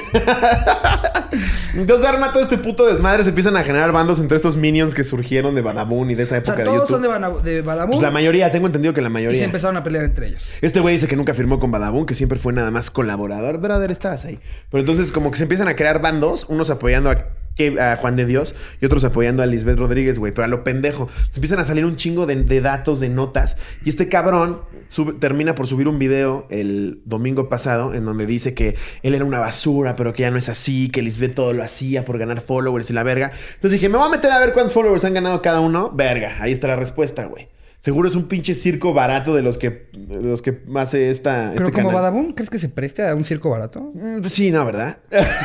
[SPEAKER 4] Entonces arma todo este puto desmadre. Se empiezan a generar bandos entre estos minions que surgieron de Badabun y de esa
[SPEAKER 2] O sea,
[SPEAKER 4] época de
[SPEAKER 2] todos
[SPEAKER 4] YouTube.
[SPEAKER 2] son de, Bana- de Badabun
[SPEAKER 4] Pues la mayoría, tengo entendido que la
[SPEAKER 2] y se
[SPEAKER 4] mayoría.
[SPEAKER 2] empezaron a pelear entre ellos.
[SPEAKER 4] Este güey dice que nunca firmó con Badabun, que siempre fue nada más colaborador. Brother, estabas ahí. Pero entonces como que se empiezan a crear bandos, unos apoyando a, Ke- a Juan de Dios y otros apoyando a Lisbeth Rodríguez, güey. Pero a lo pendejo. Se empiezan a salir un chingo de, de datos, de notas. Y este cabrón sube- termina por subir un video el domingo pasado en donde dice que él era una basura, pero que ya no es así, que Lisbeth todo lo hacía por ganar followers y la verga. Entonces dije, me voy a meter a ver cuántos followers han ganado cada uno. Verga, ahí está la respuesta, güey. Seguro es un pinche circo barato de los que, de los que hace esta.
[SPEAKER 2] Pero
[SPEAKER 4] este
[SPEAKER 2] como
[SPEAKER 4] canal.
[SPEAKER 2] Badabun, ¿crees que se preste a un circo barato?
[SPEAKER 4] Mm, Sí, no, ¿verdad?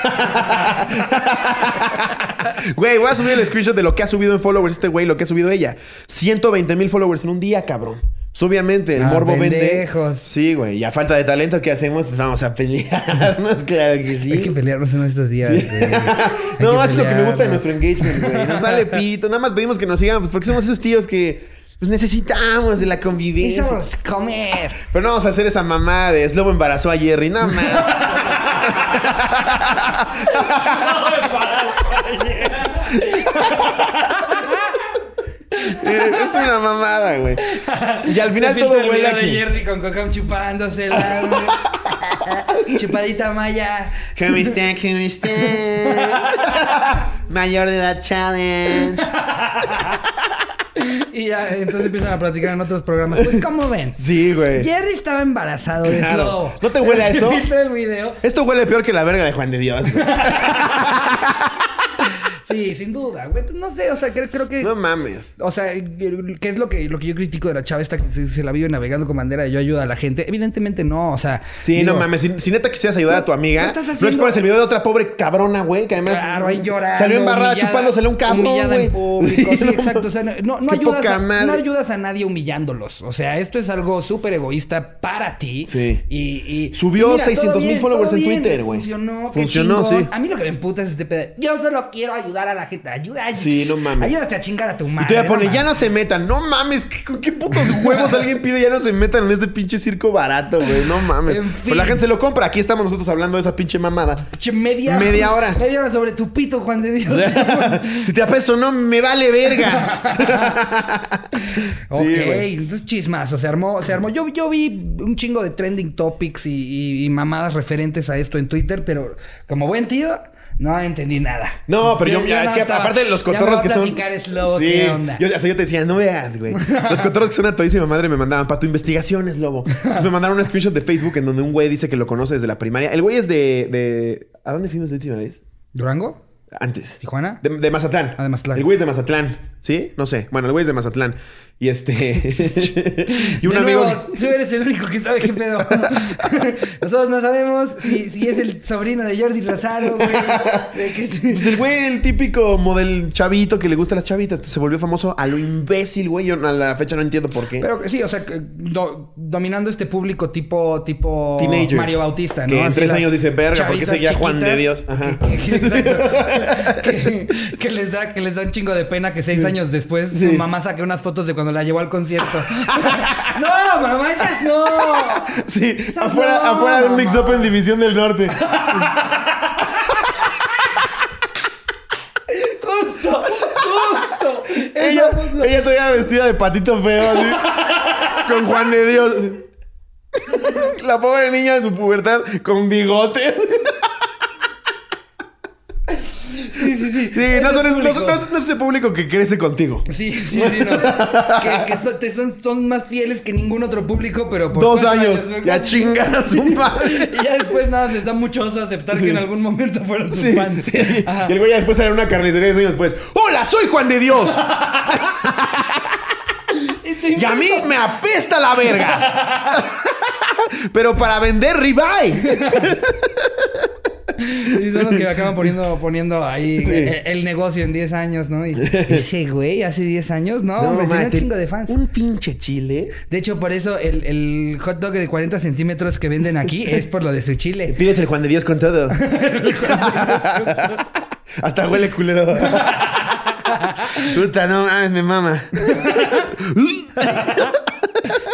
[SPEAKER 4] Güey, voy a subir el screenshot de lo que ha subido en followers este güey, lo que ha subido ella. 120 mil followers en un día, cabrón. Pues obviamente, el
[SPEAKER 2] Ah,
[SPEAKER 4] morbo vende.
[SPEAKER 2] pendejos.
[SPEAKER 4] Sí, güey. Y a falta de talento, ¿qué hacemos? Pues vamos a pelearnos, claro que sí.
[SPEAKER 2] Hay que pelearnos en estos días, güey. Hay que
[SPEAKER 4] no, es lo que me gusta de
[SPEAKER 2] pelearnos.
[SPEAKER 4] nuestro engagement, güey. Nos vale pito. Nada más pedimos que nos sigan, pues porque somos esos tíos que pues, necesitamos de la convivencia.
[SPEAKER 2] Necesitamos comer.
[SPEAKER 4] Pero no vamos a hacer esa mamá de Slobo embarazó a Jerry, no mames. Eh, es una mamada, güey. Y al final
[SPEAKER 2] Se
[SPEAKER 4] todo
[SPEAKER 2] filtra el
[SPEAKER 4] huele
[SPEAKER 2] video de
[SPEAKER 4] aquí.
[SPEAKER 2] Jerry con Cocam chupándosela. güey. Chupadita maya.
[SPEAKER 4] ¿Cómo están? ¿Cómo están? Mayor de edad challenge.
[SPEAKER 2] Y ya, entonces empiezan a platicar en otros programas. Pues, ¿cómo ven?
[SPEAKER 4] Sí, güey.
[SPEAKER 2] Jerry estaba embarazado de
[SPEAKER 4] Eh. Claro.
[SPEAKER 2] Slobo.
[SPEAKER 4] ¿No te huele a
[SPEAKER 2] Se
[SPEAKER 4] eso?
[SPEAKER 2] filtra el video.
[SPEAKER 4] Esto huele peor que la verga de Juan de Dios. güey.
[SPEAKER 2] Sí, sin duda, güey. Pues no sé, o sea, creo, creo que.
[SPEAKER 4] No mames.
[SPEAKER 2] O sea, ¿qué es lo que, lo que yo critico de la chava esta que se, se la vive navegando con bandera de yo ayudo a la gente? Evidentemente no, o sea.
[SPEAKER 4] Sí,
[SPEAKER 2] digo,
[SPEAKER 4] no mames. Si, si neta quisieras ayudar
[SPEAKER 2] No,
[SPEAKER 4] a tu amiga,
[SPEAKER 2] no
[SPEAKER 4] no,
[SPEAKER 2] estás haciendo-
[SPEAKER 4] expones el video de otra pobre cabrona, güey, que además
[SPEAKER 2] Claro, ahí llorando.
[SPEAKER 4] salió embarrada
[SPEAKER 2] humillada,
[SPEAKER 4] chupándole un cabrón.
[SPEAKER 2] Humillada
[SPEAKER 4] güey.
[SPEAKER 2] en público. Sí,
[SPEAKER 4] No
[SPEAKER 2] exacto. O sea, no, no,
[SPEAKER 4] Qué
[SPEAKER 2] ayudas
[SPEAKER 4] poca
[SPEAKER 2] a,
[SPEAKER 4] madre.
[SPEAKER 2] no ayudas a nadie humillándolos. O sea, esto es algo súper egoísta para ti.
[SPEAKER 4] Sí.
[SPEAKER 2] Y, y
[SPEAKER 4] Subió
[SPEAKER 2] y
[SPEAKER 4] 600,000
[SPEAKER 2] todo bien,
[SPEAKER 4] followers
[SPEAKER 2] todo
[SPEAKER 4] en
[SPEAKER 2] bien,
[SPEAKER 4] Twitter,
[SPEAKER 2] les
[SPEAKER 4] güey.
[SPEAKER 2] Funcionó, qué
[SPEAKER 4] Funcionó,
[SPEAKER 2] chingón.
[SPEAKER 4] sí.
[SPEAKER 2] A mí lo que me emputa es este pedo. de, Yo solo quiero ayudar ayudar a la gente. Ayuda,
[SPEAKER 4] Sí, no mames.
[SPEAKER 2] Ayúdate a chingar a tu madre.
[SPEAKER 4] Y todavía pone,
[SPEAKER 2] no
[SPEAKER 4] ya
[SPEAKER 2] mames".
[SPEAKER 4] no se metan. No mames, ¿qué, con qué putos huevos alguien pide? Ya no se metan en este pinche circo barato, güey. No mames.
[SPEAKER 2] En
[SPEAKER 4] Pues la
[SPEAKER 2] fin.
[SPEAKER 4] gente se lo compra. Aquí estamos nosotros hablando de esa pinche mamada.
[SPEAKER 2] Che, media,
[SPEAKER 4] Media hora.
[SPEAKER 2] Media hora sobre tu pito, Juan de Dios.
[SPEAKER 4] si te apesto, no me vale verga.
[SPEAKER 2] ok,
[SPEAKER 4] güey.
[SPEAKER 2] entonces chismazo, se armó, se armó. Yo, yo vi un chingo de trending topics y, y- y mamadas referentes a esto en Twitter, pero como buen tío, no entendí nada.
[SPEAKER 4] No, pero yo,
[SPEAKER 2] Sí,
[SPEAKER 4] ya, es
[SPEAKER 2] no
[SPEAKER 4] que
[SPEAKER 2] estaba-
[SPEAKER 4] aparte de los
[SPEAKER 2] ya me va
[SPEAKER 4] cotorros
[SPEAKER 2] a
[SPEAKER 4] que son.
[SPEAKER 2] platicar Slobo,
[SPEAKER 4] sí,
[SPEAKER 2] ¿qué onda?
[SPEAKER 4] Yo, hasta yo te decía, no veas, güey. Los cotorros que son a todísima madre me mandaban, para tu investigación es lobo. Entonces me mandaron un screenshot de Facebook en donde un güey dice que lo conoce desde la primaria. El güey es de. de- ¿A dónde fuimos la última vez?
[SPEAKER 2] ¿Durango?
[SPEAKER 4] Antes.
[SPEAKER 2] ¿Tijuana?
[SPEAKER 4] De, de Mazatlán.
[SPEAKER 2] Ah, de Mazatlán.
[SPEAKER 4] El güey es de Mazatlán. ¿Sí? No sé. Bueno, el güey es de Mazatlán. Y este. y un
[SPEAKER 2] De
[SPEAKER 4] amigo.
[SPEAKER 2] nuevo, tú eres el único que sabe qué pedo. Nosotros no sabemos si, si es el sobrino de Jordi Rosado, güey. de que es-
[SPEAKER 4] Pues el güey, el típico model chavito que le gusta a las chavitas, se volvió famoso a lo imbécil, güey. Yo a la fecha no entiendo por qué.
[SPEAKER 2] Pero que sí, o sea, que do- dominando este público tipo tipo
[SPEAKER 4] Teenager.
[SPEAKER 2] Mario Bautista, ¿no?
[SPEAKER 4] Que en
[SPEAKER 2] Así
[SPEAKER 4] tres
[SPEAKER 2] las
[SPEAKER 4] años dice, "Verga, ¿por qué
[SPEAKER 2] chavitas
[SPEAKER 4] seguía Juan de
[SPEAKER 2] chiquitas
[SPEAKER 4] Dios?" Ajá.
[SPEAKER 2] Que, que- exacto. que, que les da, que les da un chingo de pena que seis años después su mamá saque unas fotos de cuando la llevó al concierto. ¡No, mamá, esas no!
[SPEAKER 4] sí,
[SPEAKER 2] Esas
[SPEAKER 4] afuera,
[SPEAKER 2] no,
[SPEAKER 4] afuera del
[SPEAKER 2] mamá.
[SPEAKER 4] mix up en División del Norte.
[SPEAKER 2] ¡Justo! ¡Justo! Esa
[SPEAKER 4] ella,
[SPEAKER 2] foto.
[SPEAKER 4] ella todavía vestida de patito feo, así. con Juan de Dios. La pobre niña de su pubertad con bigotes.
[SPEAKER 2] Sí, sí, sí.
[SPEAKER 4] Sí,
[SPEAKER 2] Ese
[SPEAKER 4] no, son, no,
[SPEAKER 2] público.
[SPEAKER 4] son- no es- no es ese público que crece contigo.
[SPEAKER 2] Sí, sí, sí, no. que que son, te son, son más fieles que ningún otro público, pero por
[SPEAKER 4] Dos
[SPEAKER 2] cuatro
[SPEAKER 4] años.
[SPEAKER 2] güey.
[SPEAKER 4] Ya chingan a su madre.
[SPEAKER 2] Y ya después nada, les da mucho oso aceptar que en algún momento fueron sus
[SPEAKER 4] Sí,
[SPEAKER 2] fans.
[SPEAKER 4] sí.
[SPEAKER 2] Ajá.
[SPEAKER 4] Y el güey ya después sale en una carnicería y años después. ¡Hola, soy Juan de Dios!
[SPEAKER 2] Este-
[SPEAKER 4] Y a mí me apesta la verga. Pero para vender ribeye.
[SPEAKER 2] Y son los que acaban poniendo, poniendo ahí eh, el, negocio en 10 años, ¿no? Y ese güey hace 10 años, no, hombre,
[SPEAKER 4] ma,
[SPEAKER 2] tenía un
[SPEAKER 4] te-
[SPEAKER 2] chingo de fans.
[SPEAKER 4] Un pinche chile.
[SPEAKER 2] De hecho, por eso el, el hot dog de 40 centímetros que venden aquí es por lo de su chile.
[SPEAKER 4] Pides el Juan de Dios con todo. Hasta huele culero. Puta, no mames, me mama.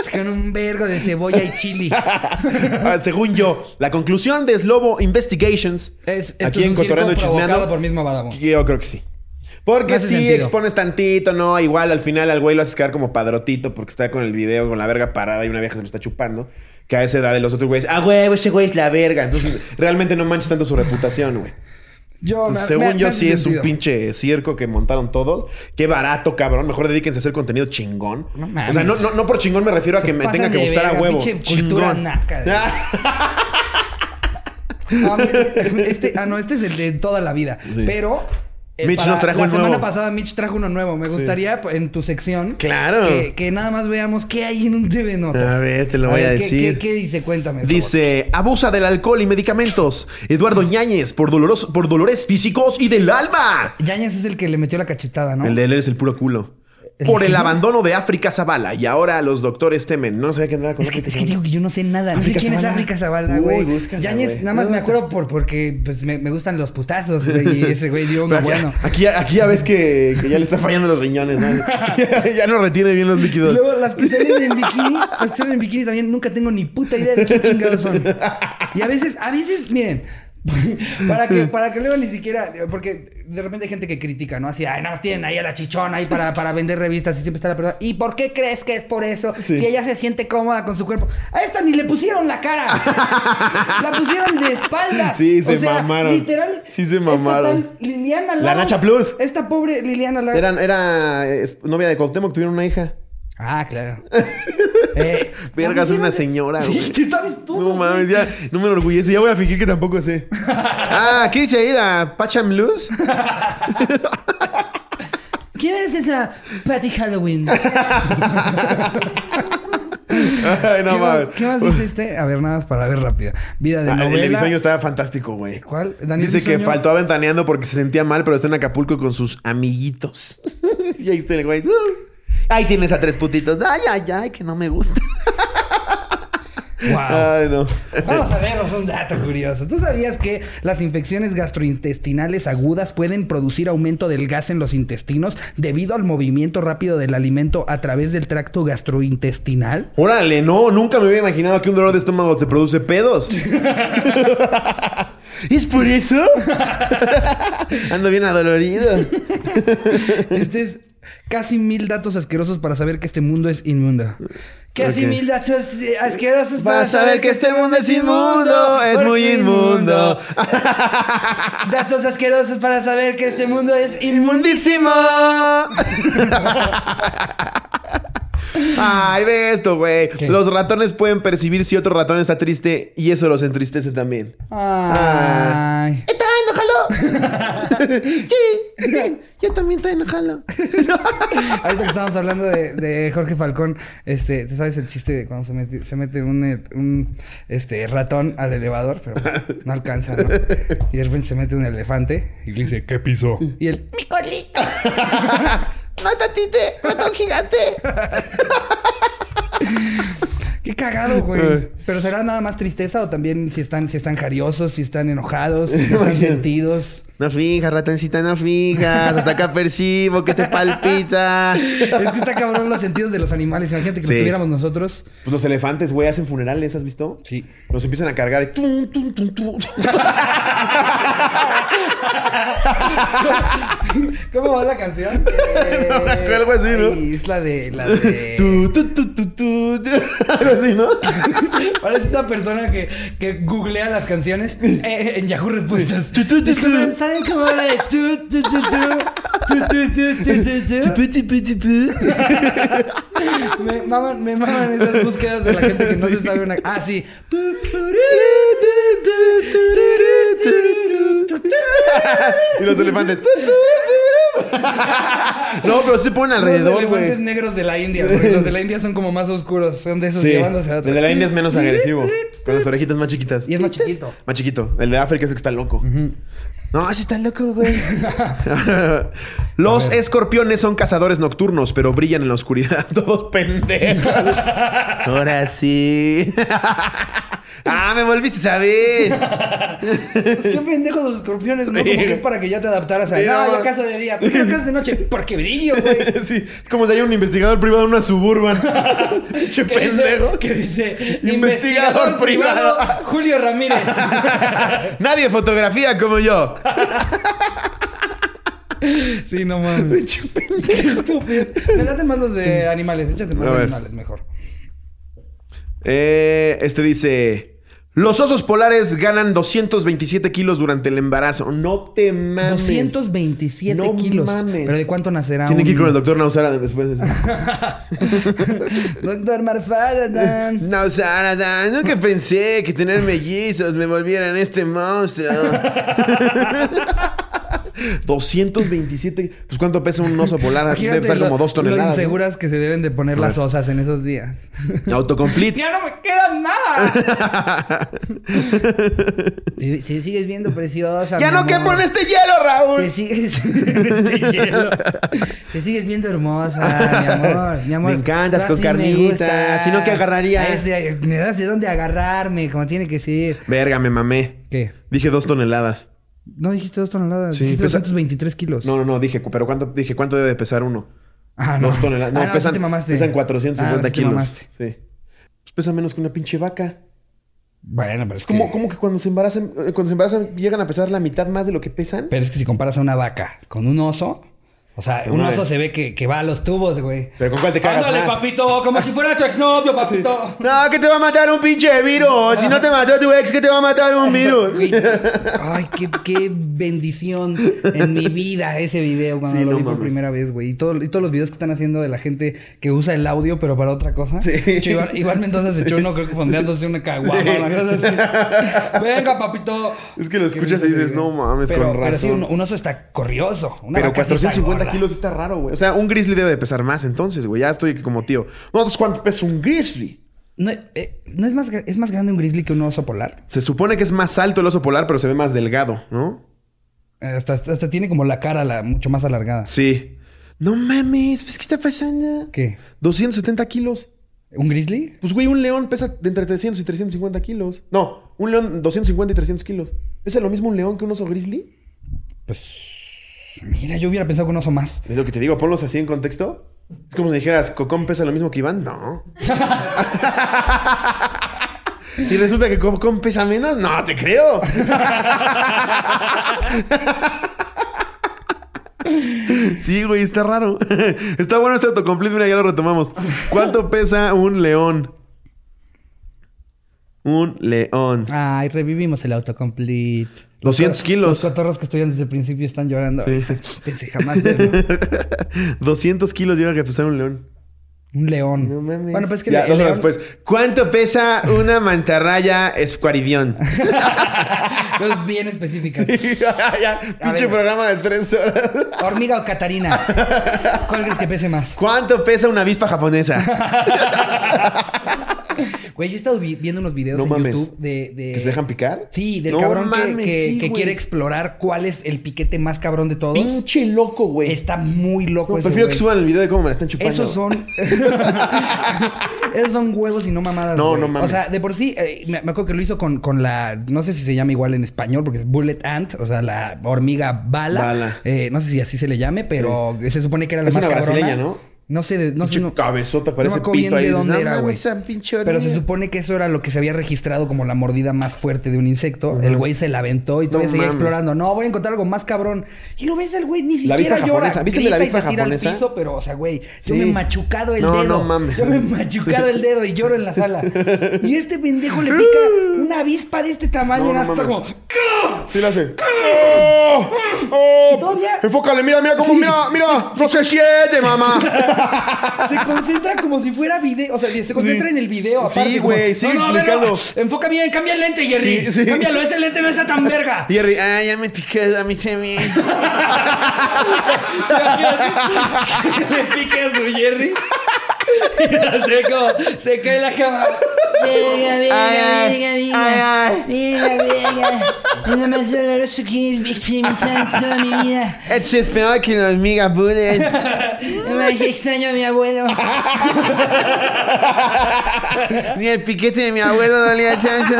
[SPEAKER 2] Es con un vergo de cebolla y chili.
[SPEAKER 4] Ah, Según yo, la conclusión de Slobo Investigations.
[SPEAKER 2] Es, esto
[SPEAKER 4] aquí
[SPEAKER 2] es
[SPEAKER 4] en
[SPEAKER 2] un circo
[SPEAKER 4] Cotorreando y
[SPEAKER 2] provocado
[SPEAKER 4] Chismeando.
[SPEAKER 2] por mismo Badabun.
[SPEAKER 4] Yo creo que sí. Porque
[SPEAKER 2] No hace
[SPEAKER 4] si
[SPEAKER 2] sentido.
[SPEAKER 4] expones tantito, ¿no? Igual al final al güey lo haces quedar como padrotito porque está con el video con la verga parada y una vieja se lo está chupando. Que a esa edad de los otros güeyes, ah, güey, ese güey es la verga. Entonces, realmente no manches tanto su reputación, güey.
[SPEAKER 2] Yo,
[SPEAKER 4] Entonces,
[SPEAKER 2] me-
[SPEAKER 4] pues, según
[SPEAKER 2] me-
[SPEAKER 4] yo,
[SPEAKER 2] me hace
[SPEAKER 4] sí es un
[SPEAKER 2] sentido.
[SPEAKER 4] pinche circo que montaron todos. Qué barato, cabrón. Mejor dedíquense a hacer contenido chingón.
[SPEAKER 2] No
[SPEAKER 4] O sea,
[SPEAKER 2] mames.
[SPEAKER 4] no, no, no por chingón me refiero
[SPEAKER 2] Se
[SPEAKER 4] a que me
[SPEAKER 2] pasan
[SPEAKER 4] tenga que
[SPEAKER 2] de
[SPEAKER 4] gustar a
[SPEAKER 2] verga,
[SPEAKER 4] huevo.
[SPEAKER 2] pinche cultura
[SPEAKER 4] Chingón.
[SPEAKER 2] naca, güey. Ah, mira, este, ah, no, este es el de toda la vida. Pero. eh,
[SPEAKER 4] Mitch nos trajo
[SPEAKER 2] la
[SPEAKER 4] el
[SPEAKER 2] semana
[SPEAKER 4] nuevo.
[SPEAKER 2] pasada Mitch trajo uno nuevo. Me gustaría pues, en tu sección
[SPEAKER 4] Claro.
[SPEAKER 2] que, que nada más veamos qué hay en un TV Notas.
[SPEAKER 4] A ver, te lo voy a
[SPEAKER 2] ¿qué-
[SPEAKER 4] decir.
[SPEAKER 2] ¿qué, qué, dice? Cuéntame. por
[SPEAKER 4] Dice, abusa del alcohol y medicamentos. Eduardo Ñañez, por, doloroso- por dolores físicos y del alma.
[SPEAKER 2] favor. Yañez es el que le metió la cachetada, ¿no?
[SPEAKER 4] El de él es el puro culo.
[SPEAKER 2] ¿El
[SPEAKER 4] Por
[SPEAKER 2] qué?
[SPEAKER 4] el abandono de África Zavala. Y ahora los doctores temen. No sé qué andaba con
[SPEAKER 2] Es que,
[SPEAKER 4] África
[SPEAKER 2] es que
[SPEAKER 4] Zavala.
[SPEAKER 2] digo que yo no sé nada. No sé
[SPEAKER 4] África
[SPEAKER 2] quién es
[SPEAKER 4] Zavala.
[SPEAKER 2] África Zavala,
[SPEAKER 4] Uy,
[SPEAKER 2] güey.
[SPEAKER 4] búscala,
[SPEAKER 2] Yañez,
[SPEAKER 4] güey.
[SPEAKER 2] nada más me acuerdo por porque pues, me, me gustan los putazos, güey. Y ese güey dio uno
[SPEAKER 4] Pero aquí,
[SPEAKER 2] bueno.
[SPEAKER 4] aquí, ya- aquí ya ves que, que ya le está fallando los riñones. ¿no? ya, ya no retiene bien los
[SPEAKER 2] Y
[SPEAKER 4] líquidos.
[SPEAKER 2] Luego, las que salen en bikini, las que salen en bikini también nunca tengo ni puta idea de qué chingados son. Y a veces, a veces, miren, para que, para que luego ni siquiera, porque de repente hay gente que critica, ¿no? Así, ay, nada más tienen ahí a la chichona ahí para, para vender revistas y siempre está la persona. ¿Y por qué crees que es por eso? Si ella se siente cómoda con su cuerpo. A esta ni le pusieron la cara. la pusieron de espaldas.
[SPEAKER 4] Sí, se mamaron.
[SPEAKER 2] Literal.
[SPEAKER 4] Sí, se
[SPEAKER 2] esta
[SPEAKER 4] mamaron.
[SPEAKER 2] tal Liliana
[SPEAKER 4] La
[SPEAKER 2] Lara-
[SPEAKER 4] Nacha Plus.
[SPEAKER 2] Esta pobre Liliana Lara.
[SPEAKER 4] Era, era eh, es- novia de Cuauhtémoc, tuvieron una hija.
[SPEAKER 2] Ah, claro. Eh,
[SPEAKER 4] Verga, es una señora,
[SPEAKER 2] Sí,
[SPEAKER 4] güey.
[SPEAKER 2] te sabes todo.
[SPEAKER 4] No mames, ya no me enorgullece. Ya voy a fingir que tampoco sé. Ah, ¿qué dice ahí? ¿La Pacham Luz?
[SPEAKER 2] ¿Quién es esa Patty Halloween?
[SPEAKER 4] Ay, no
[SPEAKER 2] ¿Qué, más,
[SPEAKER 4] mames.
[SPEAKER 2] ¿Qué más dice este? A ver, nada más para ver rápido. Vida de
[SPEAKER 4] Ah, el de
[SPEAKER 2] novela.
[SPEAKER 4] Bisoño estaba fantástico, güey.
[SPEAKER 2] ¿Cuál? Daniel
[SPEAKER 4] Dice que
[SPEAKER 2] Bisoño.
[SPEAKER 4] faltó aventaneando porque se sentía mal, pero está en Acapulco con sus amiguitos. y ahí está el güey. Uh. Ahí tienes a tres putitos. Ay, ay, ay, que no me gusta.
[SPEAKER 2] Wow.
[SPEAKER 4] Ay, no. Pues
[SPEAKER 2] Vamos a vernos un dato curioso. ¿Tú sabías que las infecciones gastrointestinales agudas pueden producir aumento del gas en los intestinos debido al movimiento rápido del alimento a través del tracto gastrointestinal?
[SPEAKER 4] Órale, no, nunca me había imaginado que un dolor de estómago te produce pedos. ¿Es por eso? Ando bien adolorido.
[SPEAKER 2] Este es casi mil datos asquerosos para saber que este mundo es inmundo. Casi mil datos eh, asquerosos para,
[SPEAKER 4] Para saber que este mundo es inmundo, es
[SPEAKER 2] porque
[SPEAKER 4] muy
[SPEAKER 2] es
[SPEAKER 4] inmundo.
[SPEAKER 2] datos asquerosos para saber que este mundo es inmundo.
[SPEAKER 4] ¡Inmundísimo! Ay, ve esto, güey. Los ratones pueden percibir si otro ratón está triste y eso los entristece también.
[SPEAKER 2] Ay.
[SPEAKER 4] ¡Está enojado! sí, yo también estoy enojado.
[SPEAKER 2] Ahorita que estábamos hablando de, de Jorge Falcón, este, ¿tú sabes el chiste de cuando se mete, se mete un, eh, un, este, ratón al elevador? Pero pues, no alcanza, ¿no? Y de repente se mete un elefante y le dice, ¿qué piso? Y él,
[SPEAKER 6] mi colita. Matatite, mata un gigante.
[SPEAKER 2] qué cagado, güey. Pero será nada más tristeza o también si están, si están jariosos, si están enojados, si están sentidos.
[SPEAKER 4] No fijas, ratoncita, no fijas. Hasta acá percibo que te palpita.
[SPEAKER 2] Es que está cabrón los sentidos de los animales. Imagínate que
[SPEAKER 4] Sí.
[SPEAKER 2] los tuviéramos nosotros.
[SPEAKER 4] Pues los elefantes, güey, hacen funerales, ¿has visto?
[SPEAKER 2] Sí.
[SPEAKER 4] Los empiezan a cargar y tum, tum, tum, tum.
[SPEAKER 2] ¿Cómo va la canción? Eh,
[SPEAKER 4] No me acuerdo, algo así, ¿no?
[SPEAKER 2] ay, es la de. La de...
[SPEAKER 4] Tu, tu, tu, tu, tu. Algo así, ¿no?
[SPEAKER 2] Parece esta persona que, que googlea las canciones eh, eh, en Yahoo Respuestas.
[SPEAKER 4] Tu, tu, tu,
[SPEAKER 2] Descubren-
[SPEAKER 4] tu.
[SPEAKER 2] ¿Saben cómo la de tu, tu, tu, tu, tu, tu, tu, tu, tu,
[SPEAKER 4] Tu, pu, tu, pu, tu, pu.
[SPEAKER 2] tu? Me maman, me maman esas búsquedas de la gente que no se sabe una. Ah, sí.
[SPEAKER 4] Y los elefantes. No, pero sí se ponen
[SPEAKER 2] los
[SPEAKER 4] alrededor,
[SPEAKER 2] elefantes
[SPEAKER 4] güey.
[SPEAKER 2] negros de la India, porque los de la India son como más oscuros, son de esos
[SPEAKER 4] Sí.
[SPEAKER 2] llevándose a
[SPEAKER 4] El
[SPEAKER 2] otro.
[SPEAKER 4] de la India es menos agresivo. Con las orejitas más chiquitas.
[SPEAKER 2] Y es más chiquito.
[SPEAKER 4] Más chiquito. El de África es el que está loco. No, ese está loco, güey. Los escorpiones son cazadores nocturnos, pero brillan en la oscuridad. Todos pendejos. Ahora sí. ah, me volviste a saber.
[SPEAKER 2] Pues qué pendejos los escorpiones, ¿no? Como que es para que ya te adaptaras a.
[SPEAKER 4] Sí,
[SPEAKER 2] no,
[SPEAKER 4] no,
[SPEAKER 2] yo
[SPEAKER 4] no.
[SPEAKER 2] caso de día, pero yo caso de noche. Porque brillo, güey.
[SPEAKER 4] sí, es como si hay un investigador privado en una suburban. Che
[SPEAKER 2] que dice-
[SPEAKER 4] pendejo.
[SPEAKER 2] que dice
[SPEAKER 4] Investigador privado.
[SPEAKER 2] Julio Ramírez.
[SPEAKER 4] Nadie fotografía como yo.
[SPEAKER 2] sí, no mames. Qué estúpido. Me laten más los de animales. Échate más
[SPEAKER 4] A
[SPEAKER 2] de
[SPEAKER 4] ver.
[SPEAKER 2] animales mejor.
[SPEAKER 4] Eh, este dice: Los osos polares ganan 227 kilos durante el embarazo. No te mames.
[SPEAKER 2] 227
[SPEAKER 4] No
[SPEAKER 2] kilos.
[SPEAKER 4] mames.
[SPEAKER 2] Pero ¿de cuánto nacerá
[SPEAKER 4] Tiene que ir
[SPEAKER 2] un-
[SPEAKER 4] con el doctor Nausara después.
[SPEAKER 2] Doctor Marfadan.
[SPEAKER 4] Nausara, da, nunca pensé que tener mellizos me volvieran este monstruo. 227. Pues cuánto pesa un oso polar? Debe pesar como dos
[SPEAKER 2] Lo
[SPEAKER 4] toneladas. ¿no?
[SPEAKER 2] inseguras que se deben de poner las osas en esos días.
[SPEAKER 4] Autocomplete.
[SPEAKER 2] ¡Ya no me queda nada! Si, sigues viendo preciosa.
[SPEAKER 4] ¡Ya
[SPEAKER 2] mi
[SPEAKER 4] no quepo
[SPEAKER 2] amor.
[SPEAKER 4] en este hielo, Raúl!
[SPEAKER 2] Te sigues. Este hielo. Te sigues viendo hermosa, mi amor. Mi amor.
[SPEAKER 4] Me encantas
[SPEAKER 2] Tú
[SPEAKER 4] con
[SPEAKER 2] así
[SPEAKER 4] carnitas.
[SPEAKER 2] me gustas.
[SPEAKER 4] Si no, ¿qué agarraría?
[SPEAKER 2] Es de- me das de dónde agarrarme, como tiene que ser.
[SPEAKER 4] Verga, me mamé.
[SPEAKER 2] ¿Qué?
[SPEAKER 4] Dije dos toneladas.
[SPEAKER 2] No dijiste dos toneladas.
[SPEAKER 4] Sí,
[SPEAKER 2] dijiste
[SPEAKER 4] pesa-
[SPEAKER 2] 223 kilos.
[SPEAKER 4] No, no, no, dije, pero ¿cuánto, dije, ¿cuánto debe de pesar uno?
[SPEAKER 2] Ah,
[SPEAKER 4] Dos toneladas. No,
[SPEAKER 2] Ah, sí
[SPEAKER 4] pesan,
[SPEAKER 2] te mamaste.
[SPEAKER 4] pesan
[SPEAKER 2] Ah,
[SPEAKER 4] 450
[SPEAKER 2] sí te
[SPEAKER 4] kilos.
[SPEAKER 2] mamaste.
[SPEAKER 4] Sí. Pues pesa menos que una pinche vaca.
[SPEAKER 2] Bueno, pero es,
[SPEAKER 4] ¿Cómo,
[SPEAKER 2] que...
[SPEAKER 4] cómo que cuando se embarazan, eh, cuando se embarazan llegan a pesar la mitad más de lo que pesan?
[SPEAKER 2] Pero es que si comparas a una vaca con un oso... O sea, un
[SPEAKER 4] mames.
[SPEAKER 2] oso se ve que, que va a los tubos, güey.
[SPEAKER 4] ¿Pero con cuál te cagas
[SPEAKER 2] Ándale,
[SPEAKER 4] más?
[SPEAKER 2] papito, como si fuera tu exnovio, papito.
[SPEAKER 4] No, que te va a matar un pinche virus. Si no te mató tu ex, que te va a matar un virus.
[SPEAKER 2] Güey, Ay, qué, qué bendición en mi vida ese video cuando
[SPEAKER 4] Sí,
[SPEAKER 2] lo
[SPEAKER 4] no
[SPEAKER 2] vi por
[SPEAKER 4] mames.
[SPEAKER 2] primera vez, güey. Y, todo- y todos los videos que están haciendo de la gente que usa el audio, pero para otra cosa. De hecho, Iván, Iván Mendoza se echó uno, creo que fondeándose una caguama. una cosa así. Venga, papito.
[SPEAKER 4] Es que lo
[SPEAKER 2] Qué
[SPEAKER 4] escuchas
[SPEAKER 2] risa
[SPEAKER 4] y
[SPEAKER 2] ese
[SPEAKER 4] dices,
[SPEAKER 2] video.
[SPEAKER 4] no mames,
[SPEAKER 2] pero,
[SPEAKER 4] con
[SPEAKER 2] Pero sí,
[SPEAKER 4] razón.
[SPEAKER 2] un, un oso está corrioso. Una
[SPEAKER 4] Pero
[SPEAKER 2] vaca sí está
[SPEAKER 4] 450
[SPEAKER 2] gorda.
[SPEAKER 4] kilos está raro, güey. O sea, un grizzly debe de pesar más entonces, güey. Ya estoy como tío. No, entonces, ¿cuánto pesa un grizzly?
[SPEAKER 2] No, eh, ¿no es, más, gra- es más grande un grizzly que un oso polar.
[SPEAKER 4] Se supone que es más alto el oso polar, pero se ve más delgado, ¿no?
[SPEAKER 2] Eh, Hasta, hasta tiene como la cara la- mucho más alargada.
[SPEAKER 4] Sí. No mames, pues, ¿qué está pasando?
[SPEAKER 2] ¿Qué?
[SPEAKER 4] 270 kilos.
[SPEAKER 2] ¿Un grizzly?
[SPEAKER 4] Pues, güey, un león pesa de entre 300 y 350 kilos. No, un león 250 y 300 kilos. ¿Pesa lo mismo un león que un oso grizzly?
[SPEAKER 2] Pues, Mira, yo hubiera pensado con oso más.
[SPEAKER 4] Es lo que te digo, ponlos así en contexto. Es como si dijeras, Cocón pesa lo mismo que Iván. No. y resulta que Cocón pesa menos. No, te creo. sí, güey, está raro. está bueno este autocomplete. Mira, ya lo retomamos. ¿Cuánto pesa un león? Un león.
[SPEAKER 2] Ay, revivimos el autocomplete.
[SPEAKER 4] 200 kilos.
[SPEAKER 2] Los cotorros que estudian desde el principio están llorando. Pensé jamás verlo.
[SPEAKER 4] 200 kilos lleva que pesar un león.
[SPEAKER 2] Un león.
[SPEAKER 4] No mames.
[SPEAKER 2] Bueno, pues es que
[SPEAKER 4] Ya,
[SPEAKER 2] el-
[SPEAKER 4] dos
[SPEAKER 2] el
[SPEAKER 4] horas
[SPEAKER 2] león-
[SPEAKER 4] después. ¿Cuánto pesa una mantarraya escuaridión?
[SPEAKER 2] Cosas bien específicas.
[SPEAKER 4] ya, pinche
[SPEAKER 2] ver.
[SPEAKER 4] programa de tres horas.
[SPEAKER 2] Hormiga o Catarina. ¿Cuál crees que pese más?
[SPEAKER 4] ¿Cuánto pesa una avispa japonesa?
[SPEAKER 2] Güey, yo he estado vi- viendo unos videos
[SPEAKER 4] No
[SPEAKER 2] en
[SPEAKER 4] mames.
[SPEAKER 2] YouTube de, de-
[SPEAKER 4] ¿Que se dejan picar?
[SPEAKER 2] Sí, del
[SPEAKER 4] No
[SPEAKER 2] cabrón que-
[SPEAKER 4] mames,
[SPEAKER 2] que,
[SPEAKER 4] sí,
[SPEAKER 2] que
[SPEAKER 4] güey.
[SPEAKER 2] quiere explorar cuál es el piquete más cabrón de todos.
[SPEAKER 4] Pinche loco, güey.
[SPEAKER 2] Está muy Este loco
[SPEAKER 4] No,
[SPEAKER 2] ese
[SPEAKER 4] prefiero que
[SPEAKER 2] güey.
[SPEAKER 4] suban el video de cómo me la están chupando.
[SPEAKER 2] Esos son. Esos son huevos y no mamadas.
[SPEAKER 4] No,
[SPEAKER 2] güey.
[SPEAKER 4] no mames.
[SPEAKER 2] O sea, de por sí, eh, me, me acuerdo que lo hizo con, con la. No sé si se llama igual en español, porque es Bullet Ant, o sea, la hormiga bala.
[SPEAKER 4] Bala.
[SPEAKER 2] Eh, no sé si así se le llame, pero se supone que era la
[SPEAKER 4] Es
[SPEAKER 2] más
[SPEAKER 4] una
[SPEAKER 2] cabrona.
[SPEAKER 4] brasileña, ¿no?
[SPEAKER 2] No sé, de- no sé.
[SPEAKER 4] Pinche
[SPEAKER 2] no-
[SPEAKER 4] cabezota,
[SPEAKER 2] no
[SPEAKER 4] parece
[SPEAKER 2] me acuerdo
[SPEAKER 4] pito
[SPEAKER 2] bien
[SPEAKER 4] ahí,
[SPEAKER 2] de
[SPEAKER 4] dices,
[SPEAKER 2] dónde
[SPEAKER 4] "No
[SPEAKER 2] era,
[SPEAKER 4] mames,
[SPEAKER 2] güey.
[SPEAKER 4] esa pinche
[SPEAKER 2] Pero se
[SPEAKER 4] hormiga".
[SPEAKER 2] supone que eso era lo que se había registrado como la mordida más fuerte de un insecto. El güey se la aventó y todavía seguía
[SPEAKER 4] mames.
[SPEAKER 2] explorando. No, voy a encontrar algo más cabrón. Y lo ves del güey, ni
[SPEAKER 4] La avispa
[SPEAKER 2] siquiera llora.
[SPEAKER 4] japonesa. ¿Viste el de la
[SPEAKER 2] Grita y
[SPEAKER 4] avispa
[SPEAKER 2] se tira al
[SPEAKER 4] japonesa?
[SPEAKER 2] piso, pero, o sea, güey,
[SPEAKER 4] Sí.
[SPEAKER 2] yo me he machucado el
[SPEAKER 4] No,
[SPEAKER 2] dedo.
[SPEAKER 4] no mames.
[SPEAKER 2] Yo me he machucado el dedo y lloro en la sala. Y este pendejo le pica una avispa de este tamaño.
[SPEAKER 4] No,
[SPEAKER 2] y
[SPEAKER 4] no
[SPEAKER 2] hasta
[SPEAKER 4] mames.
[SPEAKER 2] como...
[SPEAKER 4] Sí, la hace. ¡Oh! ¡Oh!
[SPEAKER 2] ¡Ah! Y todavía-
[SPEAKER 4] ¡Ah! Enfócale, mira, mira cómo, mira, mira. No se siete, mamá.
[SPEAKER 2] Se concentra como si fuera video. O sea, se concentra en el video
[SPEAKER 4] Sí,
[SPEAKER 2] aparte. como,
[SPEAKER 4] güey, sí,
[SPEAKER 2] no, no, a ver,
[SPEAKER 4] explicando.
[SPEAKER 2] enfoca bien, cambia el lente, Jerry.
[SPEAKER 4] Sí, sí.
[SPEAKER 2] Cámbialo, ese lente no está tan verga.
[SPEAKER 4] Jerry, ah, ya me piqué, a mí se me.
[SPEAKER 2] que le pique a su Jerry. Y la seco, se cae la cama.
[SPEAKER 5] Verga, verga,
[SPEAKER 4] Ay,
[SPEAKER 5] verga,
[SPEAKER 4] ay,
[SPEAKER 5] verga.
[SPEAKER 4] ay,
[SPEAKER 5] Verga, verga. Es lo más doloroso que he experimentado en toda mi vida.
[SPEAKER 4] Es esperaba que los migabules.
[SPEAKER 5] Ay, extraño a mi abuelo.
[SPEAKER 4] Ni el piquete de mi abuelo dolía chance.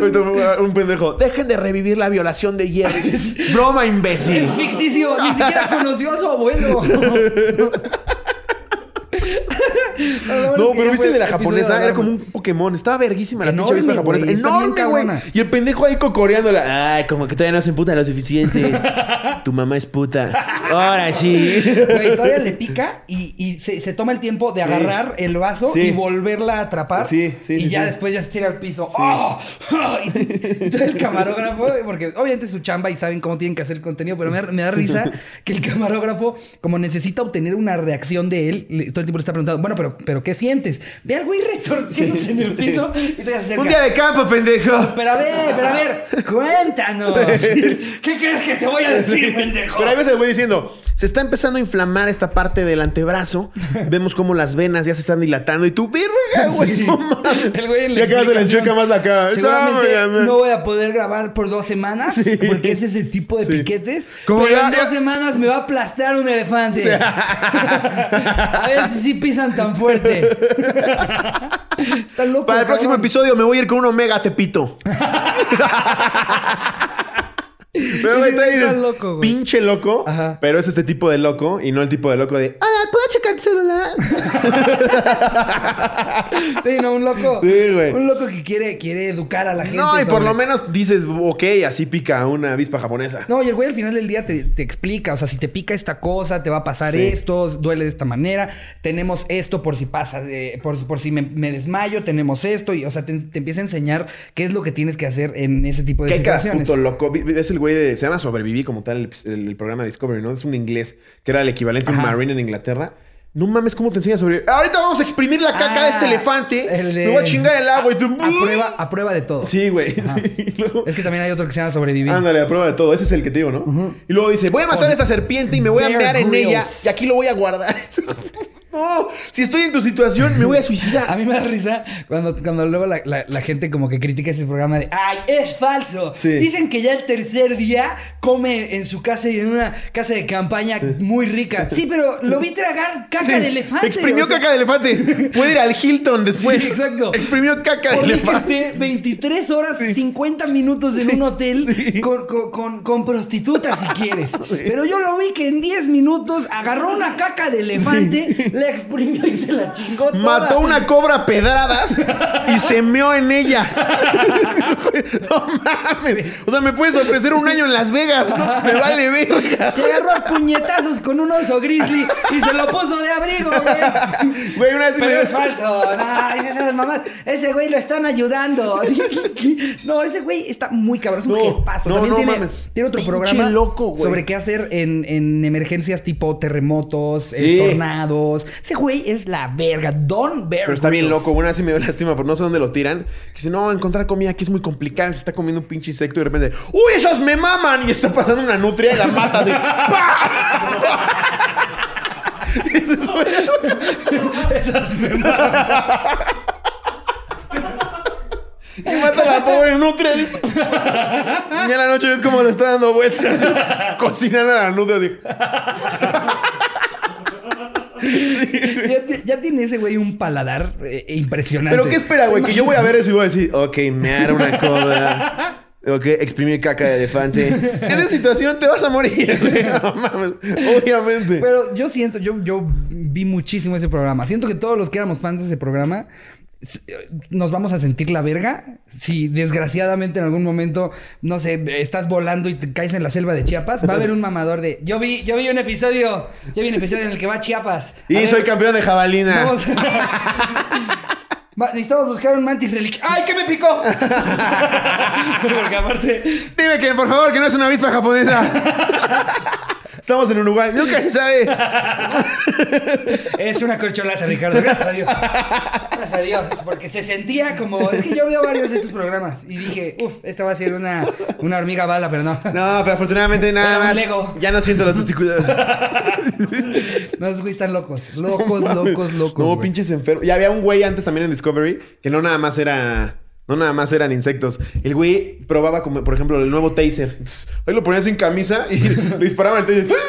[SPEAKER 4] Ahorita fue Un pendejo. Dejen de revivir la violación de Jerry. Es Broma, imbécil.
[SPEAKER 2] Es ficticio, ni siquiera conoció a su abuelo.
[SPEAKER 4] No, pero viste el de la japonesa, era como un Pokémon. Estaba verguísima la pinche
[SPEAKER 2] Enorme,
[SPEAKER 4] avispa japonesa.
[SPEAKER 2] güey, está bien
[SPEAKER 4] Enorme, güey.
[SPEAKER 2] cabrona.
[SPEAKER 4] Y el pendejo ahí cocoreándola. Ay, como que todavía no se emputa lo suficiente. tu mamá es puta. Ahora sí.
[SPEAKER 2] Güey, todavía le pica y, y se, se toma el tiempo de agarrar el vaso
[SPEAKER 4] Sí.
[SPEAKER 2] y volverla a atrapar.
[SPEAKER 4] Sí, sí,
[SPEAKER 2] Y
[SPEAKER 4] sí,
[SPEAKER 2] ya
[SPEAKER 4] sí.
[SPEAKER 2] después ya se tira al piso. ¡Oh! Y, te- y todo el camarógrafo, porque obviamente es su chamba y saben cómo tienen que hacer el contenido, pero me, da- me da risa que el camarógrafo, como necesita obtener una reacción de él, le- todo el tiempo le está preguntando, bueno, pero, pero ¿qué sientes? Ve al güey retorciéndose en el piso y te acerca.
[SPEAKER 4] Un día de campo, pendejo.
[SPEAKER 2] Pero a ver, pero a ver, cuéntanos. ¿Qué crees que te voy a decir, pendejo?
[SPEAKER 4] Pero hay veces el güey diciendo, se está empezando a inflamar esta parte del antebrazo. Vemos como las venas ya se están dilatando y tú, verga, güey.
[SPEAKER 2] Sí.
[SPEAKER 4] No mames.
[SPEAKER 2] El güey en la
[SPEAKER 4] Ya acabas de la Ah,
[SPEAKER 2] explicación.
[SPEAKER 4] enchueca más la cara.
[SPEAKER 2] Seguramente
[SPEAKER 4] No, mames.
[SPEAKER 2] no voy a poder grabar por dos semanas porque ese es el tipo de
[SPEAKER 4] Sí.
[SPEAKER 2] piquetes.
[SPEAKER 4] Como
[SPEAKER 2] pero
[SPEAKER 4] ya-
[SPEAKER 2] en dos
[SPEAKER 4] ya-
[SPEAKER 2] semanas me va a aplastar un elefante. a ver si sí pisan tan fuerte. Está loco.
[SPEAKER 4] Para el
[SPEAKER 2] cabrón.
[SPEAKER 4] próximo episodio me voy a ir con un omega tepito. Pero güey,
[SPEAKER 2] Ese
[SPEAKER 4] tú
[SPEAKER 2] güey
[SPEAKER 4] ahí
[SPEAKER 2] está
[SPEAKER 4] dices,
[SPEAKER 2] loco, güey.
[SPEAKER 4] pinche loco,
[SPEAKER 2] Ajá.
[SPEAKER 4] pero es este tipo de loco y no el tipo de loco de, ah, ¿puedo checar el celular?
[SPEAKER 2] Sí, no, un loco.
[SPEAKER 4] Sí, güey.
[SPEAKER 2] Un loco que quiere, quiere educar a la gente.
[SPEAKER 4] no, y por
[SPEAKER 2] sobre-
[SPEAKER 4] lo menos dices, ok, así pica una avispa japonesa.
[SPEAKER 2] No, y el güey al final del día te, te explica, o sea, si te pica esta cosa, te va a pasar
[SPEAKER 4] Sí.
[SPEAKER 2] esto, duele de esta manera, tenemos esto por si pasa, de- por, si- por si me, me desmayo, tenemos esto, y o sea, te, te empieza a enseñar qué es lo que tienes que hacer en ese tipo de
[SPEAKER 4] ¿Qué hay cada
[SPEAKER 2] situaciones.
[SPEAKER 4] puto loco? Vi- vi- Es el güey de. Se llama Sobreviví como tal el, el- el programa de Discovery, ¿no? Es un inglés que era el equivalente a un
[SPEAKER 2] Ajá.
[SPEAKER 4] marine en Inglaterra. No mames, ¿cómo te enseña a sobrevivir? Ahorita vamos a exprimir la caca
[SPEAKER 2] Ah,
[SPEAKER 4] de este elefante.
[SPEAKER 2] el de-
[SPEAKER 4] Me voy a chingar el agua y tú. ¡uh!
[SPEAKER 2] A prueba, a prueba de todo.
[SPEAKER 4] Sí, Ah, güey. Y luego-
[SPEAKER 2] Es que también hay otro que se llama sobrevivir.
[SPEAKER 4] Ándale, a prueba de todo. Ese es el que te digo, ¿no? Y luego dice: Voy a matar
[SPEAKER 2] Con
[SPEAKER 4] a esta serpiente y me voy a
[SPEAKER 2] Bear
[SPEAKER 4] mear en
[SPEAKER 2] Grylls.
[SPEAKER 4] ella. Y aquí lo voy a guardar. No, si estoy en tu situación, me voy a suicidar.
[SPEAKER 2] A mí me da risa cuando, cuando luego la, la- la gente como que critica ese programa de ¡Ay, es falso! Dicen que ya el tercer día come en su casa y en una casa de campaña muy rica. Sí, pero lo vi tragar caca de elefante.
[SPEAKER 4] Exprimió
[SPEAKER 2] o sea,
[SPEAKER 4] caca de elefante. Puede ir al Hilton después.
[SPEAKER 2] Sí, exacto.
[SPEAKER 4] Exprimió caca de
[SPEAKER 2] Por mí que
[SPEAKER 4] elefante.
[SPEAKER 2] esté 23 horas 50 minutos en un hotel con, con- con- con prostitutas si quieres. Pero yo lo vi que en 10 minutos agarró una caca de elefante, la exprimió y se la chingó toda.
[SPEAKER 4] Mató una cobra a pedradas y se meó en ella. no mames. O sea, me puedes ofrecer un año en Las Vegas. ¿no? Me vale verga.
[SPEAKER 2] Se agarró a puñetazos con un oso grizzly y se lo puso de abrigo, güey.
[SPEAKER 4] Güey, una vez me
[SPEAKER 2] Pero
[SPEAKER 4] dio-
[SPEAKER 2] es falso. No, esas mamás. Ese güey lo están ayudando. Así que- No, ese güey está muy cabrón. Es un
[SPEAKER 4] No,
[SPEAKER 2] jefazo.
[SPEAKER 4] no,
[SPEAKER 2] También
[SPEAKER 4] no
[SPEAKER 2] tiene,
[SPEAKER 4] mames.
[SPEAKER 2] tiene otro
[SPEAKER 4] Pinche
[SPEAKER 2] programa
[SPEAKER 4] loco, güey.
[SPEAKER 2] sobre qué hacer en, en emergencias tipo terremotos,
[SPEAKER 4] Sí.
[SPEAKER 2] eh, tornados. Ese güey es la verga. Don Bear
[SPEAKER 4] Pero está bien
[SPEAKER 2] Grylls.
[SPEAKER 4] loco. Una vez sí me dio lástima, pero no sé dónde lo tiran. Que dice, no, encontrar comida aquí es muy complicado. Se está comiendo un pinche insecto y de repente, ¡Uy, esas me maman! Y está pasando una nutria y la mata así. ¡Pah! Ese es bueno.
[SPEAKER 2] Esas mamadas.
[SPEAKER 4] y mata a la pobre nutria. así. Y a la noche ves cómo le está dando vueltas. así, cocinando a la nutria. así.
[SPEAKER 2] ya, ti- ya tiene ese güey un paladar eh, impresionante.
[SPEAKER 4] Pero ¿qué espera, güey? Que yo voy a ver eso y voy a decir, ok, me hará una cobra. Ok, exprimir caca de elefante. En esa situación te vas a morir. güey. No mames. Obviamente.
[SPEAKER 2] Pero yo siento, yo, yo vi muchísimo ese programa. Siento que todos los que éramos fans de ese programa s- eh, nos vamos a sentir la verga si desgraciadamente en algún momento no sé estás volando y te caes en la selva de Chiapas va a haber un mamador de yo vi yo vi un episodio yo vi un episodio en el que va a Chiapas A
[SPEAKER 4] Y
[SPEAKER 2] ver,
[SPEAKER 4] soy campeón de jabalina.
[SPEAKER 2] vamos. Va, necesitamos buscar un mantis relic ay que me picó porque aparte
[SPEAKER 4] Dime que, por favor, que no es una avispa japonesa. Estamos en Uruguay. Nunca se sabe.
[SPEAKER 2] Es una corcholata, Ricardo. Gracias a Dios. Gracias a Dios. Porque se sentía como. Es que yo veo varios de estos programas y dije, uff, esta va a ser una, una hormiga bala, pero no.
[SPEAKER 4] No, pero afortunadamente nada
[SPEAKER 2] Era un
[SPEAKER 4] más.
[SPEAKER 2] Lego.
[SPEAKER 4] Ya no siento los testículos.
[SPEAKER 2] No, esos güeyes están locos. Locos, locos, locos.
[SPEAKER 4] No,
[SPEAKER 2] güey.
[SPEAKER 4] pinches enfermos. Ya había un güey antes también en Discovery que no nada más era. No nada más eran insectos. El güey probaba, como, por ejemplo, el nuevo taser. Entonces, ahí lo ponían sin camisa y le disparaban el taser.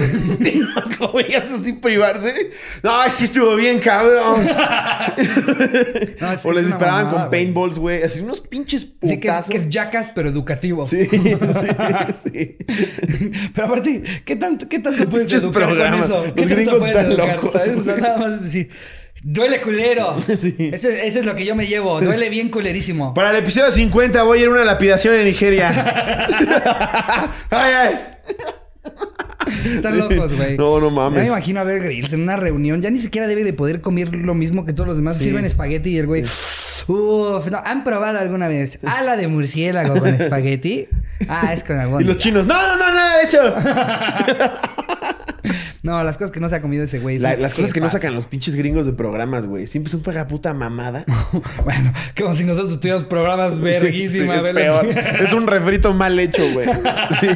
[SPEAKER 4] Y lo veías así privarse. No, sí estuvo bien, cabrón.
[SPEAKER 2] No, es-
[SPEAKER 4] o les
[SPEAKER 2] es una
[SPEAKER 4] disparaban
[SPEAKER 2] mamada,
[SPEAKER 4] con
[SPEAKER 2] güey.
[SPEAKER 4] paintballs, güey. Así unos pinches
[SPEAKER 2] Sí, que es,
[SPEAKER 4] putazos.
[SPEAKER 2] que es jackass, pero educativo.
[SPEAKER 4] Sí, sí, sí.
[SPEAKER 2] Pero aparte, ¿qué tanto, qué tanto puedes
[SPEAKER 4] Pinches
[SPEAKER 2] educar
[SPEAKER 4] programas.
[SPEAKER 2] con eso? ¿Qué
[SPEAKER 4] Los
[SPEAKER 2] tanto
[SPEAKER 4] gringos
[SPEAKER 2] puedes
[SPEAKER 4] están
[SPEAKER 2] educar,
[SPEAKER 4] locos,
[SPEAKER 2] ¿sabes? O sea,
[SPEAKER 4] güey.
[SPEAKER 2] nada más es decir, duele culero.
[SPEAKER 4] Sí.
[SPEAKER 2] Eso, eso es lo que yo me llevo. Duele bien culerísimo.
[SPEAKER 4] Para el episodio 50 voy a ir a una lapidación en Nigeria. ay, ay.
[SPEAKER 2] Están locos, güey.
[SPEAKER 4] No, no mames.
[SPEAKER 2] Ya me imagino a ver Grills en una reunión. Ya ni siquiera debe de poder comer lo mismo que todos los demás. Sirven espagueti y el güey. Uf, no, ¿han probado alguna vez ala de murciélago con espagueti? Ah, es con
[SPEAKER 4] Y los
[SPEAKER 2] algún.
[SPEAKER 4] chinos, no, no, no, nada de eso.
[SPEAKER 2] No, las cosas que no se ha comido ese güey.
[SPEAKER 4] La-
[SPEAKER 2] son
[SPEAKER 4] las cosas que no
[SPEAKER 2] jefas.
[SPEAKER 4] sacan los pinches gringos de programas, güey. Siempre son para puta mamada.
[SPEAKER 2] bueno, como si nosotros tuviéramos programas verguísimas.
[SPEAKER 4] Sí, es,
[SPEAKER 2] velo.
[SPEAKER 4] peor. es un refrito mal hecho, güey. Sí,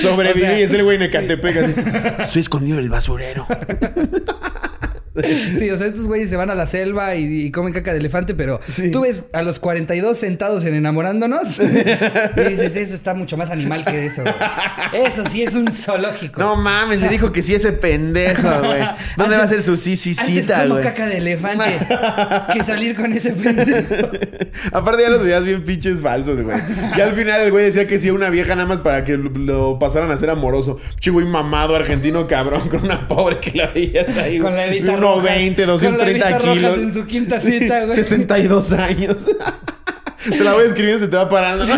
[SPEAKER 4] sobreviví
[SPEAKER 2] O sea,
[SPEAKER 4] y es el güey en Ecatepec. así, Estoy escondido en el basurero.
[SPEAKER 2] Sí, o sea, estos güeyes se van a la selva y, y comen caca de elefante, pero tú ves a los 42 sentados en enamorándonos y dices, eso está mucho más animal que eso. güey. Eso sí es un zoológico.
[SPEAKER 4] No mames, le dijo que sí ese pendejo, güey. ¿Dónde
[SPEAKER 2] Antes-
[SPEAKER 4] va a ser su sí, sí,
[SPEAKER 2] Antes
[SPEAKER 4] cita,
[SPEAKER 2] como
[SPEAKER 4] güey?
[SPEAKER 2] caca de elefante que salir con ese pendejo.
[SPEAKER 4] Aparte ya los veías bien pinches falsos, güey. Y al final el güey decía que sí a una vieja nada más para que lo, lo pasaran a ser amoroso. Che, güey mamado argentino cabrón con una pobre que la veías ahí.
[SPEAKER 2] Con la
[SPEAKER 4] güey.
[SPEAKER 2] Evita Rojas.
[SPEAKER 4] 1.20,
[SPEAKER 2] Con la
[SPEAKER 4] 230
[SPEAKER 2] Evita Rojas
[SPEAKER 4] kilos.
[SPEAKER 2] en su quinta cita, güey.
[SPEAKER 4] 62 años. Te la voy escribiendo se te va parando.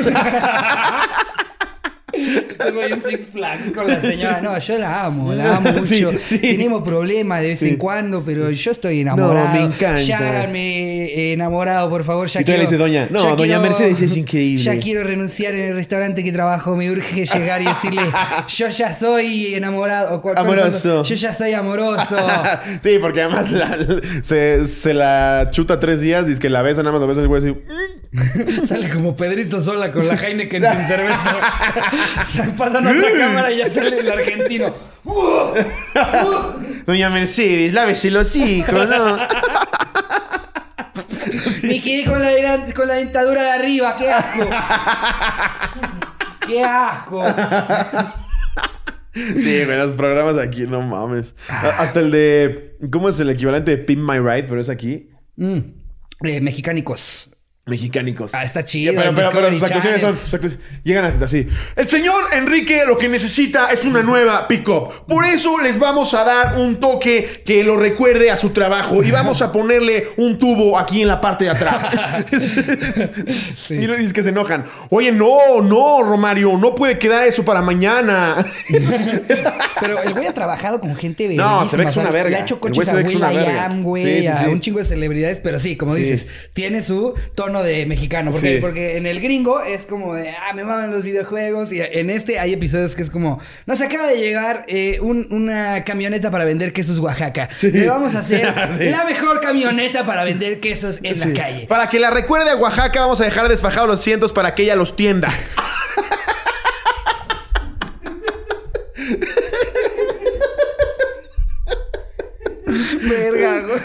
[SPEAKER 2] Este güey en Six Flags con la señora. No, yo la amo, la amo
[SPEAKER 4] Sí,
[SPEAKER 2] mucho.
[SPEAKER 4] sí.
[SPEAKER 2] Tenemos problemas de vez en cuando, pero yo estoy enamorado.
[SPEAKER 4] No, me encanta.
[SPEAKER 2] Ya háganme eh, enamorado, por favor. Ya
[SPEAKER 4] Y todavía le
[SPEAKER 2] quiero-
[SPEAKER 4] dice, doña, no,
[SPEAKER 2] ya
[SPEAKER 4] doña
[SPEAKER 2] quiero-
[SPEAKER 4] Mercedes es increíble.
[SPEAKER 2] Ya quiero renunciar en el restaurante que trabajo. Me urge llegar y decirle, yo ya soy enamorado. O cual- cual-
[SPEAKER 4] Amoroso.
[SPEAKER 2] Yo ya soy amoroso.
[SPEAKER 4] sí, porque además la- se, se la chuta tres días y es que la besa nada más a veces el güey así.
[SPEAKER 2] Sale como Pedrito sola con la Heineken sin cerveza. Se pasan a otra cámara y ya sale el argentino.
[SPEAKER 4] Doña Mercedes, lávese los hijos, ¿no?
[SPEAKER 5] Me quedé con la, delan- con la dentadura de arriba, qué asco. qué asco.
[SPEAKER 4] Sí, güey, los programas aquí, no mames. A- Hasta el de. ¿Cómo es el equivalente de Pin My Ride? Pero es aquí.
[SPEAKER 2] Mm. Eh, mexicánicos.
[SPEAKER 4] Mexicánicos.
[SPEAKER 2] Ah, está
[SPEAKER 4] Ya,
[SPEAKER 2] chido.
[SPEAKER 4] pero,
[SPEAKER 2] el
[SPEAKER 4] pero, pero
[SPEAKER 2] Discovery
[SPEAKER 4] sus actuaciones son.
[SPEAKER 2] Channel.
[SPEAKER 4] sus actuaciones- llegan hasta así. El señor Enrique lo que necesita es una nueva pick-up. Por eso les vamos a dar un toque que lo recuerde a su trabajo. Y vamos a ponerle un tubo aquí en la parte de atrás. Y le dices que se enojan. Oye, no, no, Romario, no puede quedar eso para mañana.
[SPEAKER 2] Pero el güey ha trabajado con gente verguísima.
[SPEAKER 4] No, se ve que es
[SPEAKER 2] o sea,
[SPEAKER 4] una verga.
[SPEAKER 2] Le ha hecho
[SPEAKER 4] El
[SPEAKER 2] coches
[SPEAKER 4] güey se
[SPEAKER 2] a
[SPEAKER 4] ve que es
[SPEAKER 2] Will
[SPEAKER 4] una
[SPEAKER 2] I
[SPEAKER 4] verga.
[SPEAKER 2] Am, güey,
[SPEAKER 4] Sí, sí,
[SPEAKER 2] a
[SPEAKER 4] sí.
[SPEAKER 2] un chingo de celebridades, pero sí, como dices, tiene su tono de mexicano. Porque,
[SPEAKER 4] Sí.
[SPEAKER 2] porque en el gringo es como de, ah, me maman los videojuegos. Y en este hay episodios que es como, nos acaba de llegar eh, un- una camioneta para vender quesos Oaxaca. Le vamos a hacer
[SPEAKER 4] Sí.
[SPEAKER 2] la mejor camioneta para vender quesos en la calle.
[SPEAKER 4] Para que la recuerde a Oaxaca, vamos a dejar desfajados los cientos para que ella los tienda.
[SPEAKER 2] Verga, güey.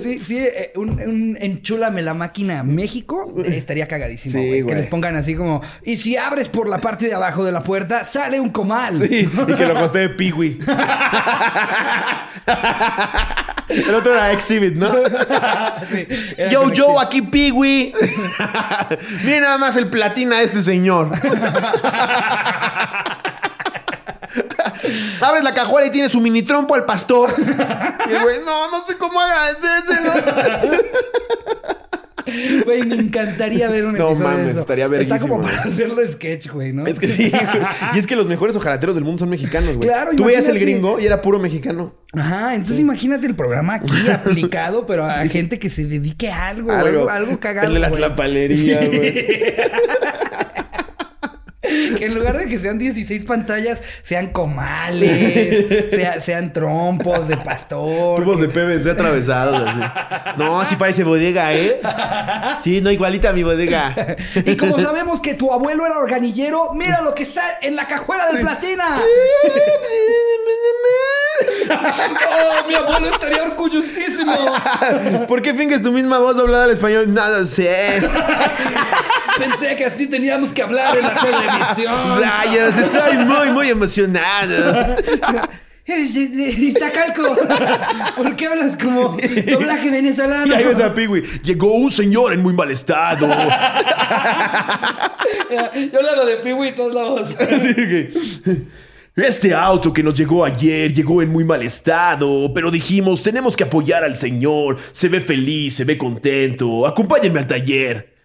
[SPEAKER 2] Sí, sí, eh, un, un enchúlame la máquina México eh, estaría cagadísimo,
[SPEAKER 4] Sí,
[SPEAKER 2] güey. Que
[SPEAKER 4] güey.
[SPEAKER 2] les pongan así como, y si abres por la parte de abajo de la puerta, sale un comal.
[SPEAKER 4] Sí, y que lo costé de Piwi. El otro era Exhibit, ¿no?
[SPEAKER 2] Sí, era
[SPEAKER 4] Yo,
[SPEAKER 2] como
[SPEAKER 4] yo,
[SPEAKER 2] que-
[SPEAKER 4] aquí Piwi. Miren nada más el platina de este señor. Abres la cajuela y tienes su mini trompo al pastor. Y el güey, no, no sé cómo agradecérselo.
[SPEAKER 2] Güey, me encantaría ver un
[SPEAKER 4] No
[SPEAKER 2] episodio de
[SPEAKER 4] mames,
[SPEAKER 2] eso.
[SPEAKER 4] estaría
[SPEAKER 2] Está como
[SPEAKER 4] verguísimo,
[SPEAKER 2] para hacerlo sketch, güey, ¿no?
[SPEAKER 4] Es que sí, güey. Y es que los mejores ojalateros del mundo son mexicanos, güey.
[SPEAKER 2] Claro,
[SPEAKER 4] Tú veías el
[SPEAKER 2] imagínate.
[SPEAKER 4] gringo y era puro mexicano.
[SPEAKER 2] Ajá, entonces imagínate el programa aquí aplicado, pero a gente que se dedique a algo, güey, algo, algo cagado.
[SPEAKER 4] El de la
[SPEAKER 2] güey.
[SPEAKER 4] tlapalería, güey.
[SPEAKER 2] Que en lugar de que sean 16 pantallas, sean comales, sea- sean trompos de pastor.
[SPEAKER 4] Tubos de PVC atravesados, así. No, así parece bodega, ¿eh? Sí, no, igualita a mi bodega.
[SPEAKER 2] Y como sabemos que tu abuelo era organillero, mira lo que está en la cajuela del platina. ¡Oh, mi abuelo estaría orgullosísimo!
[SPEAKER 4] ¿Por qué finges tu misma voz doblada al español? Nada sé.
[SPEAKER 2] Pensé que así teníamos que hablar en la televisión.
[SPEAKER 4] Rayos, estoy muy, muy emocionado.
[SPEAKER 2] Eres de, de Iztacalco. ¿Por qué hablas como doblaje venezolano?
[SPEAKER 4] Y ahí ves a Piwi. Llegó un señor en muy mal estado.
[SPEAKER 2] Yo le hago de pibu y todos lados.
[SPEAKER 4] Así que, Este auto que nos llegó ayer llegó en muy mal estado, pero dijimos, tenemos que apoyar al señor. Se ve feliz, se ve contento. Acompáñenme al taller.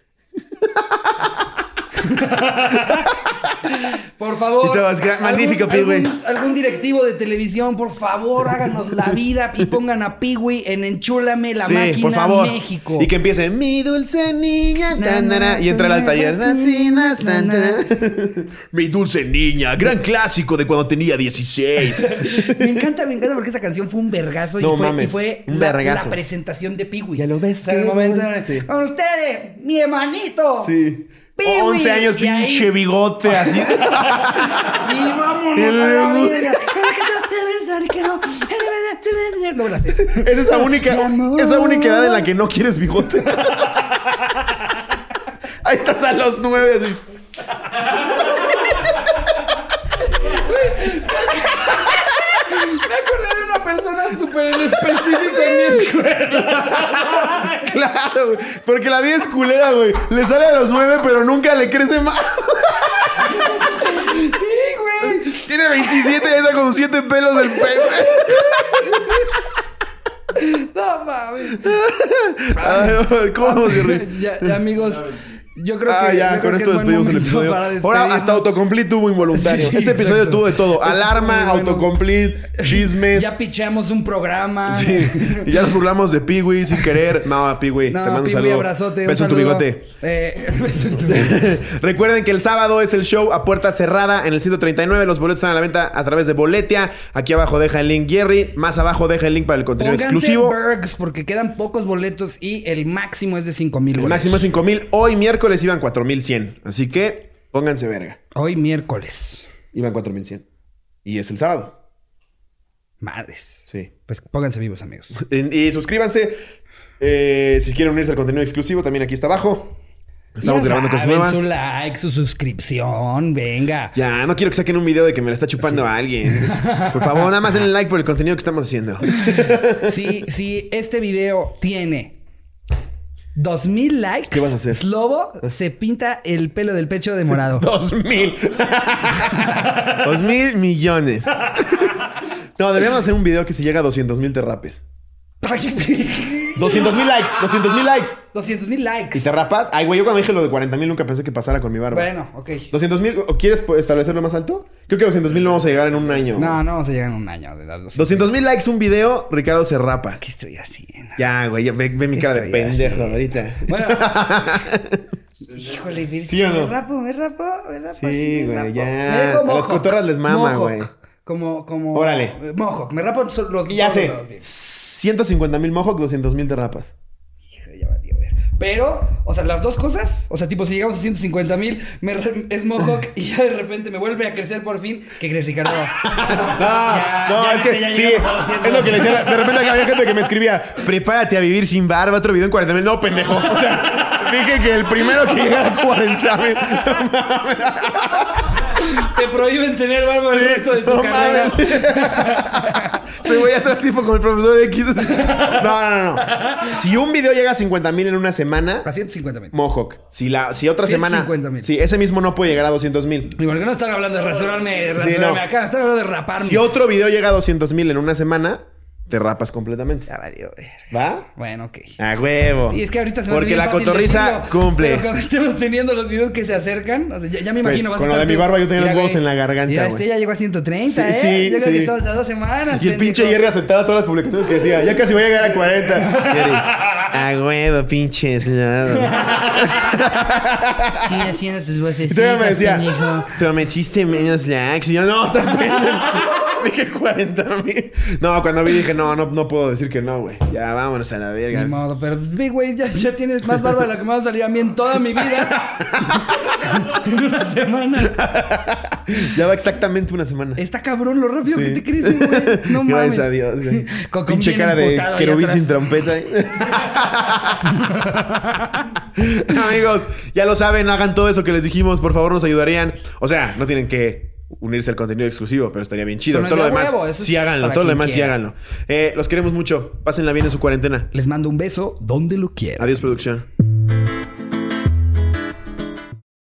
[SPEAKER 2] Por favor.
[SPEAKER 4] Y te vas, gra- magnífico,
[SPEAKER 2] algún-
[SPEAKER 4] Pigüey.
[SPEAKER 2] algún, algún directivo de televisión, por favor, háganos la vida y pongan a Piwi en Enchúlame la máquina México.
[SPEAKER 4] Y que empiece, mi dulce niña, tan, tan, tan", y entrar al taller. "Nacinas, tan, tan". Mi dulce niña, gran clásico de cuando tenía 16.
[SPEAKER 2] Me encanta, me encanta porque esa canción fue un vergazo y
[SPEAKER 4] No
[SPEAKER 2] fue,
[SPEAKER 4] mames,
[SPEAKER 2] y fue
[SPEAKER 4] un
[SPEAKER 2] la,
[SPEAKER 4] vergazo.
[SPEAKER 2] la presentación de Piwi.
[SPEAKER 4] Ya lo ves,
[SPEAKER 2] O sea, el
[SPEAKER 4] qué
[SPEAKER 2] momento
[SPEAKER 4] bueno.
[SPEAKER 2] en el-
[SPEAKER 4] Sí.
[SPEAKER 2] con ustedes, mi hermanito.
[SPEAKER 4] Sí.
[SPEAKER 2] Piwi.
[SPEAKER 4] 11 años,
[SPEAKER 2] Y ahí-
[SPEAKER 4] pinche bigote, así.
[SPEAKER 2] Y vámonos
[SPEAKER 4] Y
[SPEAKER 2] a la
[SPEAKER 4] luego-
[SPEAKER 2] verga. No me la sé.
[SPEAKER 4] Es esa única, esa única edad en la que no quieres bigote. Ahí estás a los nueve, así.
[SPEAKER 2] Me acordé de una persona súper en específico en mi escuela.
[SPEAKER 4] Claro, güey. Porque la vida es culera, güey. Le sale a los nueve, pero nunca le crece más.
[SPEAKER 2] Sí, güey.
[SPEAKER 4] Tiene 27 y anda con 7 pelos del pelo.
[SPEAKER 2] No mames.
[SPEAKER 4] Ay, no, ¿Cómo se ríe?
[SPEAKER 2] Ya, ya, amigos, yo creo que.
[SPEAKER 4] Ah,
[SPEAKER 2] yo
[SPEAKER 4] ya,
[SPEAKER 2] creo
[SPEAKER 4] con
[SPEAKER 2] que
[SPEAKER 4] esto
[SPEAKER 2] es
[SPEAKER 4] despedimos
[SPEAKER 2] buen
[SPEAKER 4] el
[SPEAKER 2] momento
[SPEAKER 4] episodio.
[SPEAKER 2] para
[SPEAKER 4] Ahora hasta
[SPEAKER 2] despedirnos.
[SPEAKER 4] autocomplete tuvo involuntario.
[SPEAKER 2] Sí,
[SPEAKER 4] este episodio estuvo
[SPEAKER 2] exacto.
[SPEAKER 4] de todo.
[SPEAKER 2] Estuvo
[SPEAKER 4] Alarma,
[SPEAKER 2] muy bueno.
[SPEAKER 4] autocomplete, chismes.
[SPEAKER 2] Ya pichamos un programa.
[SPEAKER 4] Sí. Y ya nos burlamos de Piwi sin querer. No, Piwi,
[SPEAKER 2] No,
[SPEAKER 4] te mando un
[SPEAKER 2] Piwi,
[SPEAKER 4] saludo.
[SPEAKER 2] abrazote. un
[SPEAKER 4] Beso en tu
[SPEAKER 2] saludo.
[SPEAKER 4] bigote.
[SPEAKER 2] Eh, beso en tu bigote.
[SPEAKER 4] Recuerden que el sábado es el show a puerta cerrada en el 139. Los boletos están a la venta a través de Boletia. Aquí abajo deja el link Jerry. Más abajo deja el link para el contenido
[SPEAKER 2] Pónganse
[SPEAKER 4] exclusivo.
[SPEAKER 2] Bergs porque quedan pocos boletos y el máximo es de 5 mil
[SPEAKER 4] El máximo es 5000. Hoy miércoles iban 4100. Así que pónganse verga.
[SPEAKER 2] Hoy miércoles.
[SPEAKER 4] Iban 4100. Y es el sábado.
[SPEAKER 2] Madres.
[SPEAKER 4] Sí.
[SPEAKER 2] Pues pónganse vivos, amigos.
[SPEAKER 4] En- Y suscríbanse. eh, si quieren unirse al contenido exclusivo, también aquí está abajo. Estamos
[SPEAKER 2] Ya
[SPEAKER 4] grabando cosas
[SPEAKER 2] saben,
[SPEAKER 4] nuevas.
[SPEAKER 2] Su like, su suscripción, venga.
[SPEAKER 4] Ya, no quiero que saquen un video de que me la está chupando a alguien. Entonces, Por favor, nada más denle like por el contenido que estamos haciendo.
[SPEAKER 2] Si, si este video tiene 2000 likes,
[SPEAKER 4] ¿Qué vas a hacer? Ah.
[SPEAKER 2] Slobo se pinta el pelo del pecho de morado.
[SPEAKER 4] Dos mil. Dos mil millones. No, deberíamos hacer un video que si llega a 200 mil te rapes. 200 mil likes, 200 mil likes.
[SPEAKER 2] 200 mil likes.
[SPEAKER 4] ¿Y te rapas? Ay, güey, yo cuando dije lo de 40 mil nunca pensé que pasara con mi barba.
[SPEAKER 2] Bueno, ok.
[SPEAKER 4] 200 mil, ¿quieres establecerlo más alto? Creo que 200 mil no vamos a llegar en un año.
[SPEAKER 2] No, no vamos a llegar en un año de edad.
[SPEAKER 4] 200 mil likes un video, Ricardo se rapa.
[SPEAKER 2] ¿Qué estoy haciendo?
[SPEAKER 4] Ya, güey, ya ve, ve mi cara de
[SPEAKER 2] Estoy así.
[SPEAKER 4] pendejo ahorita.
[SPEAKER 2] Bueno. Híjole, Virgen.
[SPEAKER 4] ¿Sí o no?
[SPEAKER 2] Me rapo, me rapo, me rapo.
[SPEAKER 4] Sí,
[SPEAKER 2] me
[SPEAKER 4] güey,
[SPEAKER 2] rapo.
[SPEAKER 4] ya.
[SPEAKER 2] Me
[SPEAKER 4] A
[SPEAKER 2] dejo
[SPEAKER 4] las
[SPEAKER 2] mohawk.
[SPEAKER 4] cotorras les mama,
[SPEAKER 2] Mohawk.
[SPEAKER 4] güey.
[SPEAKER 2] Como, como.
[SPEAKER 4] Órale.
[SPEAKER 2] Mohawk. Me rapo so- los
[SPEAKER 4] Y ya sé,
[SPEAKER 2] los- los-
[SPEAKER 4] 150 mil mohawk, 200 mil te rapas.
[SPEAKER 2] Híjole, ya valió ver. Pero, o sea, las dos cosas. O sea, tipo, si llegamos a 150 mil, es Mohawk y ya de repente me vuelve a crecer por fin. ¿Qué crees, Ricardo? Ya,
[SPEAKER 4] Ah, no,
[SPEAKER 2] ya
[SPEAKER 4] es
[SPEAKER 2] viste,
[SPEAKER 4] que
[SPEAKER 2] ya
[SPEAKER 4] sí,
[SPEAKER 2] llegamos a 200.
[SPEAKER 4] es lo que le decía. De repente acá había gente que me escribía, prepárate a vivir sin barba, otro video en 40 mil. No, pendejo. O sea, dije que el primero que llegara a 40 mil.
[SPEAKER 2] Te prohíben tener barba el resto de tu
[SPEAKER 4] no
[SPEAKER 2] carrera.
[SPEAKER 4] mames. Te voy a hacer tipo como el profesor X. No, no, no, no. Si un video llega a 50 mil en una semana,
[SPEAKER 2] A 150 mil.
[SPEAKER 4] mohawk. Si, la, si otra semana...
[SPEAKER 2] 150,000.
[SPEAKER 4] Sí, ese mismo no puede llegar a 200 mil.
[SPEAKER 2] ¿Y por qué no están hablando de rasurarme, rasurarme
[SPEAKER 4] no.
[SPEAKER 2] acá? Están hablando de raparme.
[SPEAKER 4] Si otro video llega a 200 mil en una semana, te rapas completamente.
[SPEAKER 2] Ya valió verga.
[SPEAKER 4] ¿va?
[SPEAKER 2] Bueno, ok.
[SPEAKER 4] A huevo.
[SPEAKER 2] Y es que ahorita se me hace
[SPEAKER 4] Porque
[SPEAKER 2] bien
[SPEAKER 4] la
[SPEAKER 2] fácil
[SPEAKER 4] cotorriza
[SPEAKER 2] decirlo,
[SPEAKER 4] cumple.
[SPEAKER 2] Pero cuando estemos teniendo los videos que se acercan, o sea, ya, ya me imagino.
[SPEAKER 4] Güey, con lo de mi barba yo tenía
[SPEAKER 2] Mira,
[SPEAKER 4] los huevos
[SPEAKER 2] güey,
[SPEAKER 4] en la garganta,
[SPEAKER 2] Ya,
[SPEAKER 4] güey.
[SPEAKER 2] este ya llegó a
[SPEAKER 4] Sí,
[SPEAKER 2] 130, ¿eh?
[SPEAKER 4] sí,
[SPEAKER 2] yo creo
[SPEAKER 4] sí.
[SPEAKER 2] que estamos a dos semanas.
[SPEAKER 4] Y el pinche
[SPEAKER 2] pendejo.
[SPEAKER 4] Jerry aceptaba todas las publicaciones que decía, ya casi voy a llegar a 40. Jerry, a huevo, pinches.
[SPEAKER 5] Sí, haciendo tus
[SPEAKER 4] Y
[SPEAKER 5] voces.
[SPEAKER 4] todavía me decía,
[SPEAKER 5] pendejo.
[SPEAKER 4] prometiste menos likes. Y yo, no, estás pendejo. Dije 40 mil. No, cuando vi dije, no, no, no puedo decir que no, güey. Ya vámonos a la
[SPEAKER 2] Ni
[SPEAKER 4] verga.
[SPEAKER 2] modo, pero ve, güey, ya, ya tienes más barba de la que me va a salir a mí en toda mi vida. en una semana.
[SPEAKER 4] Ya va exactamente una semana.
[SPEAKER 2] Está cabrón lo rápido
[SPEAKER 4] Sí.
[SPEAKER 2] que te creces, güey. No
[SPEAKER 4] Gracias
[SPEAKER 2] mames.
[SPEAKER 4] a Dios, güey.
[SPEAKER 2] Con- con
[SPEAKER 4] Pinche
[SPEAKER 2] bien
[SPEAKER 4] cara de
[SPEAKER 2] emputado ahí
[SPEAKER 4] querubín
[SPEAKER 2] atrás.
[SPEAKER 4] sin trompeta. ¿eh? Amigos, ya lo saben, hagan todo eso que les dijimos, por favor, nos ayudarían. O sea, no tienen que unirse al contenido exclusivo, pero estaría bien chido.
[SPEAKER 2] Eso no es
[SPEAKER 4] todo lo
[SPEAKER 2] de
[SPEAKER 4] demás,
[SPEAKER 2] huevo, eso es
[SPEAKER 4] sí háganlo,
[SPEAKER 2] para
[SPEAKER 4] todo lo
[SPEAKER 2] quien
[SPEAKER 4] demás sí
[SPEAKER 2] quiera.
[SPEAKER 4] háganlo. Eh, los queremos mucho. Pásenla bien en su cuarentena.
[SPEAKER 2] Les mando un beso donde lo quieran.
[SPEAKER 4] Adiós, producción.